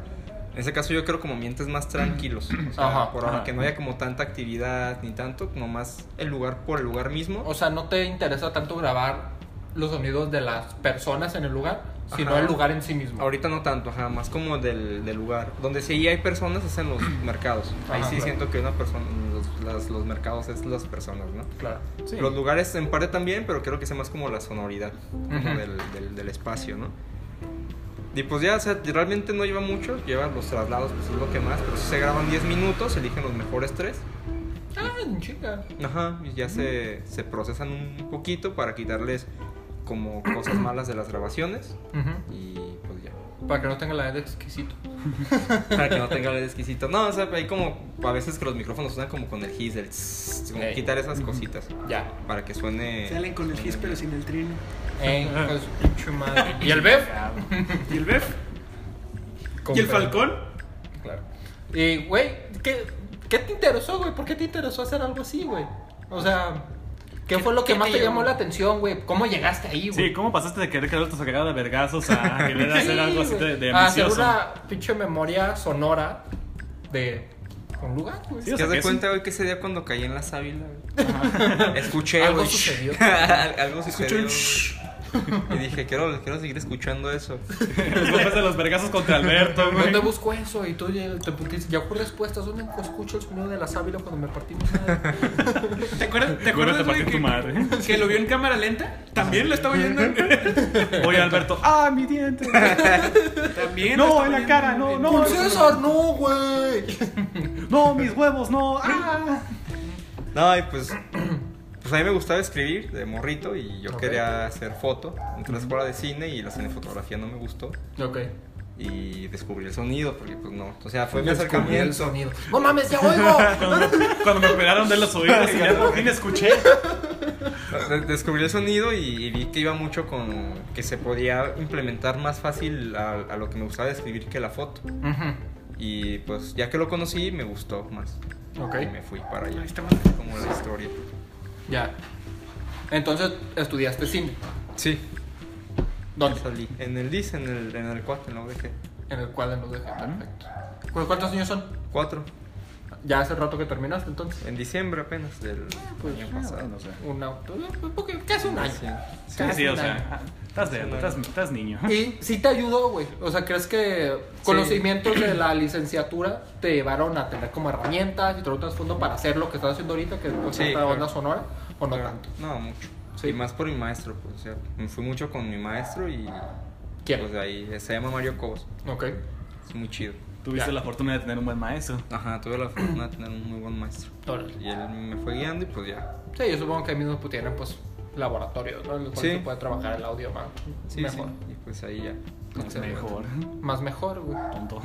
Speaker 5: En ese caso yo creo como mientes más tranquilos. O sea,
Speaker 4: Ajá,
Speaker 5: por ahora
Speaker 3: ajá.
Speaker 5: que no haya como tanta actividad ni tanto, nomás el lugar por el lugar mismo.
Speaker 4: O sea, no te interesa tanto grabar los sonidos de las personas en el lugar, sino
Speaker 5: Ajá.
Speaker 4: el lugar en sí mismo.
Speaker 5: Ahorita no tanto, ajá, más como del, del lugar. Donde sí hay personas
Speaker 4: *clears throat*
Speaker 5: es en los mercados. Ahí
Speaker 4: Ajá,
Speaker 5: sí
Speaker 4: claro.
Speaker 5: siento que una persona, los, las- los mercados es las personas, ¿no?
Speaker 4: Claro.
Speaker 3: Sí.
Speaker 5: Los lugares en parte también, pero creo que sea más como la sonoridad como
Speaker 4: Ujú.
Speaker 5: del, del- del espacio, ¿no? Y pues ya, o sea, realmente no lleva mucho, lleva los traslados, pues es lo que más, pero si se graban 10 minutos, eligen los mejores 3,
Speaker 4: Ah, chica.
Speaker 5: ajá, y ya se, se procesan un poquito para quitarles como cosas malas de las grabaciones
Speaker 4: Ujú.
Speaker 5: y pues ya.
Speaker 4: Para que no tenga la edad de exquisito.
Speaker 5: Para que no tenga el exquisito. No, o sea, hay como, a veces que los micrófonos suenan como con el hiss, el tss, como
Speaker 4: Ey.
Speaker 5: quitar esas cositas
Speaker 4: Ya.
Speaker 5: para que suene...
Speaker 2: Salen con el
Speaker 5: suene
Speaker 2: gis, pero sin el trino.
Speaker 4: *laughs* Ey, hijo Eh, de su pinche madre. ¿Y el Bef?
Speaker 2: ¿Y el Bef? ¿Y el Falcón?
Speaker 4: Claro. Y, güey, ¿qué, qué te interesó, güey? ¿Por qué te interesó hacer algo así, güey? O sea, ¿qué, fue lo que
Speaker 2: qué
Speaker 4: más
Speaker 2: te
Speaker 4: te llamó
Speaker 2: llamó?
Speaker 4: la atención, güey? ¿cómo llegaste ahí, güey?
Speaker 3: Sí, ¿cómo pasaste de querer que Alberto se cagara de vergazos a querer
Speaker 4: Sí,
Speaker 3: hacer algo así
Speaker 4: güey. Ah,
Speaker 3: de, de
Speaker 4: A hacer
Speaker 3: ambicioso? *laughs*
Speaker 4: una pinche memoria sonora de un lugar, güey.
Speaker 3: Sí, o
Speaker 5: ¿Te
Speaker 3: sea,
Speaker 5: das de
Speaker 3: que es un-
Speaker 5: cuenta hoy que ese día cuando caí en la sábila? güey? *laughs* Escuché,
Speaker 4: Algo
Speaker 5: güey. *laughs*
Speaker 4: sucedió.
Speaker 5: Algo
Speaker 2: Escuché
Speaker 5: sucedió.
Speaker 2: un shh.
Speaker 5: güey. Y dije, quiero, quiero seguir escuchando eso.
Speaker 3: Los golpes de los vergazos contra Alberto, güey.
Speaker 4: ¿Dónde busco eso? Y tú ya- te dices, ya ocurre respuestas. ¿Dónde escucho el sonido de la sábila cuando me partí mi madre?
Speaker 2: ¿Te acuerdas? ¿Te
Speaker 3: Vuelve a
Speaker 2: acuerdas
Speaker 3: partir
Speaker 2: güey,
Speaker 3: tu madre.
Speaker 2: *laughs*
Speaker 3: *laughs*
Speaker 2: que, que lo vio en cámara lenta? También lo estaba oyendo. en-
Speaker 3: Oye, Alberto. ¡Ah, mi diente!
Speaker 2: También.
Speaker 3: No,
Speaker 2: lo estaba
Speaker 3: en la
Speaker 2: oyendo
Speaker 3: cara, no,
Speaker 4: *laughs*
Speaker 3: no.
Speaker 4: ¡Con César, no, güey!
Speaker 3: ¡No, mis huevos, no! ¡Ah!
Speaker 5: No, y pues. Pues a mí me gustaba escribir de morrito y yo
Speaker 4: Ok.
Speaker 5: quería hacer foto. Entré a la escuela de cine y la cinefotografía no me gustó.
Speaker 4: Ok.
Speaker 5: Y descubrí el sonido, porque pues no. O sea, fue mi
Speaker 4: Descubrí el
Speaker 5: acercamiento.
Speaker 4: sonido. ¡No mames, ya oigo!
Speaker 3: Cuando, cuando me operaron de los oídos y ya por fin escuché.
Speaker 5: De- Descubrí el sonido y, y vi que iba mucho con. que se podía implementar más fácil a, a lo que me gustaba escribir que la foto. Y pues ya que lo conocí, me gustó más.
Speaker 4: Ok.
Speaker 5: Y me fui para allá.
Speaker 2: Ahí está,
Speaker 5: Como la historia.
Speaker 4: Ya. Entonces estudiaste cine.
Speaker 5: Sí,
Speaker 4: ¿Dónde?
Speaker 5: salí. En el DIS, en el, en el 4, en la UDG.
Speaker 4: En el cuadro de Perfecto. ¿Cu- ¿Cuántos años son?
Speaker 5: 4,
Speaker 4: Ya hace rato que terminaste entonces.
Speaker 5: en diciembre apenas del año pasado.
Speaker 3: No sé.
Speaker 4: Un auto. un poco- Casi Pues, ah, un año.
Speaker 5: Sí.
Speaker 3: Sí, sí, o sea, estás, de,
Speaker 5: Sí,
Speaker 3: estás, estás niño.
Speaker 4: Y sí te ayudó, güey. O sea, ¿crees que conocimientos de la licenciatura te llevaron a tener como herramientas y te lo fondo para hacer lo que estás haciendo ahorita, que es pues,
Speaker 5: Sí,
Speaker 4: esta
Speaker 5: claro.
Speaker 4: onda sonora? ¿O no
Speaker 5: Claro,
Speaker 4: tanto?
Speaker 5: No, mucho.
Speaker 4: Sí.
Speaker 5: Y más por mi maestro, pues, o sea, me fui mucho con mi maestro y...
Speaker 4: ¿Quién?
Speaker 5: Pues de ahí, se llama Mario Cobos.
Speaker 4: Ok.
Speaker 5: Es muy chido.
Speaker 3: Tuviste
Speaker 4: Ya.
Speaker 3: la fortuna de tener un buen maestro.
Speaker 5: Ajá, tuve la fortuna de tener un muy buen maestro.
Speaker 4: Órale.
Speaker 5: Y él me fue guiando y pues ya.
Speaker 4: Sí, yo supongo que ahí mismo pues, tienen pues laboratorios, ¿no? En los cuales
Speaker 5: Sí.
Speaker 4: se puede trabajar el audio más
Speaker 5: Sí,
Speaker 4: mejor.
Speaker 5: sí. Y pues ahí ya.
Speaker 3: Es mejor.
Speaker 4: Más mejor, güey.
Speaker 3: Tonto.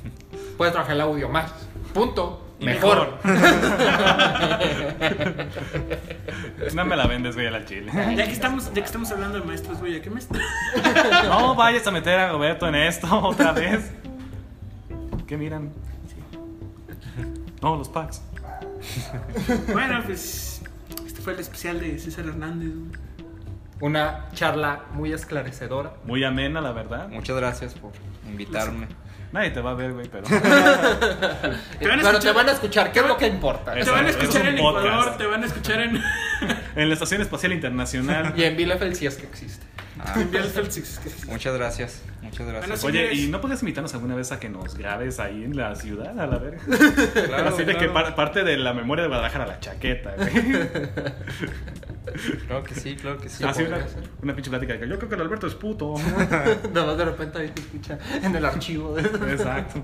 Speaker 3: *laughs*
Speaker 4: Puedes trabajar el audio más. Punto.
Speaker 3: Y
Speaker 4: Mejor.
Speaker 3: No me la vendes, güey, al chile.
Speaker 2: *laughs* Ya que, estamos, ya que estamos hablando de maestros, güey, ¿a qué maestro?
Speaker 3: No vayas a meter a Roberto en esto *laughs* otra vez. ¿Qué miran? No, los packs.
Speaker 2: Bueno, pues. Este fue el especial de César Hernández, güey.
Speaker 4: Una charla muy esclarecedora.
Speaker 3: Muy amena, la verdad.
Speaker 5: Muchas gracias por invitarme.
Speaker 3: Nadie te va a ver, güey,
Speaker 4: *laughs*
Speaker 3: pero.
Speaker 2: Te van a
Speaker 4: Pero te
Speaker 2: escuchar-
Speaker 4: van a escuchar, ¿qué es lo que importa?
Speaker 3: Es-
Speaker 2: Te van a
Speaker 3: es un
Speaker 2: escuchar en
Speaker 3: podcast.
Speaker 2: Ecuador, te van a escuchar en.
Speaker 3: En la Estación Espacial Internacional.
Speaker 4: Y en Bielefeld si es que existe. *laughs*
Speaker 5: Ah,
Speaker 2: en Bielefeld.
Speaker 5: muchas gracias. Muchas gracias.
Speaker 2: Bueno,
Speaker 3: Oye,
Speaker 2: señores.
Speaker 3: ¿y no podrías invitarnos alguna vez a que nos grabes ahí en la ciudad, a
Speaker 4: *laughs*
Speaker 3: la verga?
Speaker 5: Claro,
Speaker 3: Así de que
Speaker 5: claro.
Speaker 3: par- parte de la memoria de Guadalajara, la chaqueta, güey.
Speaker 5: Claro que sí, claro que sí.
Speaker 3: Así
Speaker 4: podría
Speaker 3: una,
Speaker 4: ser.
Speaker 3: una pinche plática de que yo creo que el Alberto
Speaker 4: *laughs*
Speaker 3: es puto.
Speaker 4: Nada más de repente ahí te escucha en el archivo. de-
Speaker 3: Exacto.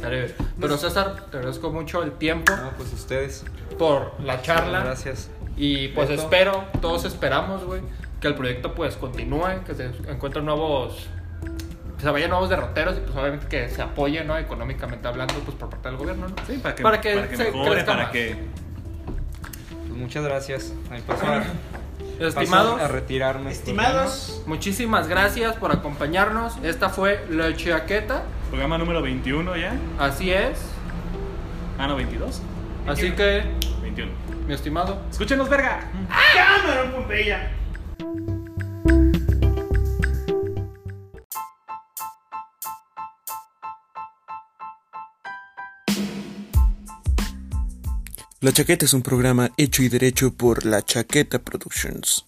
Speaker 4: Dale, Pero César, te agradezco mucho el tiempo
Speaker 5: No, pues ustedes.
Speaker 4: por la charla.
Speaker 5: Gracias.
Speaker 4: Y pues
Speaker 5: Beto.
Speaker 4: espero, todos esperamos, güey, que el proyecto pues continúe, que se encuentren nuevos, que se vayan nuevos derroteros y pues obviamente que se apoye, ¿no? Económicamente hablando, pues por parte del gobierno, ¿no?
Speaker 3: Sí, para que,
Speaker 4: Para que se
Speaker 3: mejore,
Speaker 4: crezca
Speaker 3: para
Speaker 4: más.
Speaker 3: que.
Speaker 5: Pues muchas gracias. Ahí paso a-
Speaker 4: Estimados,
Speaker 5: paso a retirarme. pues,
Speaker 2: Estimados,
Speaker 4: muchísimas gracias por acompañarnos. Esta fue La Chiaqueta,
Speaker 3: Programa número 21 ya.
Speaker 4: así es.
Speaker 3: Ah, no, 22.
Speaker 4: Así que,
Speaker 3: 21.
Speaker 4: mi estimado,
Speaker 3: Escúchenos, verga.
Speaker 2: cámara, Pompeya.
Speaker 1: La Chaqueta es un programa hecho y derecho por La Chaqueta Productions.